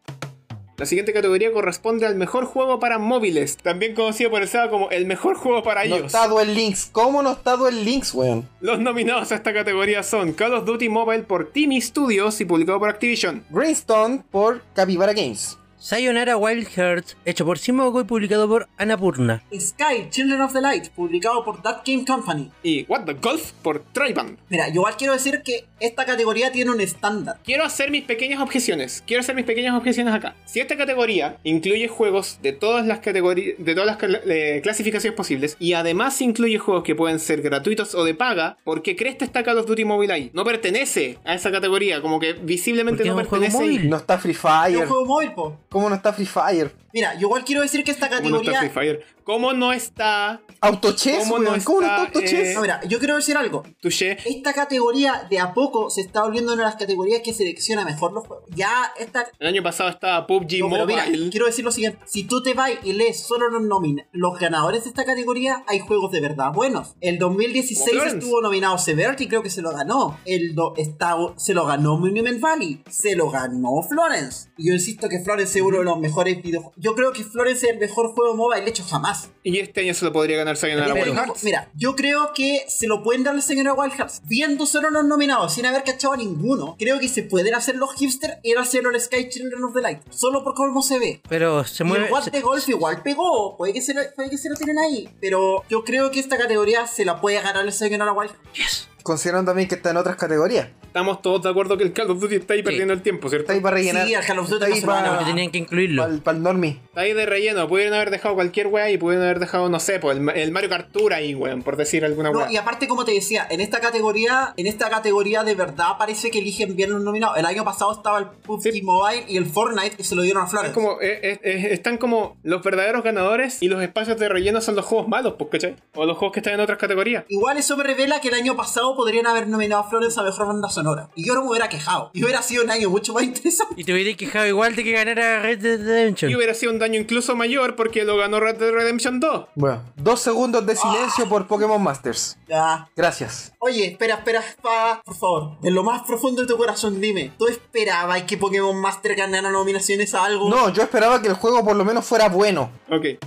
Speaker 4: La siguiente categoría corresponde al mejor juego para móviles, también conocido por el SEA como el mejor juego para
Speaker 2: No
Speaker 4: ellos.
Speaker 2: está Duel Links. ¿Cómo no está Duel Links, weón?
Speaker 4: Los nominados a esta categoría son Call of Duty Mobile por Timmy Studios y publicado por Activision.
Speaker 2: Greenstone por Capybara Games.
Speaker 3: Sayonara Wild Hearts, hecho por Simogo y publicado por Anapurna.
Speaker 1: Sky, Children of the Light, publicado por That Game Company.
Speaker 4: Y What the Golf por Triband.
Speaker 1: Mira, yo igual quiero decir que esta categoría tiene un estándar.
Speaker 4: Quiero hacer mis pequeñas objeciones. Quiero hacer mis pequeñas objeciones acá. Si esta categoría incluye juegos de todas las categorías, de todas las cla- eh, clasificaciones posibles, y además incluye juegos que pueden ser gratuitos o de paga, ¿por qué crees que está Call of Duty Mobile ahí? No pertenece a esa categoría, como que visiblemente
Speaker 3: Porque
Speaker 4: no
Speaker 3: es un juego
Speaker 4: pertenece. ahí.
Speaker 3: móvil.
Speaker 2: No está Free
Speaker 1: Es
Speaker 2: Fire.
Speaker 1: un juego móvil, po.
Speaker 2: ¿Cómo no está Free Fire?
Speaker 1: Mira, yo igual quiero decir que esta
Speaker 4: ¿Cómo no está Free
Speaker 1: categoría
Speaker 4: Fire? ¿Cómo no está
Speaker 2: Autochess,
Speaker 4: ¿Cómo
Speaker 2: weón.
Speaker 4: no
Speaker 2: ¿Cómo no
Speaker 4: está,
Speaker 2: está Autochess?
Speaker 4: eh,
Speaker 1: No, mira, yo quiero decir algo.
Speaker 4: Touché?
Speaker 1: Esta categoría de a poco se está volviendo una de las categorías que selecciona mejor los juegos. Ya esta.
Speaker 4: El año pasado estaba PUBG
Speaker 1: No, pero
Speaker 4: Mobile.
Speaker 1: mira, quiero decir lo siguiente. Si tú te vas y lees solo los nomina los ganadores de esta categoría, hay juegos de verdad buenos. El 2016
Speaker 4: Como Florence.
Speaker 1: estuvo nominado Severity, creo que se lo ganó. El do- está, se lo ganó Monument Valley. Se lo ganó Florence. Y yo insisto que Florence es uno de los mejores videojuegos. Yo creo que Florence es el mejor juego mobile hecho jamás.
Speaker 4: Y este año se lo podría ganar Sayonara
Speaker 1: Pero,
Speaker 4: Wild Hearts.
Speaker 1: Mira, yo creo que se lo pueden dar al señor a Wild Hearts. Viendo solo los nominados, sin haber cachado a ninguno, creo que se pueden hacer los hipsters y hacer el Sky Children of the Light. Solo por cómo se ve.
Speaker 3: Pero se
Speaker 1: Y el
Speaker 3: mueve.
Speaker 1: What
Speaker 3: se-
Speaker 1: the Golf igual pegó. Puede que, se lo, puede que se lo tienen ahí. Pero yo creo que esta categoría se la puede ganar el señor a Wild Hearts.
Speaker 2: Considerando también que está en otras categorías.
Speaker 4: Estamos todos de acuerdo que el Call of Duty está ahí perdiendo el tiempo, ¿cierto?
Speaker 2: Está ahí para rellenar.
Speaker 1: Sí, al Call of Duty
Speaker 2: está
Speaker 1: no
Speaker 2: ahí
Speaker 1: se lo van a
Speaker 3: que
Speaker 1: dar.
Speaker 2: para
Speaker 3: tenían que incluirlo.
Speaker 2: el normie.
Speaker 4: Está ahí de relleno. Pudieron haber dejado cualquier weá y pudieron haber dejado, no sé, pues, el, el Mario Kartura ahí, weón, por decir alguna
Speaker 1: No,
Speaker 4: weá.
Speaker 1: y aparte, como te decía, en esta categoría, en esta categoría de verdad parece que eligen bien los nominados. El año pasado estaba el PUBG
Speaker 4: Sí.
Speaker 1: Mobile y el Fortnite y se lo dieron a Flores.
Speaker 4: Es como, eh, eh, eh, están como los verdaderos ganadores y los espacios de relleno son los juegos malos, pues, ¿cachai? O los juegos que están en otras categorías.
Speaker 1: Igual eso me revela que el año pasado podrían haber nominado a Florence a Mejor Banda Sonora. Y yo no me hubiera quejado. Y hubiera sido un año mucho más interesante.
Speaker 3: Y te hubiera quejado igual de que ganara Red Dead Redemption.
Speaker 4: Y hubiera sido un daño incluso mayor porque lo ganó Red Dead Redemption 2.
Speaker 2: Bueno, dos segundos de silencio por Pokémon Masters.
Speaker 1: Ya.
Speaker 2: Gracias.
Speaker 1: Oye, espera, espera, pa, por favor. En lo más profundo de tu corazón, dime. ¿Tú esperabas que Pokémon Master ganara nominaciones a algo?
Speaker 2: No, yo esperaba que el juego por lo menos fuera bueno.
Speaker 4: Ok.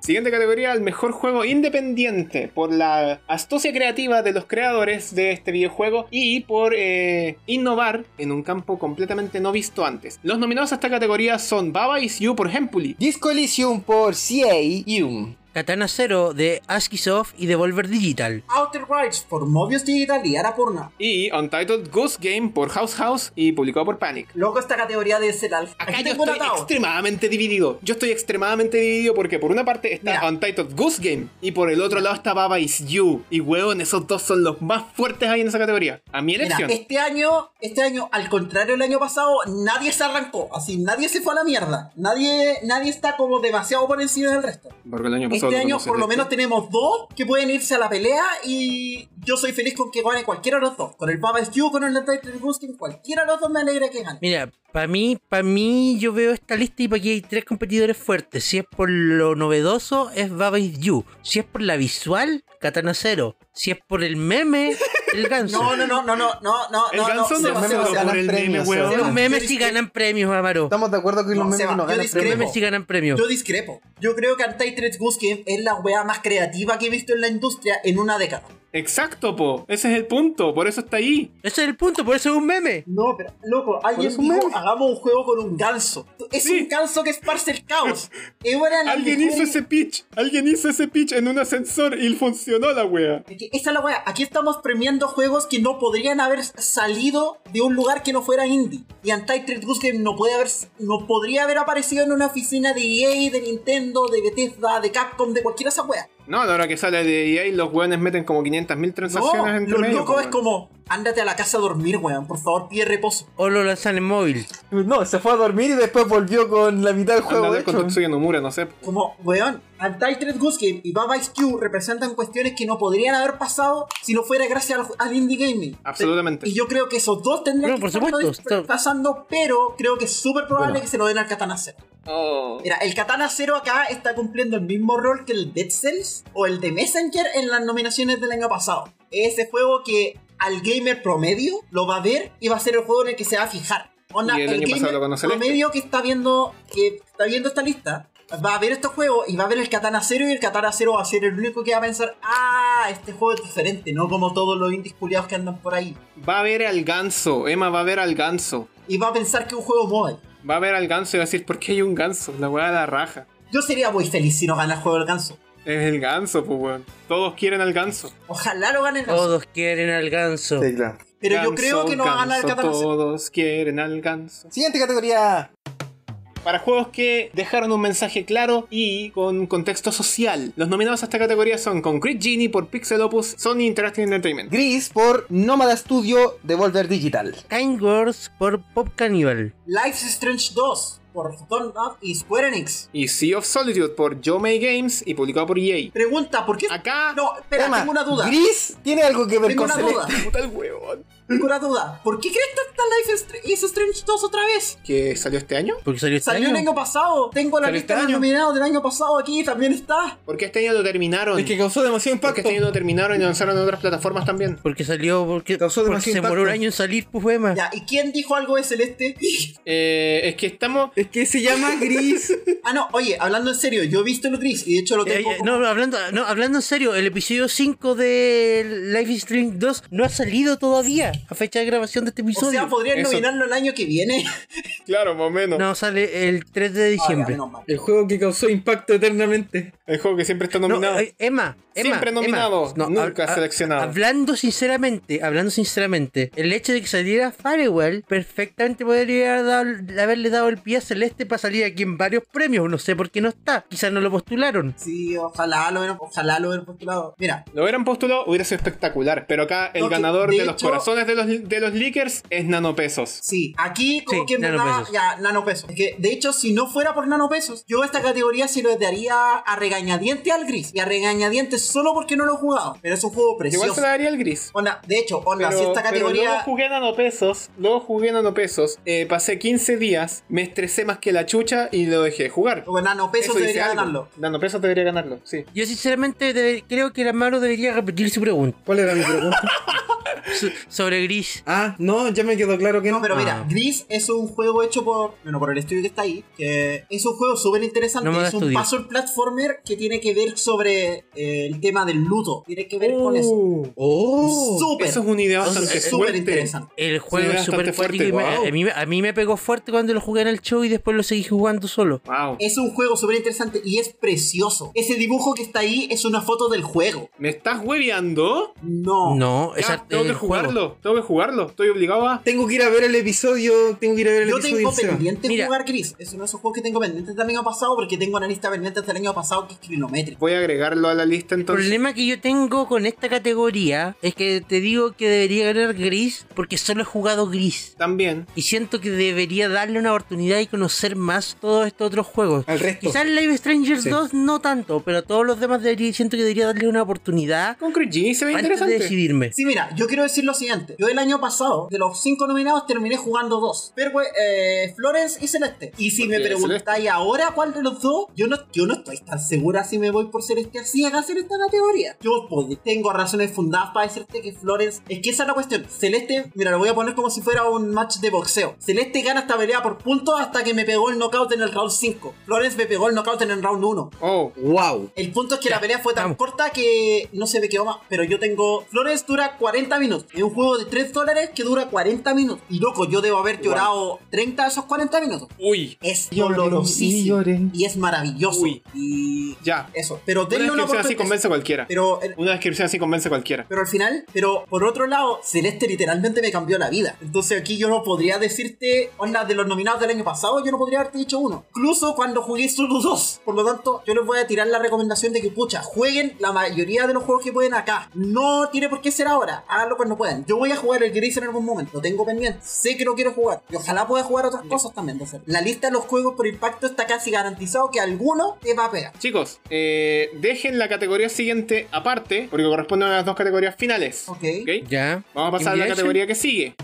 Speaker 4: Siguiente categoría, el mejor juego independiente, por la astucia creativa de los creadores de este videojuego y por eh, innovar en un campo completamente no visto antes. Los nominados a esta categoría son Baba Is You por Hempuli,
Speaker 2: Disco Elysium por CA Yum.
Speaker 3: Katana Zero de Askisoft y Devolver Digital.
Speaker 1: Outer Wilds por Mobius Digital y Arapurna.
Speaker 4: y Untitled Goose Game por House House y publicado por Panic.
Speaker 1: Loco, esta categoría de ser alfa.
Speaker 4: Acá
Speaker 1: Aquí
Speaker 4: yo
Speaker 1: tengo un
Speaker 4: estoy
Speaker 1: atado.
Speaker 4: extremadamente dividido. Yo estoy extremadamente dividido porque por una parte está
Speaker 1: Mira.
Speaker 4: Untitled Goose Game y por el otro lado está Baba Is You. Y weón, esos dos son los más fuertes ahí en esa categoría. A mi
Speaker 1: Mira,
Speaker 4: elección.
Speaker 1: este año, este año, al contrario del año pasado, nadie se arrancó. Así, nadie se fue a la mierda. Nadie, nadie está como demasiado por encima del resto.
Speaker 4: Porque el año pasado
Speaker 1: Este
Speaker 4: lo
Speaker 1: año
Speaker 4: conoces,
Speaker 1: por lo
Speaker 4: ¿viste?
Speaker 1: menos tenemos dos que pueden irse a la pelea y yo soy feliz con que gane cualquiera de los dos. Con el Papa Stew, con el Untitled Goose Game, cualquiera de los dos me alegra que gane.
Speaker 3: Mira, para mí, para mí yo veo esta lista y para aquí hay tres competidores fuertes. Si es por lo novedoso, es Baba Is You. Si es por la visual, Katana Zero. Si es por el meme, El ganso.
Speaker 1: No, no, no, no, no, no, no,
Speaker 4: El
Speaker 1: no,
Speaker 4: ganso no,
Speaker 1: Seba,
Speaker 2: los
Speaker 4: se
Speaker 1: Seba,
Speaker 2: memes
Speaker 4: lo
Speaker 1: Seba.
Speaker 2: ganan
Speaker 4: ocurre el meme,
Speaker 2: premios,
Speaker 4: weón.
Speaker 2: se
Speaker 3: Los
Speaker 1: Seba,
Speaker 3: memes
Speaker 1: yo
Speaker 3: sí
Speaker 1: discre-
Speaker 3: ganan premios, Amaro.
Speaker 2: Estamos de acuerdo que los
Speaker 1: No,
Speaker 2: memes
Speaker 1: Seba,
Speaker 2: no
Speaker 1: yo
Speaker 2: ganan
Speaker 1: discrepo.
Speaker 2: premios.
Speaker 3: Memes sí ganan premios.
Speaker 1: Yo discrepo. Yo creo que Antitrade Goose Game es la wea más creativa que he visto en la industria en una década.
Speaker 4: Exacto, po. Ese es el punto. Por eso está ahí.
Speaker 3: Ese es el punto, por eso es un meme.
Speaker 1: No, pero, loco, alguien
Speaker 2: eso me-
Speaker 1: dijo, hagamos un juego con un ganso. Es
Speaker 4: Sí.
Speaker 1: un ganso que esparce el caos. Era la
Speaker 4: Alguien
Speaker 1: mejor
Speaker 4: hizo ese pitch. Alguien hizo ese pitch en un ascensor y funcionó la wea.
Speaker 1: Porque Esa es la wea. Aquí estamos premiando juegos que no podrían haber salido de un lugar que no fuera indie. Y Antitrade Goose Game no puede haber, no podría haber aparecido en una oficina de EA, de Nintendo, de Bethesda, de Capcom, de cualquiera de esas weas.
Speaker 4: No, a la hora que sale de EA, los weones meten como 500.000 transacciones
Speaker 1: No,
Speaker 4: entre
Speaker 1: lo
Speaker 4: medio, po,
Speaker 1: loco es
Speaker 4: weón.
Speaker 1: como, ándate a la casa a dormir, weón. Por favor, pide reposo.
Speaker 3: O lo lanzan en móvil.
Speaker 2: No, se fue a dormir y después volvió con la mitad del
Speaker 4: Anda a
Speaker 2: juego
Speaker 4: ver con
Speaker 2: hecho.
Speaker 4: Tetsuya Nomura, no sé.
Speaker 1: Como, weón, Antitrade Goose Game y Baba Ice Cube representan cuestiones que no podrían haber pasado si no fuera gracias al, al indie gaming.
Speaker 4: Absolutamente.
Speaker 1: Y yo creo que esos dos tendrían
Speaker 3: No,
Speaker 1: que
Speaker 3: por
Speaker 1: estar
Speaker 3: supuesto,
Speaker 1: pas-
Speaker 3: esto-
Speaker 1: pasando, pero creo que es súper probable
Speaker 5: Bueno.
Speaker 1: que se lo den al Katana Zero. Mira, el Katana Zero acá está cumpliendo el mismo rol que el Dead Cells o el de Messenger en las nominaciones del año pasado. Ese juego que al gamer promedio lo va a ver y va a ser el juego en el que se va a fijar. Onda,
Speaker 4: Y el año pasado lo conoce el este.
Speaker 1: promedio que está viendo que está viendo esta lista va a ver estos juegos y va a ver el Katana Zero y el Katana Zero va a ser el único que va a pensar ah, este juego es diferente, no como todos los indies culiados que andan por ahí.
Speaker 4: Va a ver al ganso. Emma va a ver al ganso.
Speaker 1: Y va a pensar que es un juego móvil.
Speaker 4: Va a ver al ganso y va a decir, ¿por qué hay un ganso? La weá de la raja.
Speaker 1: Yo sería muy feliz si no gana el juego del ganso.
Speaker 4: Es el ganso, pues weón. Todos quieren al ganso.
Speaker 1: Ojalá lo gane el ganso.
Speaker 3: Todos quieren al ganso.
Speaker 2: Sí, claro.
Speaker 1: Pero yo
Speaker 4: Ganso,
Speaker 1: creo que no va a ganar el
Speaker 4: ganso,
Speaker 1: Katana Zero.
Speaker 4: Todos quieren al ganso.
Speaker 2: Siguiente categoría.
Speaker 4: Para juegos que dejaron un mensaje claro y con contexto social. Los nominados a esta categoría son Concrete Genie por Pixel Opus, Sony Interactive Entertainment.
Speaker 2: Gris por Nómada Studio Devolver Digital.
Speaker 3: Kind Words por Pop Cannibal.
Speaker 1: Life's Strange 2 por Don't Up y Square Enix.
Speaker 4: Y Sea of Solitude por Yomei Games y publicado por EA.
Speaker 1: Pregunta, ¿por qué?
Speaker 4: Acá.
Speaker 1: No, espera,
Speaker 2: Emma,
Speaker 1: tengo una duda.
Speaker 2: Gris tiene algo que ver
Speaker 1: Tengo
Speaker 2: con
Speaker 1: una
Speaker 2: Celeste.
Speaker 1: duda.
Speaker 4: Puta el huevón.
Speaker 1: Tengo una duda. ¿Por qué crees que está Life is Str- is Strange 2 otra vez?
Speaker 4: ¿Que salió este año?
Speaker 3: Porque salió este
Speaker 1: Salió el
Speaker 3: año.
Speaker 1: año pasado. Tengo la
Speaker 4: Salió
Speaker 1: lista
Speaker 4: este
Speaker 1: de los
Speaker 4: año.
Speaker 1: nominados del año pasado aquí. También está.
Speaker 4: Porque este año lo terminaron.
Speaker 5: Es que causó demasiado
Speaker 4: Porque
Speaker 5: impacto.
Speaker 4: este año lo terminaron y lo lanzaron en otras plataformas también.
Speaker 3: Porque salió, porque,
Speaker 2: Causó
Speaker 3: porque
Speaker 2: demasiado
Speaker 3: se demoró un
Speaker 2: impacto.
Speaker 3: año en salir, pues, Emma.
Speaker 1: Ya, ¿y quién dijo algo de Celeste?
Speaker 4: Eh, es que estamos.
Speaker 5: Es que se llama Gris.
Speaker 1: ah, no, oye, hablando en serio, yo he visto el gris y de hecho lo
Speaker 3: Eh,
Speaker 1: tengo.
Speaker 3: eh, no, hablando, no, hablando en serio, el episodio 5 de Life is Strange 2 no ha salido todavía a fecha de grabación de este
Speaker 1: o
Speaker 3: episodio.
Speaker 1: sea, podrían
Speaker 4: Eso.
Speaker 1: nominarlo el año que viene.
Speaker 4: Claro, más o menos.
Speaker 3: no, sale el 3 de
Speaker 1: Ah, ya,
Speaker 3: diciembre.
Speaker 1: menos mal.
Speaker 5: El juego que causó impacto eternamente.
Speaker 4: El juego que siempre está
Speaker 3: No,
Speaker 4: nominado.
Speaker 3: eh, Emma, Emma,
Speaker 4: Siempre nominado,
Speaker 3: Emma.
Speaker 4: nunca
Speaker 3: hab-
Speaker 4: seleccionado.
Speaker 3: Hablando sinceramente, hablando sinceramente, el hecho de que saliera Firewall perfectamente podría haber dado- haberle dado el pie a Celeste para salir aquí en varios premios. No sé por qué no está. Quizás no lo postularon.
Speaker 1: Sí, ojalá lo hubieran, ojalá lo hubieran postulado. Mira,
Speaker 4: Lo hubieran postulado, hubiera sido espectacular. Pero acá el
Speaker 1: No, que
Speaker 4: ganador
Speaker 1: de
Speaker 4: de, los
Speaker 1: hecho-
Speaker 4: corazones de los, de los leakers es nanopesos.
Speaker 1: Sí, aquí como
Speaker 3: Sí,
Speaker 1: que en verdad,
Speaker 3: nanopesos.
Speaker 1: ya, nanopesos. Es que, de hecho, si no fuera por nanopesos, yo esta categoría se lo daría a regañadiente al gris. Y a regañadiente solo porque no lo he jugado. Pero es un juego
Speaker 4: Igual se
Speaker 1: precioso.
Speaker 4: la daría el gris.
Speaker 1: Onda, de hecho, onda,
Speaker 4: Pero,
Speaker 1: si esta
Speaker 4: pero luego
Speaker 1: categoría...
Speaker 4: jugué nanopesos, luego jugué nanopesos, eh, pasé 15 días, me estresé más que la chucha y lo dejé de jugar.
Speaker 1: o nanopesos
Speaker 4: Eso dice
Speaker 1: debería
Speaker 4: algo.
Speaker 1: ganarlo.
Speaker 4: Nanopesos debería ganarlo, sí.
Speaker 3: Yo sinceramente debe- creo que el Amaro debería repetir su pregunta
Speaker 5: ¿Cuál era mi pregunta?
Speaker 3: so- sobre Gris.
Speaker 5: Ah, no, ya me quedó claro que no.
Speaker 1: No, pero
Speaker 3: Ah.
Speaker 1: mira, Gris es un juego hecho por, bueno, por el estudio que está ahí, que es un juego súper interesante,
Speaker 3: Nómada
Speaker 1: es un
Speaker 3: Studios.
Speaker 1: puzzle platformer que tiene que ver sobre eh, el tema del luto, tiene que ver con eso.
Speaker 4: Uh,
Speaker 5: Oh.
Speaker 1: Súper,
Speaker 4: eso es una idea bastante
Speaker 1: súper
Speaker 4: fuerte.
Speaker 1: interesante.
Speaker 3: El
Speaker 4: Se
Speaker 3: juego
Speaker 4: ve
Speaker 3: es súper
Speaker 4: bastante
Speaker 3: fuerte. y me-
Speaker 4: fuerte, wow.
Speaker 3: a, mí, me- a mí me pegó fuerte cuando lo jugué en el show y después lo seguí jugando solo.
Speaker 4: Wow.
Speaker 1: Es un juego súper interesante y es precioso. Ese dibujo que está ahí es una foto del juego.
Speaker 4: ¿Me estás hueveando?
Speaker 1: No.
Speaker 3: No,
Speaker 4: Oh. Ya,
Speaker 3: esa-
Speaker 4: tengo
Speaker 3: el
Speaker 4: que
Speaker 3: juego.
Speaker 4: jugarlo, tengo que jugarlo, estoy obligado a.
Speaker 5: Tengo que ir a ver el episodio. Tengo que ir a ver el
Speaker 1: Yo
Speaker 5: episodio.
Speaker 1: tengo
Speaker 5: del Seba.
Speaker 1: pendiente
Speaker 3: Mira.
Speaker 1: jugar Gris. Es uno de esos juegos que tengo pendientes del año pasado porque tengo una lista pendiente del año pasado que es kilométrica.
Speaker 4: Voy a agregarlo a la lista
Speaker 3: El
Speaker 4: entonces.
Speaker 3: problema que yo tengo con esta categoría es que te digo que debería ganar gris porque solo he jugado gris.
Speaker 4: También.
Speaker 3: Y siento que debería darle una oportunidad y conocer más todos estos otros juegos.
Speaker 5: Al resto.
Speaker 3: Quizás Live Strangers
Speaker 5: Sí.
Speaker 3: 2 no tanto, pero a todos los demás debería, siento que debería darle una oportunidad
Speaker 4: Concrete Genie se ve
Speaker 3: antes de
Speaker 4: interesante.
Speaker 3: decidirme.
Speaker 1: Sí, mira, yo quiero decir lo siguiente. Yo el año pasado, de los cinco nominados, terminé jugando dos. Pero, güey, eh, Florence y Celeste. Y si me
Speaker 4: Porque
Speaker 1: preguntáis ahora cuál de los dos, yo no, yo no estoy tan segura si me voy por Celeste así a hacer esta categoría. Yo pod- tengo razones fundadas para decirte que Florence... Es que esa es la cuestión. Celeste, mira, lo voy a poner como si fuera un match de boxeo. Celeste gana esta pelea por puntos hasta que me pegó el knockout en el round 5. Florence me pegó el knockout en el round 1.
Speaker 4: Oh,
Speaker 5: ¡Wow!
Speaker 1: El punto es que la pelea fue tan
Speaker 7: vamos.
Speaker 1: corta que no se me quedó más. Pero yo tengo. Flores dura 40 minutos. Es un juego de 3 dólares que dura 40 minutos. Y loco, yo debo haber llorado 30 de esos 40 minutos.
Speaker 4: uy,
Speaker 1: Es
Speaker 2: Lloren, y
Speaker 1: dolorosísimo.
Speaker 2: lloren.
Speaker 1: Y es maravilloso.
Speaker 4: Uy.
Speaker 1: Y.
Speaker 4: ya.
Speaker 1: Eso. Pero
Speaker 4: Una
Speaker 1: denle una
Speaker 4: descripción así
Speaker 1: oportunidad.
Speaker 4: convence a cualquiera.
Speaker 1: Pero. eh, el-
Speaker 4: Una descripción así convence a cualquiera.
Speaker 1: pero al final, pero por otro lado, Celeste literalmente me cambió la vida. Entonces aquí yo no podría decirte, onda, de los nominados del año pasado, yo no podría haberte dicho uno. Incluso cuando jugué solo dos. Por lo tanto, yo les voy a tirar la recomendación de que, pucha, jueguen la mayoría de los juegos que pueden acá. No tiene por qué ser ahora. Háganlo cuando puedan. Yo voy a jugar el Gris en algún momento. Lo tengo pendiente. Sé que lo quiero jugar. Y ojalá pueda jugar otras cosas también. de ser. La lista de los juegos por impacto está casi garantizado que alguno te va a pegar.
Speaker 4: Chicos, eh, dejen la categoría siguiente aparte, porque corresponde a las dos categorías finales.
Speaker 1: Ok.
Speaker 4: ¿Ok?
Speaker 3: Ya.
Speaker 4: Vamos a pasar a la
Speaker 3: Invitation.
Speaker 4: categoría que sigue.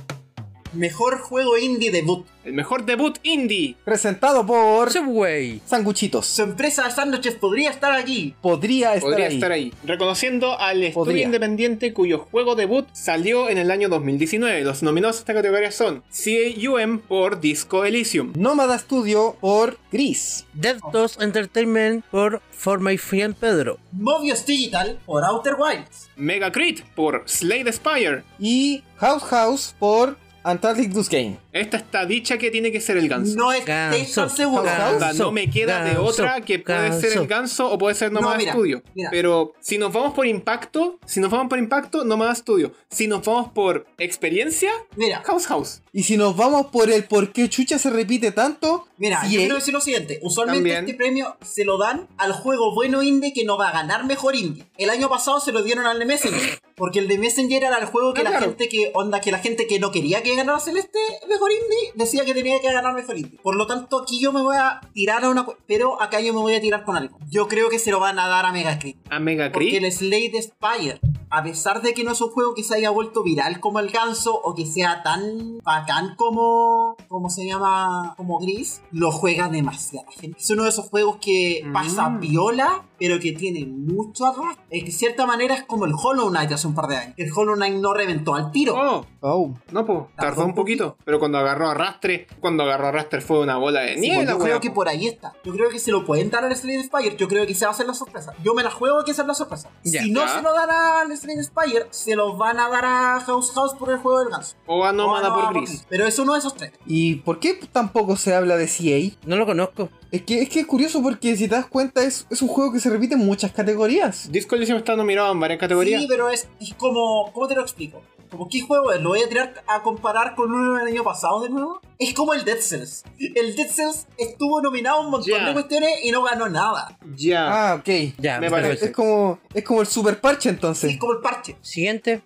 Speaker 1: Mejor juego indie debut.
Speaker 4: El mejor debut indie.
Speaker 2: Presentado por
Speaker 3: Subway.
Speaker 2: Sanguchitos.
Speaker 1: Su empresa de sándwiches podría estar aquí.
Speaker 2: Podría estar
Speaker 4: Podría
Speaker 2: ahí.
Speaker 4: estar ahí. Reconociendo al estudio
Speaker 2: Podría.
Speaker 4: independiente cuyo juego debut salió en el año 2019. Los nominados a esta categoría son CAUM por Disco Elysium.
Speaker 2: Nómada Studio por Gris.
Speaker 3: Death Dos Entertainment por For My Friend Pedro.
Speaker 1: Mobius Digital por Outer Wilds.
Speaker 4: Megacrit por Slay the Spire.
Speaker 2: Y House House por Antarctic Goose Game.
Speaker 4: Esta está dicha que tiene que ser el ganso.
Speaker 1: No estoy
Speaker 3: Ganso.
Speaker 1: tan seguro.
Speaker 4: O
Speaker 3: Ganso.
Speaker 4: sea, no me queda de
Speaker 3: ganso,
Speaker 4: otra que puede
Speaker 3: ganso.
Speaker 4: ser el ganso o puede ser Nomad
Speaker 1: No, mira,
Speaker 4: Studio.
Speaker 1: mira.
Speaker 4: Pero si nos vamos por impacto, si nos vamos por impacto, Nomad Studio. Si nos vamos por experiencia,
Speaker 1: Mira,
Speaker 4: House House.
Speaker 2: Y si nos vamos por el por qué Chucha se repite tanto,
Speaker 1: mira,
Speaker 2: si
Speaker 1: yo
Speaker 2: es-
Speaker 1: quiero decir lo siguiente. Usualmente
Speaker 4: ¿eh? También.
Speaker 1: este premio se lo dan al juego bueno indie que no va a ganar mejor indie. El año pasado se lo dieron al de Messenger. Porque el de Messenger era el juego que
Speaker 4: Ah,
Speaker 1: la
Speaker 4: claro.
Speaker 1: gente que onda, que la gente que no quería que ganara Celeste mejor indie, decía que tenía que ganar mejor indie. Por lo tanto, aquí yo me voy a tirar a una. cu- Pero acá yo me voy a tirar con algo. Yo creo que se lo van a dar a Megacrit.
Speaker 4: A
Speaker 1: Porque
Speaker 4: Megacrit.
Speaker 1: el Slade Spire, a pesar de que no es un juego que se haya vuelto viral como el ganso o que sea tan bacán como. ¿Cómo se llama? Como Gris, lo juega demasiada gente. Es uno de esos juegos que pasa
Speaker 4: Mm.
Speaker 1: viola, pero que tiene mucho arrastre. En cierta manera es como el Hollow Knight hace un par de años. El Hollow Knight no reventó al tiro.
Speaker 4: Oh,
Speaker 2: Oh,
Speaker 4: no, po. Tardó un poquito. Pero cuando agarró arrastre, cuando agarró arrastre fue una bola de
Speaker 1: Sí,
Speaker 4: nieve.
Speaker 1: pues,
Speaker 4: la
Speaker 1: yo
Speaker 4: wea,
Speaker 1: creo que
Speaker 4: po.
Speaker 1: por ahí está. Yo creo que se lo pueden dar al Slade Spire. Yo creo que se va a hacer la sorpresa. Yo me la juego que esa es la sorpresa.
Speaker 3: Ya.
Speaker 1: si no
Speaker 4: Ya.
Speaker 1: se lo dan al Slade Spire, se lo van a dar a House House por el juego del ganso.
Speaker 4: O a
Speaker 1: No,
Speaker 4: Nómada
Speaker 1: no,
Speaker 4: por
Speaker 1: no,
Speaker 4: Gris.
Speaker 1: no. Pero es uno de esos tres.
Speaker 2: ¿y por qué tampoco se habla de CA?
Speaker 3: No lo conozco.
Speaker 2: Es que es, que es curioso porque si te das cuenta es, es un juego que se repite en muchas categorías.
Speaker 4: Disco Elysium está nominado en varias categorías.
Speaker 1: Sí, pero es, es como. ¿Cómo te lo explico? Como, ¿qué juego es? Lo voy a tirar a comparar con uno del año pasado de nuevo. Es como el Dead Cells. El Dead Cells estuvo nominado a un montón
Speaker 4: Ya.
Speaker 1: de cuestiones y no ganó nada.
Speaker 4: Ya.
Speaker 2: Ah, ok.
Speaker 3: Ya,
Speaker 4: Me
Speaker 3: me
Speaker 4: parece.
Speaker 2: Es como, es como el super parche entonces.
Speaker 1: Es como el parche.
Speaker 3: Siguiente.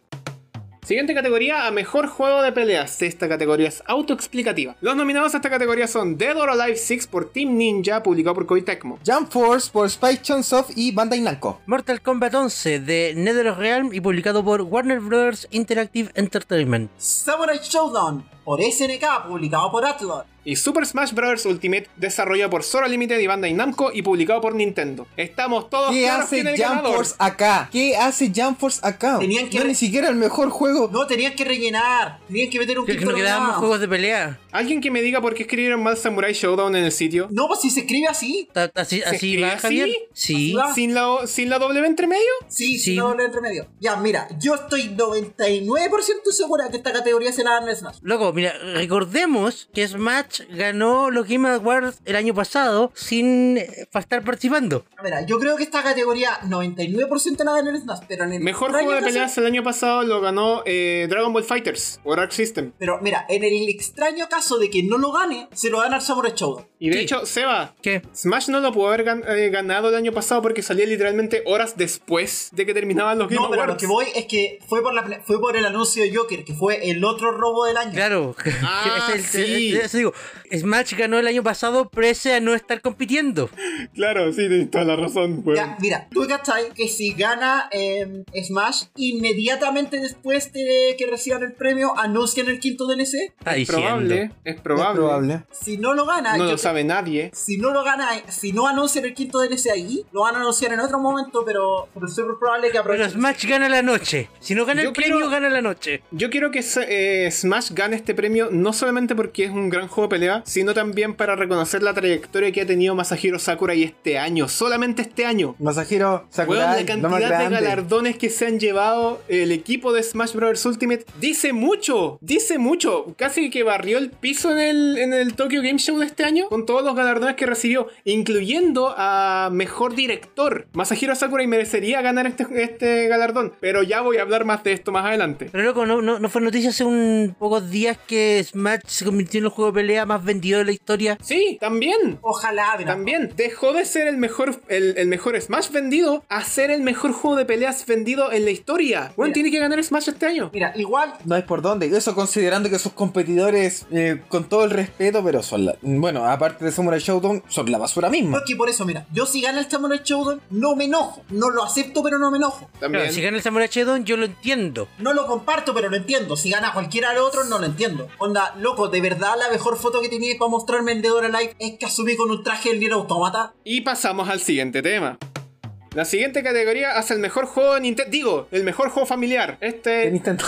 Speaker 4: Siguiente categoría a mejor juego de peleas. Esta categoría es autoexplicativa. Los nominados a esta categoría son Dead or Alive 6 por Team Ninja, publicado por Koei Tecmo.
Speaker 2: Jump Force por Spike Chunsoft y Bandai Namco.
Speaker 3: Mortal Kombat 11 de NetherRealm y publicado por Warner Brothers Interactive Entertainment.
Speaker 1: Samurai Showdown por SNK, publicado por Atlor.
Speaker 4: Y Super Smash Bros. Ultimate, desarrollado por Sora Limited y Bandai Namco y publicado por Nintendo. Estamos todos
Speaker 2: ¿Qué
Speaker 4: claros
Speaker 2: hace
Speaker 4: Oh, quién es el
Speaker 2: Jump
Speaker 4: ganador.
Speaker 2: Force acá? ¿Qué hace Jump Force acá?
Speaker 1: Tenían que
Speaker 2: No
Speaker 1: re-
Speaker 2: ni siquiera el mejor juego.
Speaker 1: No, tenían que rellenar. Tenían que
Speaker 4: Oh,
Speaker 1: meter un
Speaker 3: Creo que
Speaker 1: quinto
Speaker 3: no quedaban más
Speaker 1: nominado.
Speaker 3: juegos de pelea.
Speaker 4: Alguien que me diga por qué escribieron mal Samurai Showdown en el sitio.
Speaker 1: No, pues si se escribe así.
Speaker 3: Ta- ¿Así, así
Speaker 4: escribe
Speaker 3: va,
Speaker 4: así?
Speaker 3: Javier?
Speaker 1: Así
Speaker 3: Sí.
Speaker 1: va.
Speaker 4: ¿Sin la, o- ¿Sin la W entre medio?
Speaker 1: Sí,
Speaker 3: Sí.
Speaker 1: sí. No, entre medio. Ya, mira, yo estoy 99% segura que esta categoría se la dan a Smash.
Speaker 3: Loco, mira, recordemos que Smash ganó los Game Awards el año pasado sin eh, pa- estar participando.
Speaker 1: Mira, yo creo que esta categoría 99% la gana el Smash, pero en el
Speaker 4: Mejor
Speaker 1: extraño
Speaker 4: juego de
Speaker 1: caso-
Speaker 4: peleas el año pasado lo ganó eh, Dragon Ball Fighters o Arc System.
Speaker 1: Pero mira, en el extraño caso de que no lo gane, se lo dan al Samurai Showdown.
Speaker 4: Y de
Speaker 3: Sí.
Speaker 4: hecho, Seba,
Speaker 3: ¿Qué?
Speaker 4: Smash no lo pudo haber gan- eh, ganado el año pasado porque salía literalmente horas después de que terminaban los Game
Speaker 1: No, pero
Speaker 4: Awards.
Speaker 1: lo que voy es que fue por, la, pla- fue por el anuncio de Joker, que fue el otro robo del año.
Speaker 3: Claro. Claro.
Speaker 4: Ah,
Speaker 3: Es el-
Speaker 4: sí.
Speaker 3: es- eso digo, Smash ganó el año pasado pese a no estar compitiendo.
Speaker 4: Claro, sí, tienes toda la razón, weón.
Speaker 1: Ya, mira, tú cachai que si gana eh, Smash, inmediatamente después de que reciban el premio, anuncian el quinto DLC.
Speaker 3: Está
Speaker 4: Es
Speaker 3: diciendo.
Speaker 4: probable, es probable.
Speaker 2: Es probable.
Speaker 1: Si no lo gana,
Speaker 4: No
Speaker 1: Ah, yo
Speaker 4: lo
Speaker 1: creo-
Speaker 4: sabe nadie.
Speaker 1: si no lo gana, si no anuncian el quinto DLC ahí, lo van a anunciar en otro momento, pero, pero es súper probable que
Speaker 3: Pero
Speaker 1: aprovechen.
Speaker 3: Smash gana la noche. Si no gana
Speaker 4: Yo
Speaker 3: el premio,
Speaker 4: quiero-
Speaker 3: gana la noche.
Speaker 4: Yo quiero que eh, Smash gane este premio no solamente porque es un gran juego de pelea, sino también para reconocer la trayectoria que ha tenido Masahiro Sakurai este año, solamente este año.
Speaker 2: Masahiro
Speaker 4: Weón, la
Speaker 2: Sakurai, lo más
Speaker 4: cantidad de
Speaker 2: grande.
Speaker 4: galardones que se han llevado el equipo de Smash Bros. Ultimate dice mucho, dice mucho. Casi que barrió el piso en el, en el Tokyo Game Show de este año con todos los galardones que recibió, incluyendo a mejor director. Masahiro Sakurai merecería ganar este, este galardón, pero ya voy a hablar más de esto más adelante.
Speaker 3: Pero loco, ¿no, no, no fue noticia hace un pocos días que Smash se convirtió en el juego de pelea más vendido de la historia?
Speaker 4: Sí, también.
Speaker 1: Ojalá, mira.
Speaker 4: También dejó de ser el mejor, el, el mejor Smash vendido a ser el mejor juego de peleas vendido en la historia. Bueno,
Speaker 1: Mira.
Speaker 4: tiene que ganar Smash este año.
Speaker 1: Mira, igual
Speaker 2: No hay por dónde. Eso considerando que sus competidores, eh, con todo el respeto, pero son la... Bueno, aparte de Samurai Showdown, son la basura misma.
Speaker 1: Porque por eso, mira, yo si gana el Samurai Showdown, no me enojo. No lo acepto, pero no me enojo.
Speaker 4: También.
Speaker 3: Claro, si gana el Samurai Shodown, yo lo entiendo.
Speaker 1: No lo comparto, pero lo entiendo. Si gana cualquiera de los otros, no lo entiendo. Onda, loco, de verdad la mejor foto que tenías para mostrarme en Dead or Alive es que asumí con un traje del Nier Automata.
Speaker 4: Y pasamos al siguiente tema. La siguiente categoría hace el mejor juego de Nintendo. Digo, el mejor juego familiar.
Speaker 2: De
Speaker 4: Este,
Speaker 2: Nintendo.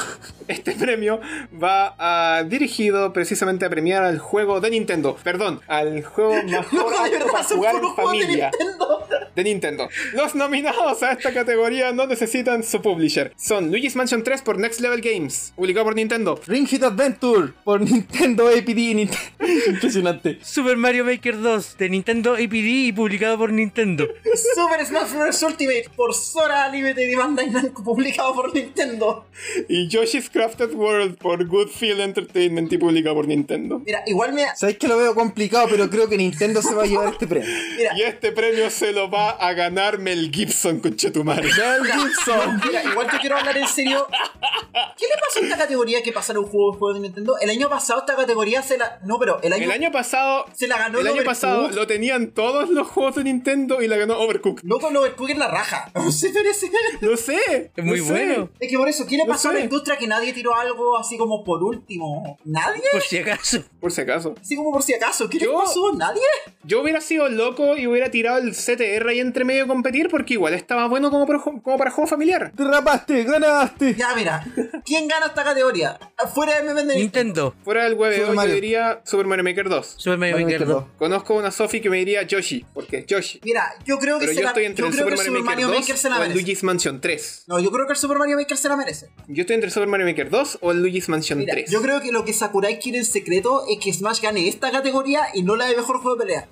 Speaker 4: este premio va a- dirigido precisamente a premiar al juego de Nintendo. Perdón, al juego mejor
Speaker 1: Loco, de
Speaker 4: apto para
Speaker 1: verdad son
Speaker 4: jugar
Speaker 1: puros
Speaker 4: en
Speaker 1: juegos de
Speaker 4: familia.
Speaker 1: Nintendo.
Speaker 4: de Nintendo. Los nominados a esta categoría no necesitan su publisher. Son Luigi's Mansion 3 por Next Level Games, publicado por Nintendo.
Speaker 2: Ring Fit Adventure por Nintendo APD. Nint- Impresionante.
Speaker 3: Super Mario Maker 2 de Nintendo APD y publicado por Nintendo.
Speaker 1: Super Smash Bros. Ultimate por Sora Limited y Bandai Namco, publicado por Nintendo.
Speaker 4: Y Yoshi's Crafted World por Goodfield Entertainment y publicado por Nintendo.
Speaker 1: Mira, igual me...
Speaker 2: Sabéis que lo veo complicado, pero creo que Nintendo se va a llevar este premio.
Speaker 1: Mira,
Speaker 4: Y este premio se lo va a ganar Mel Gibson, conchetumare.
Speaker 2: Mel Gibson.
Speaker 1: Mira, igual yo quiero hablar en serio. ¿Qué le pasó a esta categoría que pasaron un juego, juego de Nintendo? El año pasado esta categoría se la... No, pero el año...
Speaker 4: El año pasado.
Speaker 1: Se la ganó
Speaker 4: El año
Speaker 1: Overcooked.
Speaker 4: pasado lo tenían todos los juegos de Nintendo y la ganó Overcooked.
Speaker 1: Loco, lo Overcooked es la raja. No sé, pero ese-
Speaker 4: Lo sé.
Speaker 3: Es muy
Speaker 4: lo sé.
Speaker 3: bueno.
Speaker 1: Es que por eso, ¿qué le
Speaker 4: No
Speaker 1: pasó a
Speaker 4: sé.
Speaker 1: la industria que nadie tiró algo así como por último? ¿Nadie?
Speaker 3: Por si acaso.
Speaker 4: Por si acaso.
Speaker 1: Así como por si acaso. ¿Qué
Speaker 4: Yo-
Speaker 1: le pasó? ¿Nadie?
Speaker 4: Yo hubiera sido loco y hubiera tirado el CTR ahí entre medio a competir porque igual estaba bueno como, pro- como para juego familiar.
Speaker 2: Te rapaste, ganaste.
Speaker 1: Ya, mira. ¿Quién gana esta categoría? Fuera de MMN.
Speaker 3: Nintendo.
Speaker 4: Fuera del hueveo
Speaker 2: Super
Speaker 4: yo
Speaker 2: Mario.
Speaker 4: diría Super Mario Maker 2.
Speaker 3: Super Mario
Speaker 2: Mario
Speaker 3: Maker
Speaker 2: Maker
Speaker 3: 2.
Speaker 4: Conozco una Sophie que me diría Yoshi, porque Yoshi.
Speaker 1: Mira, yo creo que
Speaker 4: Pero
Speaker 1: se
Speaker 4: yo
Speaker 1: la...
Speaker 4: estoy entre
Speaker 1: yo
Speaker 4: el
Speaker 1: creo
Speaker 4: Super
Speaker 1: que
Speaker 4: Mario,
Speaker 1: Super Mario Maker, se la
Speaker 4: o el
Speaker 1: merece.
Speaker 4: Luigi's Mansion 3.
Speaker 1: No, yo creo que el Super Mario Maker se la merece.
Speaker 4: Yo estoy entre el Super Mario Maker 2 o el Luigi's Mansion
Speaker 1: Mira,
Speaker 4: 3.
Speaker 1: yo creo que lo que Sakurai quiere en secreto es que Smash gane esta categoría y no la de mejor juego de pelea.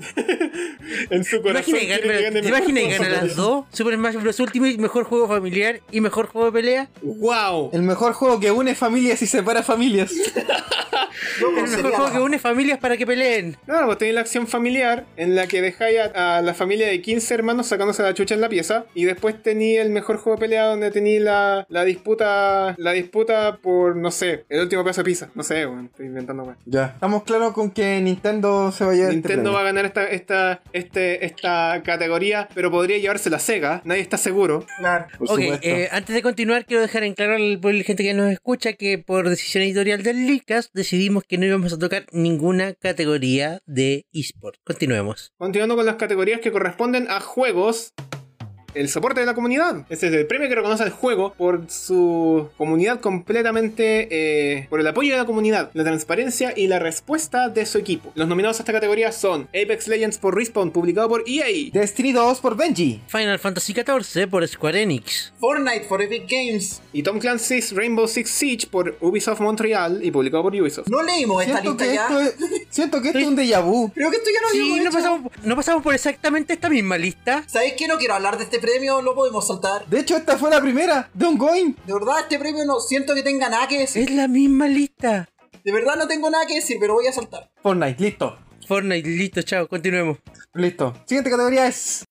Speaker 4: En su
Speaker 3: ¿Te
Speaker 4: corazón.
Speaker 3: imaginas
Speaker 4: quiere
Speaker 3: ganar-
Speaker 4: que gane
Speaker 3: ¿te
Speaker 4: mejor
Speaker 3: imaginas
Speaker 4: juego
Speaker 3: ganar las
Speaker 4: familiar.
Speaker 3: dos? Super Smash Bros. Ultimate, mejor juego familiar y mejor juego de pelea.
Speaker 4: ¡Wow!
Speaker 2: El mejor juego que une familias y separa familias.
Speaker 1: Loco,
Speaker 3: Es el mejor
Speaker 1: sería
Speaker 3: juego
Speaker 1: la-
Speaker 3: que une familias para que peleen.
Speaker 4: No, vos tenéis la acción familiar en la que dejáis a, a la familia de 15 hermanos sacándose la chucha en la pieza. Y después tení el mejor juego de pelea donde tení la, la disputa. La disputa por, no sé, el último pedazo de pizza. No sé, weón, estoy inventando, weón.
Speaker 2: Ya. Estamos claros con que Nintendo se va a llevar este
Speaker 4: Nintendo
Speaker 2: premio.
Speaker 4: va a ganar esta, esta, este, esta categoría, pero podría llevarse la Sega, nadie está seguro.
Speaker 1: Claro.
Speaker 2: Por
Speaker 3: ok,
Speaker 2: supuesto.
Speaker 3: eh, antes de continuar, quiero dejar en claro al a la gente que nos escucha que por decisión editorial del Licas decidimos que no íbamos a tocar ninguna categoría de eSport. Continuemos.
Speaker 4: Continuando con las categorías que corresponden a juegos. El soporte de la comunidad. Este es el premio que reconoce al juego por su comunidad completamente. eh, por el apoyo de la comunidad, la transparencia y la respuesta de su equipo. Los nominados a esta categoría son Apex Legends por Respawn, publicado por E EA.
Speaker 2: Destiny 2 por Benji.
Speaker 3: Final Fantasy XIV por Square Enix.
Speaker 1: Fortnite for Epic Games.
Speaker 4: Y Tom Clancy's Rainbow Six Siege por Ubisoft Montreal y publicado por Ubisoft.
Speaker 1: No leímos esta
Speaker 2: Siento
Speaker 1: Pues lista
Speaker 2: que,
Speaker 1: ya.
Speaker 2: esto es, siento que esto es un déjà vu.
Speaker 1: Creo que esto ya lo
Speaker 3: Sí,
Speaker 1: habíamos
Speaker 3: no
Speaker 1: hecho.
Speaker 3: pasamos, no pasamos por exactamente esta misma lista.
Speaker 1: ¿Sabéis qué? No quiero hablar de este premio, lo podemos saltar.
Speaker 2: De hecho, esta fue la primera de un going.
Speaker 1: De verdad, este premio no siento que tenga nada que decir.
Speaker 3: Es la misma lista.
Speaker 1: De verdad no tengo nada que decir, pero voy a saltar.
Speaker 2: Fortnite, listo.
Speaker 3: Fortnite, listo, chao, continuemos.
Speaker 2: Listo. Siguiente categoría es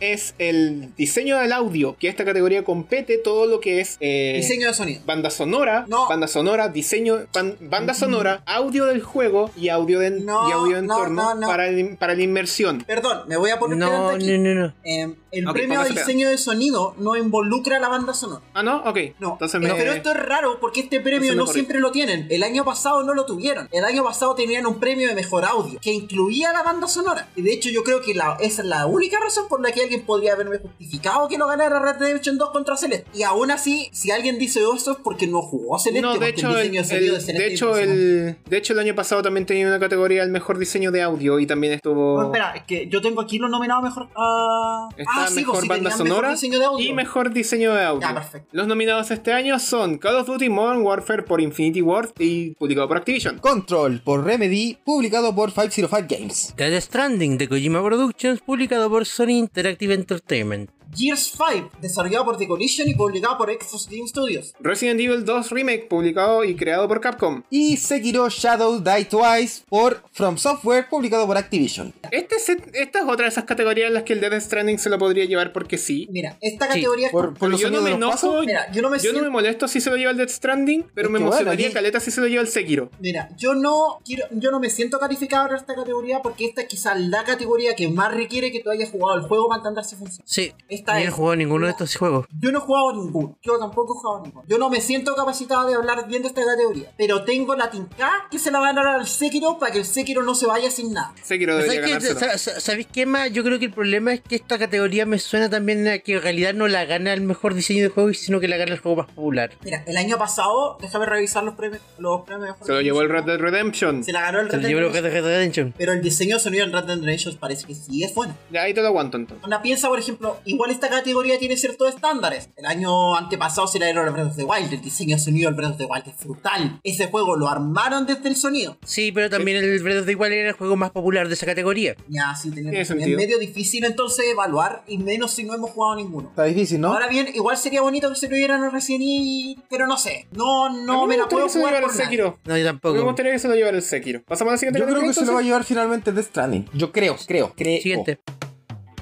Speaker 4: es el diseño del audio, que esta categoría compete todo lo que es eh,
Speaker 1: Diseño de sonido.
Speaker 4: banda sonora,
Speaker 1: No.
Speaker 4: banda sonora, diseño, ban- banda sonora, audio del juego y audio de,
Speaker 1: No,
Speaker 4: y audio de
Speaker 1: no, no,
Speaker 4: entorno
Speaker 1: no.
Speaker 4: Para, el- para la inmersión.
Speaker 1: Perdón, me voy a poner
Speaker 3: No,
Speaker 1: pedante
Speaker 3: no,
Speaker 1: aquí.
Speaker 3: no, no.
Speaker 1: Eh, el
Speaker 4: Ok,
Speaker 1: premio de
Speaker 4: póngase pedante.
Speaker 1: diseño de sonido no involucra la banda sonora.
Speaker 4: Ah, no, ok.
Speaker 1: No,
Speaker 4: Entonces
Speaker 1: eh,
Speaker 4: me-
Speaker 1: pero esto es raro porque este premio
Speaker 4: entonces
Speaker 1: no
Speaker 4: mejor.
Speaker 1: siempre lo tienen. El año pasado no lo tuvieron. El año pasado tenían un premio de mejor audio que incluía la banda sonora. Y de hecho yo creo que la- esa es la única razón por la que alguien podría haberme justificado que no ganara Red Dead Redemption 2 contra Celeste. Y aún así, si alguien dice eso es porque no jugó Celeste.
Speaker 4: No, de
Speaker 1: porque
Speaker 4: hecho, el,
Speaker 1: diseño de sonido
Speaker 4: el-
Speaker 1: de Celeste
Speaker 4: de,
Speaker 1: es
Speaker 4: hecho
Speaker 1: impresionante.
Speaker 4: el, de hecho, el año pasado también tenía una categoría el mejor diseño de audio y también estuvo.
Speaker 1: Oh, espera, es que yo tengo aquí lo nominado mejor. ah,
Speaker 4: Está
Speaker 1: ah, sí,
Speaker 4: mejor
Speaker 1: pues, sí,
Speaker 4: banda
Speaker 1: tenían
Speaker 4: sonora
Speaker 1: mejor diseño de audio.
Speaker 4: y mejor diseño de audio.
Speaker 1: Ya, perfecto.
Speaker 4: Los nominados este año son Call of Duty Modern Warfare por Infinity Ward y publicado por Activision.
Speaker 2: Control por Remedy, publicado por 505 Games.
Speaker 3: Dead Stranding de Kojima Productions, publicado por Sony Interactive Entertainment.
Speaker 1: Gears 5, desarrollado por The Collision y publicado por Xbox Game Studios.
Speaker 4: Resident Evil 2 Remake, publicado y creado por Capcom.
Speaker 2: Y Sekiro Shadow Die Twice por From Software, publicado por Activision.
Speaker 4: Este se- esta es otra de esas categorías en las que el Death Stranding se lo podría llevar porque sí.
Speaker 1: Mira, esta categoría.
Speaker 2: Por, por
Speaker 4: Pero
Speaker 2: los
Speaker 4: yo no
Speaker 2: sonidos
Speaker 4: me
Speaker 2: de los
Speaker 4: enojo,
Speaker 2: pasos.
Speaker 1: Mira, yo no me siento-
Speaker 4: molesto si se lo lleva el Death Stranding, pero
Speaker 2: Es
Speaker 4: me
Speaker 2: que bueno,
Speaker 4: emocionaría
Speaker 2: aquí-
Speaker 4: caleta si se lo lleva el Sekiro.
Speaker 1: Mira, yo no quiero, yo no me siento calificado para esta categoría porque esta es quizás la categoría que más requiere que tú hayas jugado el juego para entender si funciona.
Speaker 3: Sí,
Speaker 1: Esta
Speaker 3: yo no he
Speaker 1: es-
Speaker 3: jugado ninguno de estos juegos.
Speaker 1: Yo no he jugado ninguno, yo tampoco he jugado ninguno. Yo no me siento capacitado de hablar bien de esta categoría, pero tengo la tinca que se la van a dar al Sekiro para que el Sekiro no se vaya sin nada.
Speaker 4: Sekiro
Speaker 3: Pero
Speaker 4: debería
Speaker 3: ¿Sabéis qué?
Speaker 4: ganárselo.
Speaker 3: Sa- sa- ¿sabéis qué más? Yo creo que el problema es que esta categoría me suena también a que en realidad no la gana el mejor diseño de juego, sino que la gana el juego más popular.
Speaker 1: Mira, el año pasado, déjame revisar los premios, los premios.
Speaker 4: Se lo llevó el Red Dead Redemption.
Speaker 1: Se la ganó el
Speaker 3: Se
Speaker 1: Red
Speaker 3: lo
Speaker 1: Dead
Speaker 3: llevó lo que
Speaker 1: Redemption,
Speaker 3: es Red Dead Redemption.
Speaker 1: Pero el diseño de sonido en Red Dead Redemption parece que sí es bueno.
Speaker 4: Ya, ahí te lo aguanto entonces.
Speaker 1: Una piensa, por ejemplo, igual esta categoría tiene ciertos estándares. El año antepasado se le dieron el Breath of the Wild, el diseño de sonido del Breath of the Wild es brutal. Ese juego lo armaron desde el sonido.
Speaker 3: Sí, pero también el Breath of the Wild era el juego más popular de esa categoría.
Speaker 1: Ya, sí, tenía
Speaker 4: Tiene
Speaker 1: Es
Speaker 4: sentido.
Speaker 1: medio difícil entonces evaluar, y menos si no hemos jugado ninguno.
Speaker 2: Está difícil, ¿no?
Speaker 1: Ahora bien, igual sería bonito que se lo dieran a Resident Evil, pero no sé. No,
Speaker 4: A
Speaker 1: no
Speaker 4: mí
Speaker 1: me la
Speaker 4: gustaría
Speaker 1: puedo
Speaker 4: que se lo
Speaker 1: jugar
Speaker 4: llevara
Speaker 1: por
Speaker 4: el
Speaker 1: nada.
Speaker 4: Sekiro.
Speaker 3: No, yo
Speaker 4: Me
Speaker 3: tampoco.
Speaker 4: gustaría que se lo llevara el Sekiro. Pasamos a la siguiente
Speaker 2: Yo creo
Speaker 4: categoría.
Speaker 2: que se lo va a
Speaker 4: entonces?
Speaker 2: llevar finalmente Death Stranding.
Speaker 5: Yo creo, creo, creo.
Speaker 3: Siguiente.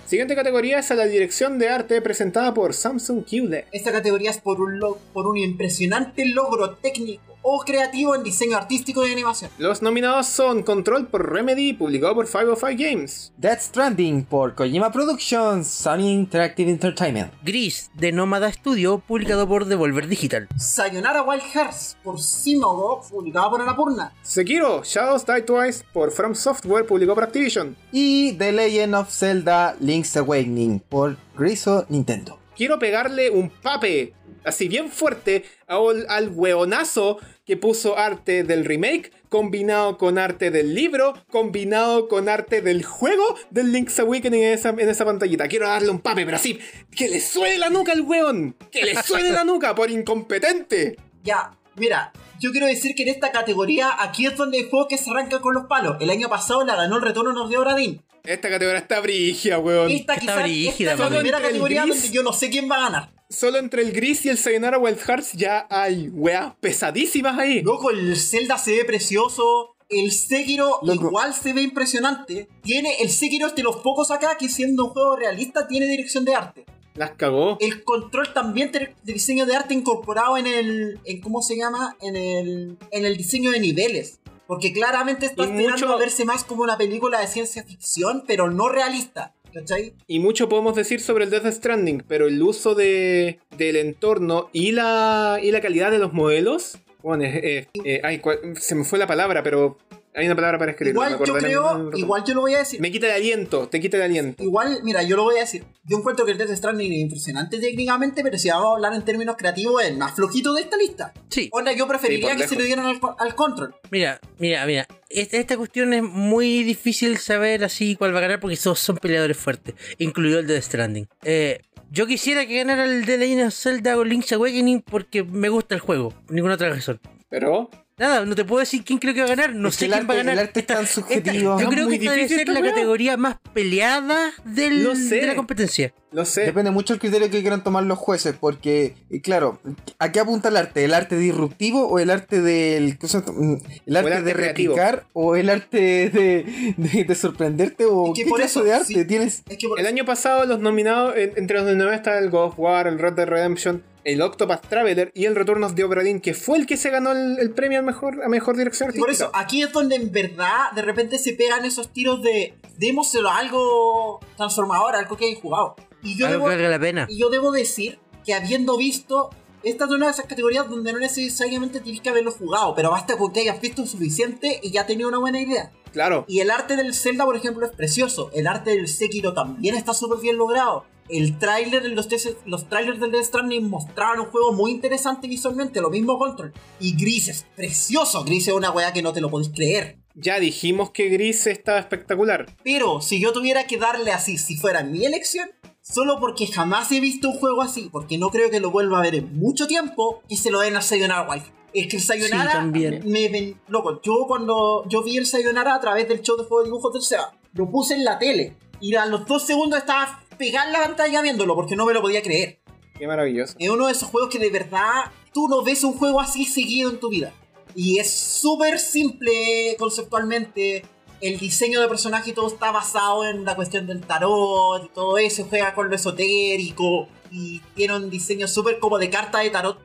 Speaker 4: Siguiente categoría es a la dirección de arte presentada por Samsung QLED.
Speaker 1: Esta categoría es por un, lo- por un impresionante logro técnico o creativo en diseño artístico y animación.
Speaker 4: Los nominados son Control por Remedy, publicado por 505 Games.
Speaker 2: Death Stranding por Kojima Productions, Sony Interactive Entertainment.
Speaker 3: Gris de Nómada Studio, publicado por Devolver Digital.
Speaker 1: Sayonara Wild Hearts por Simogo, publicado por Anapurna.
Speaker 4: Sekiro, Shadows Die Twice por From Software, publicado por Activision.
Speaker 2: Y The Legend of Zelda Link's Awakening por Griso Nintendo.
Speaker 4: Quiero pegarle un pape, así bien fuerte, al, al hueonazo que puso arte del remake, combinado con arte del libro, combinado con arte del juego del Link's Awakening en esa, en esa pantallita. Quiero darle un pape, pero así, que le suene la nuca al hueón. Que le suene la nuca por incompetente.
Speaker 1: Ya, mira, yo quiero decir que en esta categoría aquí es donde hay juegos que se arrancan con los palos. El año pasado la ganó el retorno de Obradín.
Speaker 4: Esta categoría está brigia, weón.
Speaker 1: Esta
Speaker 3: Está
Speaker 1: quizás
Speaker 3: brígida,
Speaker 1: esta es la
Speaker 4: mami.
Speaker 1: primera
Speaker 4: Entre el
Speaker 1: categoría
Speaker 4: gris.
Speaker 1: donde yo no sé quién va a ganar.
Speaker 4: Solo entre el gris y el Sayonara Wild Hearts ya hay weas pesadísimas ahí.
Speaker 1: Loco, el Zelda se ve precioso. El Sekiro
Speaker 2: Loco.
Speaker 1: igual se ve impresionante. Tiene el Sekiro es de los pocos acá que siendo un juego realista tiene dirección de arte.
Speaker 4: Las cagó.
Speaker 1: El control también tiene diseño de arte incorporado en el. En, ¿Cómo se llama? En el, en el diseño de niveles. Porque claramente está
Speaker 4: Y
Speaker 1: esperando
Speaker 4: mucho-
Speaker 1: a verse más como una película de ciencia ficción, pero no realista. ¿Cachai?
Speaker 4: Y mucho podemos decir sobre el Death Stranding, pero el uso de, del entorno y la, y la calidad de los modelos. Bueno, eh, eh, eh, ay, cual- se me fue la palabra, pero hay una palabra para escribirlo.
Speaker 1: igual
Speaker 4: me
Speaker 1: yo
Speaker 4: acordaré en un
Speaker 1: creo,
Speaker 4: rato.
Speaker 1: igual yo lo voy a decir.
Speaker 4: Me quita el aliento, te quita el aliento.
Speaker 1: Igual, mira, yo lo voy a decir. Yo encuentro que el Death Stranding es impresionante técnicamente, pero si vamos a hablar en términos creativos, es el más flojito de esta lista.
Speaker 3: Sí,
Speaker 1: Onda, yo preferiría
Speaker 4: por
Speaker 1: que se
Speaker 4: lejos.
Speaker 1: lo dieran al, al control.
Speaker 3: mira, mira, mira. Esta, esta cuestión es muy difícil saber así cuál va a ganar porque todos son peleadores fuertes, incluido el de Stranding. Eh, yo quisiera que ganara el de Legend of Zelda o Link's Awakening porque me gusta el juego, por ninguna otra razón.
Speaker 4: Pero
Speaker 3: Nada, no te puedo decir quién creo que va a ganar, no
Speaker 2: Es que
Speaker 3: sé
Speaker 2: el
Speaker 3: quién va a
Speaker 2: arte-
Speaker 3: ganar.
Speaker 2: el arte es tan subjetivo.
Speaker 3: yo
Speaker 4: Es
Speaker 3: creo que
Speaker 4: muy
Speaker 3: esta debe
Speaker 4: difícil
Speaker 3: ser
Speaker 4: esta
Speaker 3: la
Speaker 4: weá.
Speaker 3: categoría más peleada del,
Speaker 4: No sé.
Speaker 3: de la competencia.
Speaker 4: No sé.
Speaker 2: Depende mucho el criterio que quieran tomar los jueces, porque, eh, claro, ¿a qué apunta el arte? ¿El arte disruptivo o el arte del. cosa- mm, el arte,
Speaker 4: arte
Speaker 2: de
Speaker 4: creativo.
Speaker 2: replicar o el arte de, de- de sorprenderte? ¿O
Speaker 1: Es que
Speaker 2: qué
Speaker 1: por
Speaker 2: clase
Speaker 1: eso,
Speaker 2: de arte
Speaker 1: sí.
Speaker 2: tienes?
Speaker 1: Es que por-
Speaker 4: El año pasado los nominados, en- entre los nominados está el God of War, el Red Dead Redemption, el Octopath Traveler y el Retornos de Obra Dinn, que fue el que se ganó el, el premio a mejor, a mejor dirección
Speaker 1: Y
Speaker 4: artística.
Speaker 1: por eso, ah, aquí es donde en verdad de repente se pegan esos tiros de démoselo a algo transformador, algo que hayan jugado. Y yo,
Speaker 3: Algo
Speaker 1: debo,
Speaker 3: que valga la pena.
Speaker 1: y yo debo decir que habiendo visto, esta es una de esas categorías donde no necesariamente tienes que haberlo jugado, pero basta con que hayas visto suficiente y ya tenido una buena idea.
Speaker 4: Claro.
Speaker 1: Y el arte del Zelda, por ejemplo, es precioso. El arte del Sekiro también está súper bien logrado. El tráiler, los, tes- los trailers del Death Stranding mostraban un juego muy interesante visualmente, lo mismo Control. Y Gris es precioso. Gris es una weá que no te lo podéis creer.
Speaker 4: Ya dijimos que Gris estaba espectacular.
Speaker 1: Pero si yo tuviera que darle así, si fuera mi elección, solo porque jamás he visto un juego así, porque no creo que lo vuelva a ver en mucho tiempo, y se lo den a Sayonara Wife. Es que el Sayonara
Speaker 3: Sí, también.
Speaker 1: me ven- loco, yo cuando yo vi el Sayonara a través del show de juego de dibujos del Seba, lo puse en la tele y a los dos segundos estaba pegando la pantalla viéndolo porque no me lo podía creer.
Speaker 4: Qué maravilloso.
Speaker 1: Es uno de esos juegos que de verdad tú no ves un juego así seguido en tu vida. Y es súper simple conceptualmente. El diseño de personaje y todo está basado en la cuestión del tarot y todo eso. Juega con lo esotérico y tiene un diseño súper como de carta de tarot,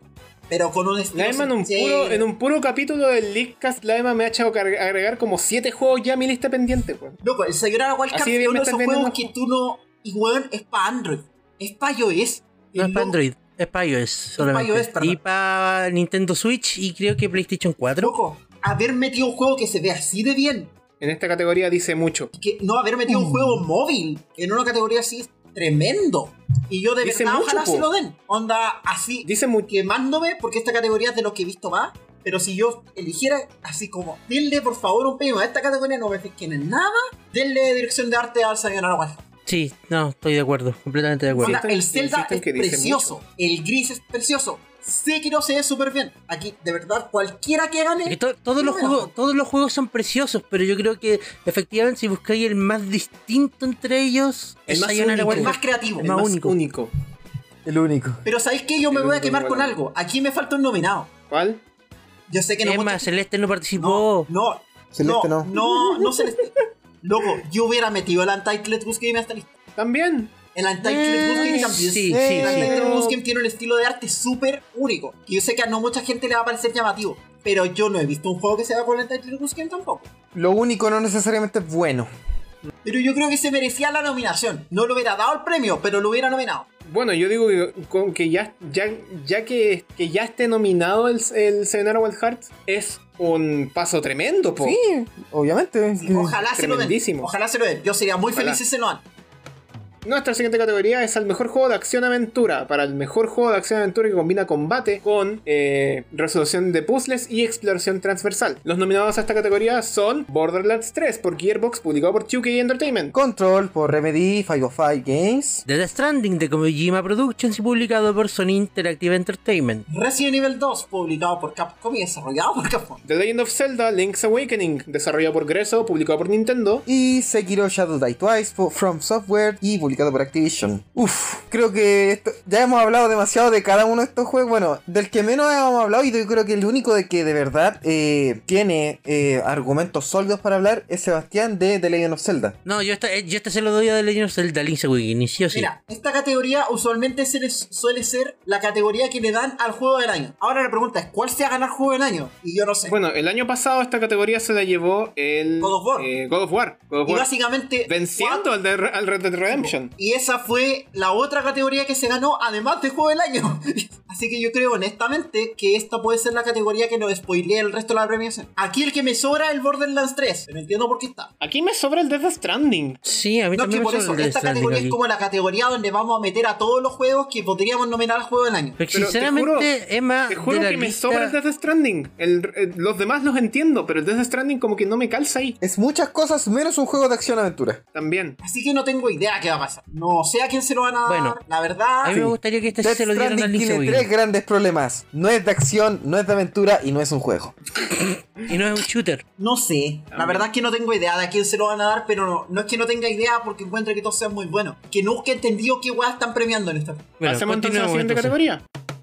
Speaker 1: pero con un estilo.
Speaker 4: Laima en un,
Speaker 1: sincero.
Speaker 4: puro, en un puro capítulo del Leakcast, Laima me ha echado car- agregar como 7 juegos ya a mi lista pendiente, pues.
Speaker 1: Loco, el Sayonara Wildcard
Speaker 4: Así de
Speaker 1: es
Speaker 4: bien
Speaker 1: uno
Speaker 4: me
Speaker 1: de esos
Speaker 4: estás vendiendo
Speaker 1: juegos que tú no. Y weón, es para Android. Es para iOS.
Speaker 3: No es
Speaker 1: Y
Speaker 3: para Android, es para iOS solamente.
Speaker 1: iOS, perdón.
Speaker 3: y para Nintendo Switch y creo que PlayStation 4.
Speaker 1: Loco, haber metido un juego que se ve así de bien.
Speaker 4: En esta categoría dice mucho.
Speaker 1: que no haber metido un juego
Speaker 4: Mm.
Speaker 1: móvil en una categoría así es tremendo. Y yo de
Speaker 4: Dice
Speaker 1: verdad
Speaker 4: mucho,
Speaker 1: ojalá
Speaker 4: po.
Speaker 1: se lo den. Onda así,
Speaker 4: Dice mucho.
Speaker 1: quemándome, porque esta categoría es de los que he visto más. Pero si yo eligiera así como, denle por favor un premio a esta categoría, no me fijen en nada, denle dirección de arte al Sayonara Wild.
Speaker 3: Sí, no, estoy de acuerdo, completamente de acuerdo.
Speaker 1: Onda, el
Speaker 4: insisto en
Speaker 1: Zelda
Speaker 4: que
Speaker 1: es
Speaker 4: dice
Speaker 1: precioso, el gris es precioso, Sekiro se ve súper bien. Aquí, de verdad, cualquiera que
Speaker 3: Porque
Speaker 1: gane,
Speaker 3: to- todos, los
Speaker 1: Bueno.
Speaker 3: juegos, todos los juegos son preciosos, pero yo creo que efectivamente si buscáis el más distinto entre ellos,
Speaker 4: El
Speaker 3: es
Speaker 4: más
Speaker 3: Sayonara
Speaker 4: único.
Speaker 1: es
Speaker 3: Wild
Speaker 1: más
Speaker 3: Hearts.
Speaker 1: creativo.
Speaker 3: Es más único.
Speaker 2: El único.
Speaker 1: Pero ¿sabéis qué? Yo me
Speaker 4: El
Speaker 1: voy a
Speaker 4: único
Speaker 1: quemar con
Speaker 4: igual.
Speaker 1: algo. Aquí me falta un nominado.
Speaker 4: ¿Cuál?
Speaker 1: Yo sé que no
Speaker 3: Es
Speaker 1: mucha-
Speaker 3: más, Celeste no
Speaker 1: No,
Speaker 3: participó.
Speaker 1: no,
Speaker 2: Celeste
Speaker 1: no,
Speaker 2: no.
Speaker 1: no, no Celeste. Loco, yo hubiera metido el Untitled Goose Game hasta lista.
Speaker 4: También.
Speaker 1: El Untitled
Speaker 3: Eh,
Speaker 1: Goose Game también.
Speaker 3: sí, sí,
Speaker 1: El
Speaker 2: Eh,
Speaker 3: sí.
Speaker 1: Untitled
Speaker 4: pero-
Speaker 1: Goose Game tiene un estilo de arte súper único. Que yo sé que a no mucha gente le va a parecer llamativo. Pero yo no he visto un juego que se haga con el Untitled Goose Game tampoco.
Speaker 2: Lo único no necesariamente es bueno.
Speaker 1: Pero yo creo que se merecía la nominación. No le hubiera dado el premio, pero lo hubiera nominado.
Speaker 4: Bueno, yo digo que, con- que ya, ya, ya que, que ya esté nominado el, el Sayonara Wild Hearts es un paso tremendo, po.
Speaker 2: Sí, obviamente.
Speaker 3: Mm,
Speaker 2: que-
Speaker 1: Ojalá se lo den.
Speaker 4: Tremendísimo.
Speaker 1: Ojalá se lo den. Yo sería muy
Speaker 4: Ojalá.
Speaker 1: feliz si se lo dan.
Speaker 4: Nuestra siguiente categoría es al mejor juego de acción-aventura. Para el mejor juego de acción-aventura que combina combate con eh, resolución de puzzles y exploración transversal. Los nominados a esta categoría son Borderlands 3 por Gearbox, publicado por 2K Entertainment.
Speaker 2: Control por Remedy, 505 Games.
Speaker 3: The Death Stranding de Kojima Productions y publicado por Sony Interactive Entertainment.
Speaker 1: Resident Evil 2, publicado por Capcom y desarrollado por Capcom.
Speaker 4: The Legend of Zelda Link's Awakening, desarrollado por Greso, publicado por Nintendo.
Speaker 2: Y Sekiro Shadow Die Twice por From Software y publicado por Activision. Uf, creo que esto- ya hemos hablado demasiado de cada uno de estos juegos. Bueno, del que menos hemos hablado y yo creo que el único de que de verdad eh, tiene eh, argumentos sólidos para hablar es Sebastián de The Legend of Zelda.
Speaker 3: No, yo este, yo este se lo doy a The Legend of Zelda Link's Awakening, sí o sí.
Speaker 1: Mira, esta categoría usualmente se les suele ser la categoría que le dan al juego del año. Ahora la pregunta es, ¿cuál sea ganar juego del año? Y yo no sé.
Speaker 4: Bueno, el año pasado esta categoría se la llevó el
Speaker 1: God of War.
Speaker 4: eh, God of War. God of
Speaker 1: y
Speaker 4: War.
Speaker 1: básicamente...
Speaker 4: Venciendo
Speaker 1: cuatro-
Speaker 4: al, de- al Red Dead Redemption.
Speaker 1: Y esa fue la otra categoría que se ganó, además de juego del año. Así que yo creo honestamente que esta puede ser la categoría que nos spoilea el resto de la premiación. Aquí el que me sobra es el Borderlands 3, pero entiendo por qué está.
Speaker 4: Aquí me sobra el Death Stranding.
Speaker 3: Sí, a mí
Speaker 1: No, es que
Speaker 3: también me
Speaker 1: por
Speaker 3: sobra
Speaker 1: eso,
Speaker 3: el Death
Speaker 1: esta
Speaker 3: Stranding
Speaker 1: categoría
Speaker 3: aquí.
Speaker 1: es como la categoría donde vamos a meter a todos los juegos que podríamos nominar al juego del año.
Speaker 4: Pero
Speaker 3: Pero
Speaker 4: te
Speaker 3: sinceramente,
Speaker 4: juro-
Speaker 3: Emma,
Speaker 4: Te juro
Speaker 3: de
Speaker 4: que
Speaker 3: la
Speaker 4: me
Speaker 3: lista-
Speaker 4: sobra el Death Stranding. El- el- los demás los entiendo, pero el Death Stranding como que no me calza ahí
Speaker 2: Es muchas cosas menos un juego de acción-aventura.
Speaker 4: también.
Speaker 1: Así que no tengo idea qué va a casa. No sé a quién se lo van a dar.
Speaker 3: Bueno.
Speaker 1: la verdad.
Speaker 3: A mí me gustaría que este sí
Speaker 2: Death
Speaker 3: se lo dieran al
Speaker 2: Stranding
Speaker 3: Lice
Speaker 2: tiene tres
Speaker 3: Boy.
Speaker 2: grandes problemas. No es de acción, no es de aventura y no es un juego.
Speaker 3: Y no es un shooter.
Speaker 1: No sé, la verdad es que no tengo idea de a quién se lo van a dar, pero no, no es que no tenga idea porque encuentre que todos sean muy buenos. Que nunca he entendido qué weas están premiando en esta.
Speaker 3: Bueno,
Speaker 4: Hacemos entonces la
Speaker 3: continuemos,
Speaker 4: siguiente
Speaker 3: entonces.
Speaker 4: categoría.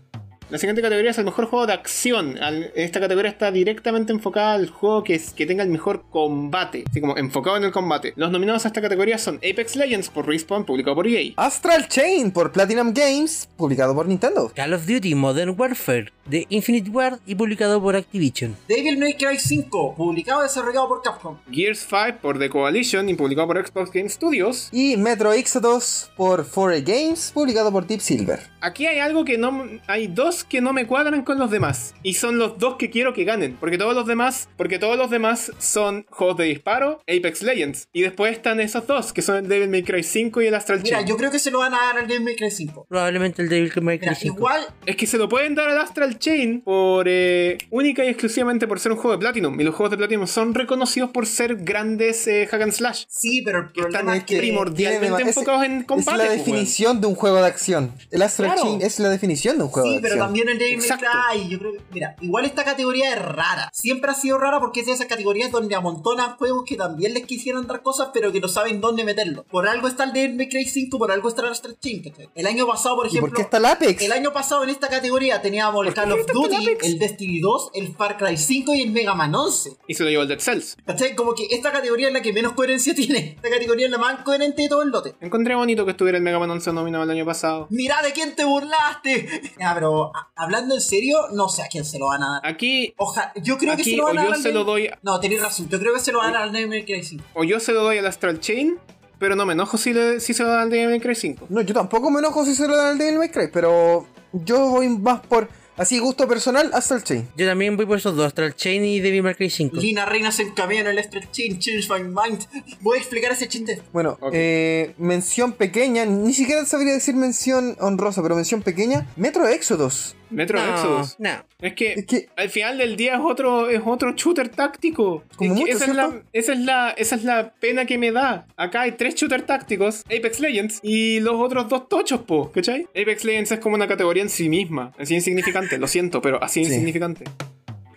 Speaker 4: La siguiente categoría es el mejor juego de acción. Al- Esta categoría está directamente enfocada al juego que, es- que tenga el mejor combate. Así como enfocado en el combate. Los nominados a esta categoría son Apex Legends por Respawn, publicado por E EA.
Speaker 2: Astral Chain por Platinum Games, publicado por Nintendo.
Speaker 3: Call of Duty Modern Warfare de Infinite Ward y publicado por Activision.
Speaker 1: Devil May Cry 5, publicado y desarrollado por Capcom.
Speaker 4: Gears 5 por The Coalition y publicado por Xbox Game Studios.
Speaker 2: Y Metro Exodus por 4 Games, publicado por Deep Silver.
Speaker 4: Aquí hay algo que no... Hay dos que no me cuadran con los demás. Y son los dos que quiero que ganen. Porque todos los demás... Porque todos los demás son juegos de disparo, Apex Legends. Y después están esos dos, que son el Devil May Cry 5 y el Astral
Speaker 1: Mira,
Speaker 4: Chain.
Speaker 1: yo creo que se lo van a dar al Devil May Cry 5.
Speaker 3: Probablemente el Devil May Cry
Speaker 1: Mira,
Speaker 3: 5.
Speaker 1: igual
Speaker 4: Es que se lo pueden dar al Astral Chain por eh, única y exclusivamente por ser un juego de Platinum. Y los juegos de Platinum son reconocidos por ser grandes eh, hack and slash.
Speaker 1: Sí, pero el problema
Speaker 4: están
Speaker 1: es que
Speaker 4: primor- Primordialmente
Speaker 2: Tiene dema-
Speaker 4: enfocados en combate,
Speaker 2: Es la
Speaker 4: pues,
Speaker 2: definición de un juego de acción. El Astral
Speaker 4: Claro.
Speaker 2: Chain es la definición de un juego
Speaker 1: Sí,
Speaker 2: de
Speaker 1: pero
Speaker 2: acción.
Speaker 1: también el Devil May
Speaker 4: Exacto.
Speaker 1: Cry, yo creo que- mira, igual esta categoría es rara. Siempre ha sido rara porque es de esas categorías donde amontonan juegos que también les quisieran dar cosas, pero que no saben dónde meterlo. Por algo está el Devil May Cry 5, por algo está el Astral Chain. ¿cachai? El año pasado, por
Speaker 2: ¿Y
Speaker 1: ejemplo,
Speaker 2: por qué está el Apex?
Speaker 1: el año pasado en esta categoría teníamos el
Speaker 4: ¿Por qué
Speaker 1: Call of
Speaker 4: está el
Speaker 1: Duty,
Speaker 4: Apex?
Speaker 1: el Destiny 2, el Far Cry 5 y el Mega Man 11.
Speaker 4: Y se lo llevó el Dead Cells.
Speaker 1: ¿Cachai? Como que esta categoría es la que menos coherencia tiene. Esta categoría es la más coherente de todo el lote.
Speaker 4: Encontré bonito que estuviera el Mega Man 11 nominado el año pasado.
Speaker 1: Mira de quién te burlaste. Ya, pero a- hablando en serio, no sé a quién se lo van a dar.
Speaker 4: Aquí,
Speaker 1: Ojalá, yo creo que
Speaker 4: aquí
Speaker 1: se lo
Speaker 4: o
Speaker 1: van a dar.
Speaker 4: yo
Speaker 1: al
Speaker 4: se lo
Speaker 1: Devil-
Speaker 4: doy
Speaker 1: No, tenés razón. Yo creo que se lo van a dar al Devil May Cry 5.
Speaker 4: o yo se lo doy al Astral Chain, pero no me enojo si, le- si se lo dan al Devil May Cry 5.
Speaker 2: No, yo tampoco me enojo si se lo dan al Devil May Cry, pero yo voy más por, así, gusto personal, Astral Chain.
Speaker 3: Yo también voy por esos dos, Astral Chain y Devil May Cry 5.
Speaker 1: Lina Reina se encamina el Extra Chin, Change My Mind. Voy a explicar ese chiste.
Speaker 2: Bueno,
Speaker 4: Ok.
Speaker 2: eh, mención pequeña, ni siquiera sabría decir mención honrosa, pero mención pequeña, Metro Exodus.
Speaker 4: Metro
Speaker 3: No,
Speaker 4: Exodus.
Speaker 3: no.
Speaker 4: Es que,
Speaker 2: Es que-
Speaker 4: al final del día es otro, es otro shooter táctico.
Speaker 2: Como
Speaker 4: Es que
Speaker 2: mucho,
Speaker 4: esa, es la,
Speaker 2: ¿cierto?
Speaker 4: esa, es la, esa es la pena que me da. Acá hay tres shooters tácticos, Apex Legends y los otros dos tochos, po, ¿cachai? Apex Legends es como una categoría en sí misma. Así insignificante, lo siento, pero así
Speaker 2: Sí.
Speaker 4: insignificante.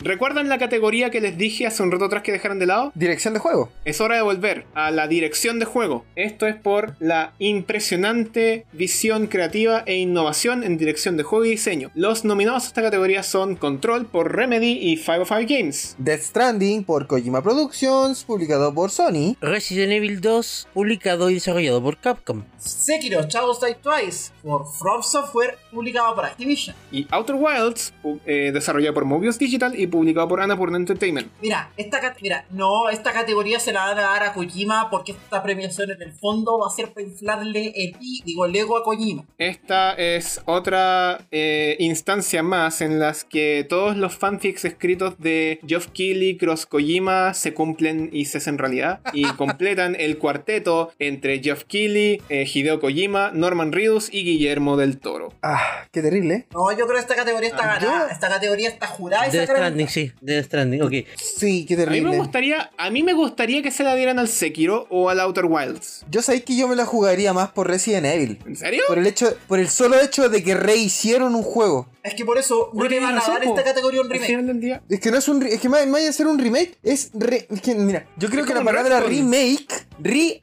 Speaker 4: ¿Recuerdan la categoría que les dije hace un rato atrás que dejaron de lado?
Speaker 2: Dirección de juego.
Speaker 4: Es hora de volver a la dirección de juego. Esto es por la impresionante visión creativa e innovación en dirección de juego y diseño. Los nominados a esta categoría son Control por Remedy y 505 Games.
Speaker 2: Death Stranding por Kojima Productions, publicado por Sony.
Speaker 3: Resident Evil 2, publicado y desarrollado por Capcom.
Speaker 1: Sekiro, Shadows Die Twice. Por From Software, publicado por Activision.
Speaker 4: Y Outer Wilds, pu- eh, desarrollado por Mobius Digital y publicado por Annapurna Entertainment.
Speaker 1: Mira, esta cat- mira, no, esta categoría se la van a dar a Kojima porque esta premiación en el fondo va a ser para inflarle el i, digo, el ego a Kojima.
Speaker 4: Esta es otra eh, instancia más en las que todos los fanfics escritos de Geoff Keighley, Cross Kojima se cumplen y se hacen realidad y completan el cuarteto entre Geoff Keighley, eh, Hideo Kojima, Norman Reedus y Guillermo del Toro.
Speaker 2: Ah, qué terrible.
Speaker 1: No, yo creo que esta categoría está
Speaker 4: Ah,
Speaker 1: ganada.
Speaker 2: yo-
Speaker 1: Esta categoría está
Speaker 2: Ah,
Speaker 1: jurada y
Speaker 3: Death
Speaker 1: sacada en-
Speaker 3: Stranding, sí. Death Stranding, ok.
Speaker 2: Sí, qué
Speaker 4: A mí
Speaker 2: terrible.
Speaker 4: me gustaría, a mí me gustaría que se la dieran al Sekiro o al Outer Wilds.
Speaker 2: Yo sabéis que yo me la jugaría más por Resident Evil.
Speaker 4: ¿En serio?
Speaker 2: Por el hecho, por el solo hecho de que rehicieron un juego.
Speaker 1: Es que por eso no
Speaker 4: Porque
Speaker 1: le van a
Speaker 4: tienes razón,
Speaker 1: dar
Speaker 4: po.
Speaker 1: esta categoría un
Speaker 4: Al
Speaker 1: remake.
Speaker 4: final del día.
Speaker 2: Es que no es un re- es que más, más de ser un remake, es re- es que mira, yo creo
Speaker 4: Es
Speaker 2: que la
Speaker 4: como un
Speaker 2: palabra
Speaker 4: retcon.
Speaker 2: remake,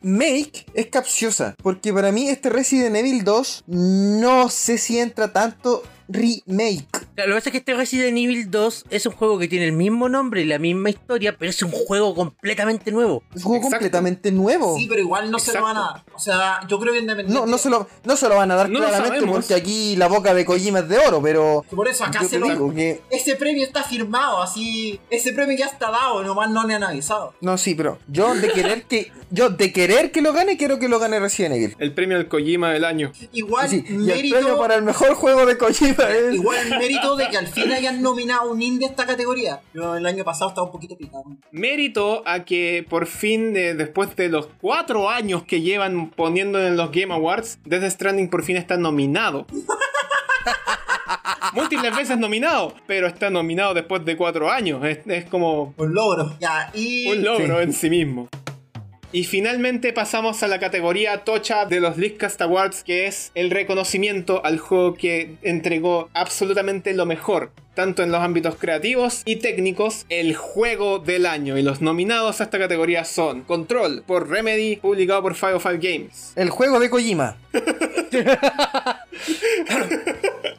Speaker 2: remake es capciosa, porque para mí este Resident Evil 2 no sé si entra tanto remake.
Speaker 3: Claro, Lo que pasa es que este Resident Evil 2 es un juego que tiene el mismo nombre y la misma historia, pero es un juego completamente nuevo.
Speaker 2: Es un juego
Speaker 4: Exacto.
Speaker 2: completamente nuevo.
Speaker 1: Sí, pero igual no se lo van a dar. O sea, yo creo que independiente.
Speaker 2: No, no se, lo, no se lo van a dar
Speaker 4: No lo
Speaker 2: claramente
Speaker 4: sabemos.
Speaker 2: porque aquí la boca de Kojima es de oro, pero
Speaker 1: que Por eso acá
Speaker 2: yo
Speaker 1: se
Speaker 2: te
Speaker 1: lo.
Speaker 2: digo que
Speaker 1: Ese premio está firmado, así. Ese premio ya está dado, nomás no le han avisado.
Speaker 2: no, sí, pero yo de querer que yo de querer que lo gane quiero que lo gane Resident Evil.
Speaker 4: El premio al Kojima del año.
Speaker 1: Igual
Speaker 2: Sí, y el premio
Speaker 1: mérito.
Speaker 2: para el mejor juego de Kojima es
Speaker 1: Igual mérito de que al fin hayan nominado un indie a esta categoría. Yo el año pasado estaba un poquito picado.
Speaker 4: mérito a que por fin, eh, después de los cuatro años que llevan poniendo en los Game Awards, Death Stranding por fin está nominado. Múltiples veces nominado, pero está nominado después de cuatro años. Es, es como
Speaker 1: Un logro. Ya, y.
Speaker 4: un logro en sí mismo. Y finalmente pasamos a la categoría tocha de los Leadcast Awards, que es el reconocimiento al juego que entregó absolutamente lo mejor, tanto en los ámbitos creativos y técnicos, el juego del año. Y los nominados a esta categoría son Control por Remedy, publicado por 505 Games.
Speaker 2: El juego de Kojima.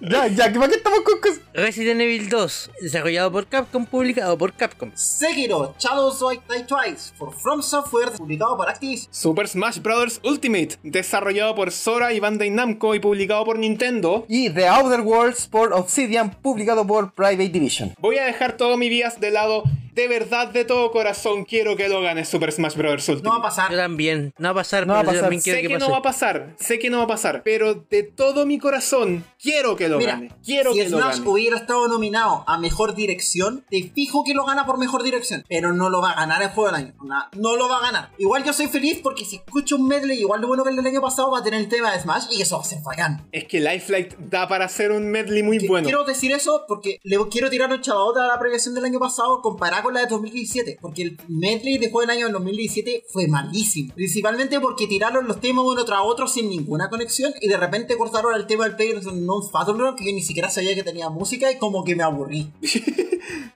Speaker 2: ya, ya, ¿para qué estamos con cosas?
Speaker 3: Resident Evil 2, desarrollado por Capcom, publicado por Capcom.
Speaker 1: Sekiro, Shadows Die Twice, por From Software, publicado por Activision.
Speaker 4: Super Smash Bros. Ultimate, desarrollado por Sora y Bandai Namco y publicado por Nintendo.
Speaker 2: Y The Outer Worlds por Obsidian, publicado por Private Division.
Speaker 4: Voy a dejar todo mi vías de lado. De verdad, de todo corazón, quiero que lo gane Super Smash Bros. Ultimate.
Speaker 1: No va a
Speaker 3: Yo
Speaker 1: pasar.
Speaker 3: también, no va a pasar,
Speaker 2: Ah. No va a
Speaker 3: pero yo
Speaker 2: pasar.
Speaker 3: también quiero
Speaker 4: sé que,
Speaker 3: que
Speaker 4: no va a
Speaker 3: pase.
Speaker 4: pasar, sé que no va a pasar, pero de todo mi corazón quiero que lo
Speaker 1: Mira,
Speaker 4: gane. Quiero
Speaker 1: si
Speaker 4: que lo
Speaker 1: Smash
Speaker 4: gane.
Speaker 1: hubiera estado nominado a mejor dirección, te fijo que lo gana por mejor dirección, pero no lo va a ganar el juego del año. na- No, lo va a ganar. Igual yo soy feliz porque si escucho un medley igual de bueno que el del año pasado, va a tener el tema de Smash y eso va a ser bacán.
Speaker 4: Es que Lifelight da para hacer un medley muy
Speaker 1: Que-
Speaker 4: bueno.
Speaker 1: Quiero decir eso porque le quiero tirar un chavota a la previación del año pasado comparada con la de 2017. Porque el medley de juego del año 2017 fue malísimo. Principalmente porque tiraron los temas uno tras otro sin ninguna conexión y de repente cortaron el tema del Players Non Battleground que yo ni siquiera sabía que tenía música y como que me aburrí.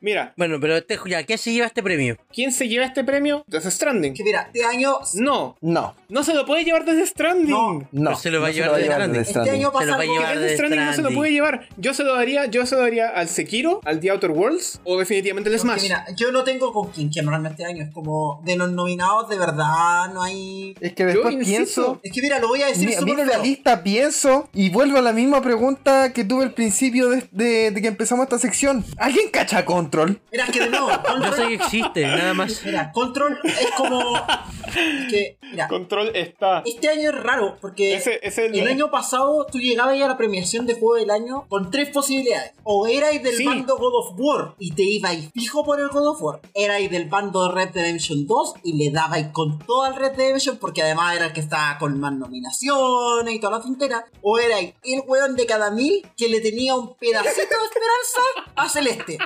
Speaker 4: Mira,
Speaker 3: Bueno, pero este, ya, ¿qué se lleva este premio?
Speaker 4: ¿quién se lleva este premio? Death Stranding.
Speaker 1: Que mira, este año.
Speaker 4: No,
Speaker 2: No,
Speaker 4: no se lo puede llevar Death Stranding.
Speaker 1: No.
Speaker 2: no.
Speaker 3: No se lo va a
Speaker 2: no
Speaker 3: llevar Death Stranding.
Speaker 2: Death
Speaker 1: Este año
Speaker 3: Se lo
Speaker 1: pasa
Speaker 3: va a
Speaker 1: algo
Speaker 3: llevar
Speaker 1: que-
Speaker 4: Death
Speaker 3: Death
Speaker 4: Stranding no se lo
Speaker 3: Stranding.
Speaker 4: puede llevar. Yo se lo daría, yo se lo daría al Sekiro, al The Outer Worlds o definitivamente al
Speaker 1: porque
Speaker 4: Smash.
Speaker 1: mira, yo no tengo con quién quemarme este año. Es como de los nominados, de verdad, no hay.
Speaker 2: Es que
Speaker 4: Yo
Speaker 2: después
Speaker 4: insisto,
Speaker 2: pienso.
Speaker 1: Es que mira, lo voy a decir
Speaker 2: mi-
Speaker 1: súper
Speaker 2: miro la
Speaker 1: feo.
Speaker 2: lista, pienso y vuelvo a la misma pregunta que tuve al principio de, de- de que empezamos esta sección. ¿Alguien cacha Control?
Speaker 1: Mira, es que de nuevo,
Speaker 3: Yo sé que existe, nada más.
Speaker 1: Mira, Control es como. es que, mira,
Speaker 4: Control está.
Speaker 1: este año es raro porque
Speaker 4: Ese- ese es el-
Speaker 1: el año pasado tú llegabas ya a la premiación de juego del año con tres posibilidades. O erais del
Speaker 4: Sí.
Speaker 1: bando God of War y te ibais fijo por el God of War. Erais del bando de Red Redemption 2 y le dabais con todo al Red Redemption porque además era el que estaba con más nominaciones y toda la tontera. O erais el weón de cada mil que le tenía un pedacito de esperanza a Celeste.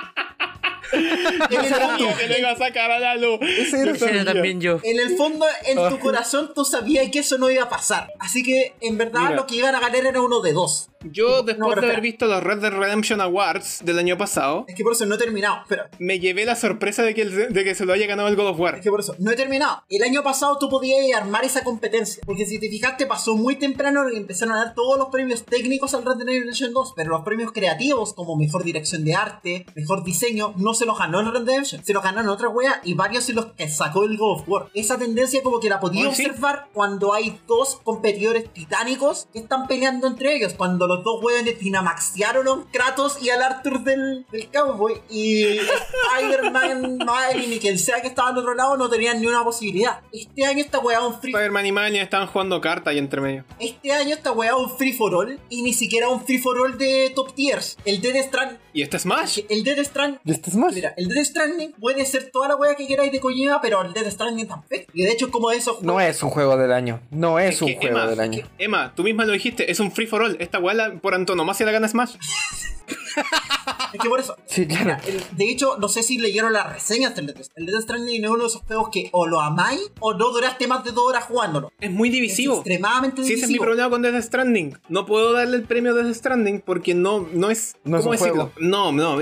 Speaker 1: En el fondo,
Speaker 4: Sabía que
Speaker 2: Ah.
Speaker 4: le iba a sacar a Lalo.
Speaker 2: Ese era-
Speaker 4: Yo sabía.
Speaker 3: Ese era también yo.
Speaker 1: en el fondo, en tu corazón, tú sabías que eso no iba a pasar. Así que, en verdad,
Speaker 4: Mira.
Speaker 1: lo que iban a ganar era uno de dos.
Speaker 4: Yo,
Speaker 1: No,
Speaker 4: después
Speaker 1: pero
Speaker 4: de haber
Speaker 1: espera.
Speaker 4: visto los Red Dead Redemption Awards del año pasado,
Speaker 1: Es que por eso no he terminado. Pero,
Speaker 4: me llevé la sorpresa de que, el- de que se lo haya ganado el God of War.
Speaker 1: es que por eso no he terminado. El año pasado tú podías armar esa competencia. Porque si te fijaste, pasó muy temprano y empezaron a dar todos los premios técnicos al Red Dead Redemption 2. Pero los premios creativos, como mejor dirección de arte, mejor diseño, no se los ganó el Red Dead Redemption. Se los ganó en otra wea y varios se los que sacó el God of War. Esa tendencia, como que la podía
Speaker 4: Oye, sí.
Speaker 1: observar cuando hay dos competidores titánicos que están peleando entre ellos. Cuando los dos hueones dinamaxiaron a un Kratos y al Arthur del, del Cowboy. Y Spider-Man, Madeline y quien sea que estaba al otro lado no tenían ni una posibilidad. Este año esta hueá un free
Speaker 4: Spider-Man y Mania estaban jugando cartas y entre medio.
Speaker 1: Este año esta hueá un free for all. Y ni siquiera un free for all de top tiers. El Dead Strand.
Speaker 4: ¿Y este Smash?
Speaker 1: El Dead Strand
Speaker 2: ¿Y este es más?
Speaker 1: Mira, el Death Stranding puede ser toda la wea que queráis de Kojima, pero el Death Stranding tampoco. Y de hecho, es como de esos juegos
Speaker 2: No es un juego del año. No es,
Speaker 4: que,
Speaker 2: un juego
Speaker 4: Emma,
Speaker 2: del año.
Speaker 4: Emma, tú misma lo dijiste, es un free for all. Esta weá la- por antonomasia la gana Smash.
Speaker 1: Es que por eso.
Speaker 2: Sí, claro.
Speaker 1: El- de hecho, no sé si leyeron las reseñas del Death Stranding. El Death Stranding es uno de esos juegos que o lo amáis o no duraste más de dos horas jugándolo.
Speaker 4: Es muy
Speaker 1: Es
Speaker 4: divisivo.
Speaker 1: extremadamente
Speaker 4: Sí, ese es mi
Speaker 1: divisivo.
Speaker 4: problema con Death Stranding. No puedo darle el premio a Death Stranding porque no, no es.
Speaker 2: No es
Speaker 4: ¿Cómo
Speaker 2: un
Speaker 4: decirlo?
Speaker 2: juego. Ah,
Speaker 4: No, no,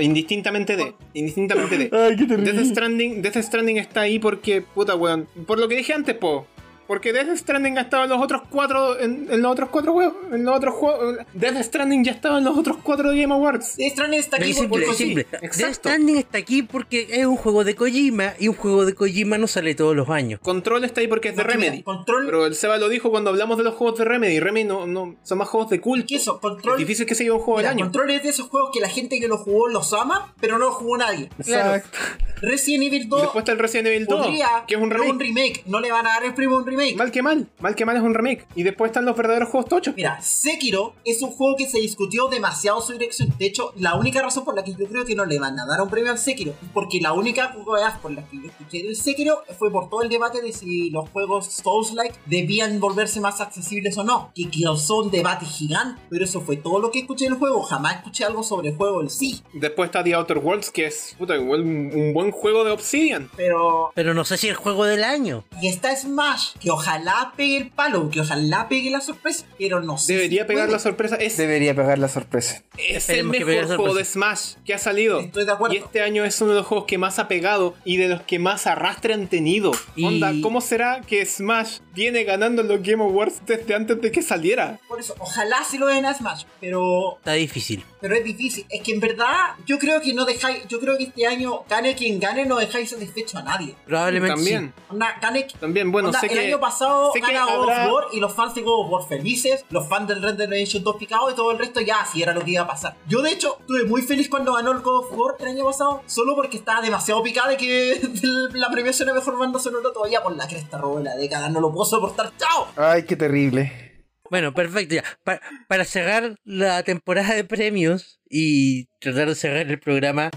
Speaker 4: indistintamente de. Indistintamente de.
Speaker 2: Ay, qué terrible.
Speaker 4: Death Stranding, Death Stranding está ahí porque, puta weón. Por lo que dije antes, po. Porque Death Stranding ha estado en los otros cuatro. En, en los otros cuatro juegos. En los otros juegos. Death Stranding ya estaba en los otros cuatro Game Awards.
Speaker 1: Death Stranding está aquí
Speaker 3: Es
Speaker 1: por-
Speaker 3: simple,
Speaker 1: por
Speaker 3: es simple. Death
Speaker 4: exacto.
Speaker 3: Stranding está aquí porque es un juego de Kojima y un juego de Kojima no sale todos los años.
Speaker 4: Control está ahí porque es de
Speaker 1: Porque mira,
Speaker 4: Remedy.
Speaker 1: Control-
Speaker 4: Pero el Seba lo dijo cuando hablamos de los juegos de Remedy. Remedy no, no son más juegos de culto.
Speaker 1: ¿Qué eso?
Speaker 4: Es
Speaker 1: Control.
Speaker 4: difícil que se lleve un juego
Speaker 1: Mira,
Speaker 4: del año.
Speaker 1: Control es de esos juegos que la gente que lo jugó los ama, pero no lo jugó nadie.
Speaker 2: Exacto.
Speaker 1: Resident Evil 2
Speaker 4: Después está el Resident Evil 2,
Speaker 1: podría,
Speaker 4: que es un
Speaker 1: pero
Speaker 4: remake.
Speaker 1: No le van a dar el primo a un remake.
Speaker 4: Mal que mal, mal que mal es un remake. Y después están los verdaderos juegos tochos.
Speaker 1: Mira, Sekiro es un juego que se discutió demasiado su dirección. De hecho, la única razón por la que yo creo que no le van a dar un premio al Sekiro, porque la única jugada por la que yo escuché el Sekiro fue por todo el debate de si los juegos Souls-like debían volverse más accesibles o no. Que causó un debate gigante, pero eso fue todo lo que escuché del juego. Jamás escuché algo sobre el juego en sí.
Speaker 4: Después está The Outer Worlds, que es puta, igual un, un buen un juego de Obsidian.
Speaker 1: Pero.
Speaker 3: Pero no sé si el juego del año.
Speaker 1: Y está Smash, que ojalá pegue el palo, que ojalá pegue la sorpresa, pero no sé.
Speaker 4: Debería pegar la sorpresa. Es,
Speaker 2: Debería pegar la sorpresa.
Speaker 4: es el
Speaker 3: Esperemos que pegue
Speaker 4: mejor
Speaker 3: la
Speaker 4: juego de
Speaker 3: sorpresa.
Speaker 4: Smash que ha salido.
Speaker 1: Estoy de acuerdo.
Speaker 4: Y este año es uno de los juegos que más ha pegado y de los que más arrastre han tenido.
Speaker 3: Y-
Speaker 4: Onda, ¿cómo será que Smash viene ganando en los Game Awards desde antes de que saliera?
Speaker 1: Por eso, ojalá sí lo den a Smash, pero,
Speaker 3: Está difícil.
Speaker 1: pero es difícil. Es que en verdad, yo creo que no dejáis, yo creo que este año, gane quien gane, no dejáis satisfecho a nadie.
Speaker 3: Probablemente
Speaker 4: También,
Speaker 1: Onda, gane
Speaker 4: también, bueno,
Speaker 1: Onda,
Speaker 4: sé
Speaker 1: el
Speaker 4: que.
Speaker 1: año pasado
Speaker 4: sé que
Speaker 1: gana God
Speaker 4: habrá-
Speaker 1: of War y los fans de God of War felices, los fans del Red Dead Redemption 2 picados y todo el resto ya así era lo que iba a pasar. Yo de hecho estuve muy feliz cuando ganó el God of War el año pasado, solo porque estaba demasiado picada de que la premiación a mejor banda sonora todavía por la cresta robo de la década, no lo puedo soportar, ¡chao!
Speaker 2: Ay, qué terrible.
Speaker 3: sí. Bueno, perfecto. Ya. Pa- para cerrar la temporada de premios y tratar de cerrar el programa,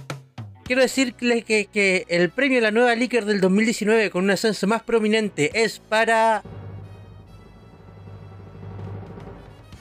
Speaker 3: quiero decirles que, que el premio a la nueva Licker del 2019 con un ascenso más prominente es para.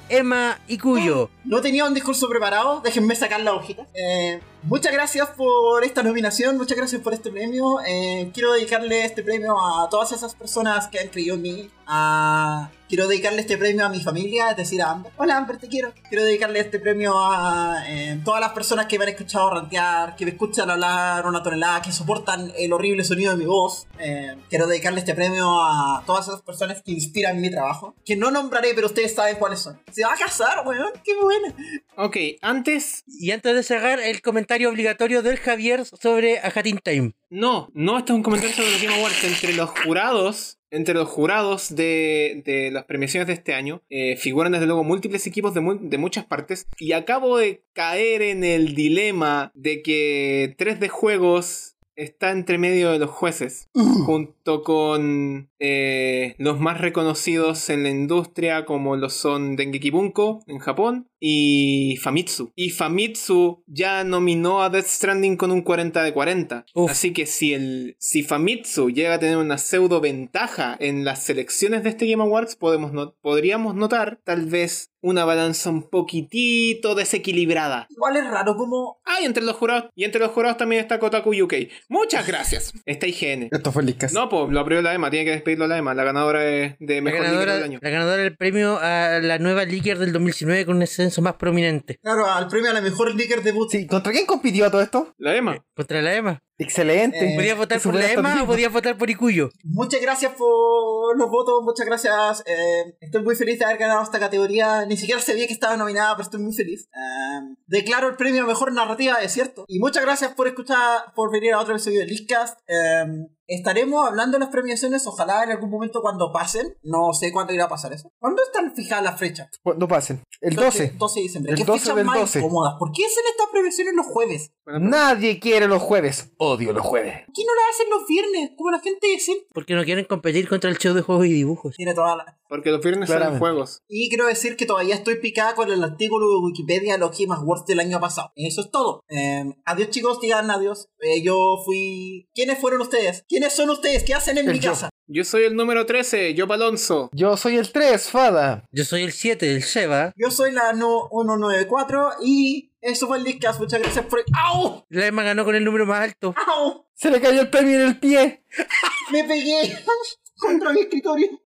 Speaker 3: Emma Ikuyo.
Speaker 1: No tenía un discurso preparado, déjenme sacar la hojita. Eh, muchas gracias por esta nominación, muchas gracias por este premio. Eh, quiero dedicarle este premio a todas esas personas que han creído en mí. a- Quiero dedicarle este premio a mi familia, es decir, a Amber. Hola Amber, te quiero. Quiero dedicarle este premio a eh, todas las personas que me han escuchado rantear, que me escuchan hablar una tonelada, que soportan el horrible sonido de mi voz. Eh, quiero dedicarle este premio a todas esas personas que inspiran mi trabajo, que no nombraré, pero ustedes saben cuáles son. Se va a casar, weón, qué buena.
Speaker 4: Ok, antes.
Speaker 3: Y antes de cerrar, el comentario obligatorio del Javier sobre A Hat in Time.
Speaker 4: No, no, esto es un comentario sobre los Game Awards. Entre los jurados. Entre los jurados de, de las premiaciones de este año eh, figuran desde luego múltiples equipos de, mu- de muchas partes y acabo de caer en el dilema de que 3D Juegos está entre medio de los jueces junto con eh, los más reconocidos en la industria como lo son Dengeki Bunko en Japón y Famitsu. Y Famitsu ya nominó a Death Stranding con un 40 de 40.
Speaker 3: Uf.
Speaker 4: Así que si, el, si Famitsu llega a tener una pseudo ventaja en las selecciones de este Game Awards, podemos no- podríamos notar tal vez una balanza un poquitito desequilibrada.
Speaker 1: Igual es raro como
Speaker 4: Ah, y entre los jurados, y entre los jurados también está Kotaku UK. Muchas gracias. Está IGN.
Speaker 2: Esto fue Lickas.
Speaker 4: No, pues lo abrió la EMA, tiene que despedirlo la EMA, la ganadora de, de
Speaker 3: La
Speaker 4: mejor
Speaker 3: ganadora,
Speaker 4: libro del año.
Speaker 3: la ganadora del premio a la nueva Licker del 2019 con un ascenso más prominente.
Speaker 1: Claro, al premio a la mejor líder debut.
Speaker 2: Sí, ¿contra quién compitió todo esto?
Speaker 4: La EMA.
Speaker 3: Contra la EMA.
Speaker 2: Excelente.
Speaker 1: Eh,
Speaker 3: ¿Podías votar
Speaker 2: eso
Speaker 3: por
Speaker 2: fue
Speaker 3: la
Speaker 2: hasta
Speaker 3: EMA
Speaker 2: el
Speaker 3: o
Speaker 2: mismo.
Speaker 3: podías votar por Icuyo?
Speaker 1: Muchas gracias por los votos, muchas gracias. eh, estoy muy feliz de haber ganado esta categoría. Ni siquiera sabía que estaba nominada, pero estoy muy feliz. Eh, declaro el premio a mejor narrativa de cierto. Y muchas gracias por escuchar, por venir a otro episodio de Listcast. estaremos hablando de las premiaciones, ojalá en algún momento cuando pasen. No sé cuándo irá a pasar eso. ¿Cuándo están fijadas las fechas?
Speaker 2: No pasen. El 12.
Speaker 1: 12 de diciembre.
Speaker 2: El
Speaker 1: ¿Qué
Speaker 2: 12
Speaker 1: fechas
Speaker 2: del
Speaker 1: más
Speaker 2: 12.
Speaker 1: incómodas? ¿Por qué hacen estas premiaciones los jueves?
Speaker 2: Nadie quiere los jueves. Odio los jueves.
Speaker 1: ¿Por qué no las hacen los viernes? Como la gente decente.
Speaker 3: Porque no quieren competir contra el show de juegos y dibujos.
Speaker 1: Tiene toda la...
Speaker 4: Porque los viernes salen
Speaker 2: Claramente.
Speaker 4: juegos.
Speaker 1: Y quiero decir que todavía estoy picada con el artículo de Wikipedia de los Game Awards del año pasado. Eso es todo. Eh, adiós chicos, digan adiós. Eh, yo fui... ¿Quiénes fueron ustedes? ¿Quiénes son ustedes? ¿Qué hacen en
Speaker 2: El
Speaker 1: mi
Speaker 2: yo.
Speaker 1: casa?
Speaker 4: Yo soy el número 13, yo Alonso.
Speaker 2: Yo soy el 3, Fada.
Speaker 3: Yo soy el 7, el Seba.
Speaker 1: Yo soy la no 194 y eso fue el Discast. Muchas gracias por... ¡Au!
Speaker 3: La EMA ganó con el número más alto.
Speaker 1: ¡Au!
Speaker 2: Se le cayó el premio en el pie.
Speaker 1: Me pegué contra mi escritorio.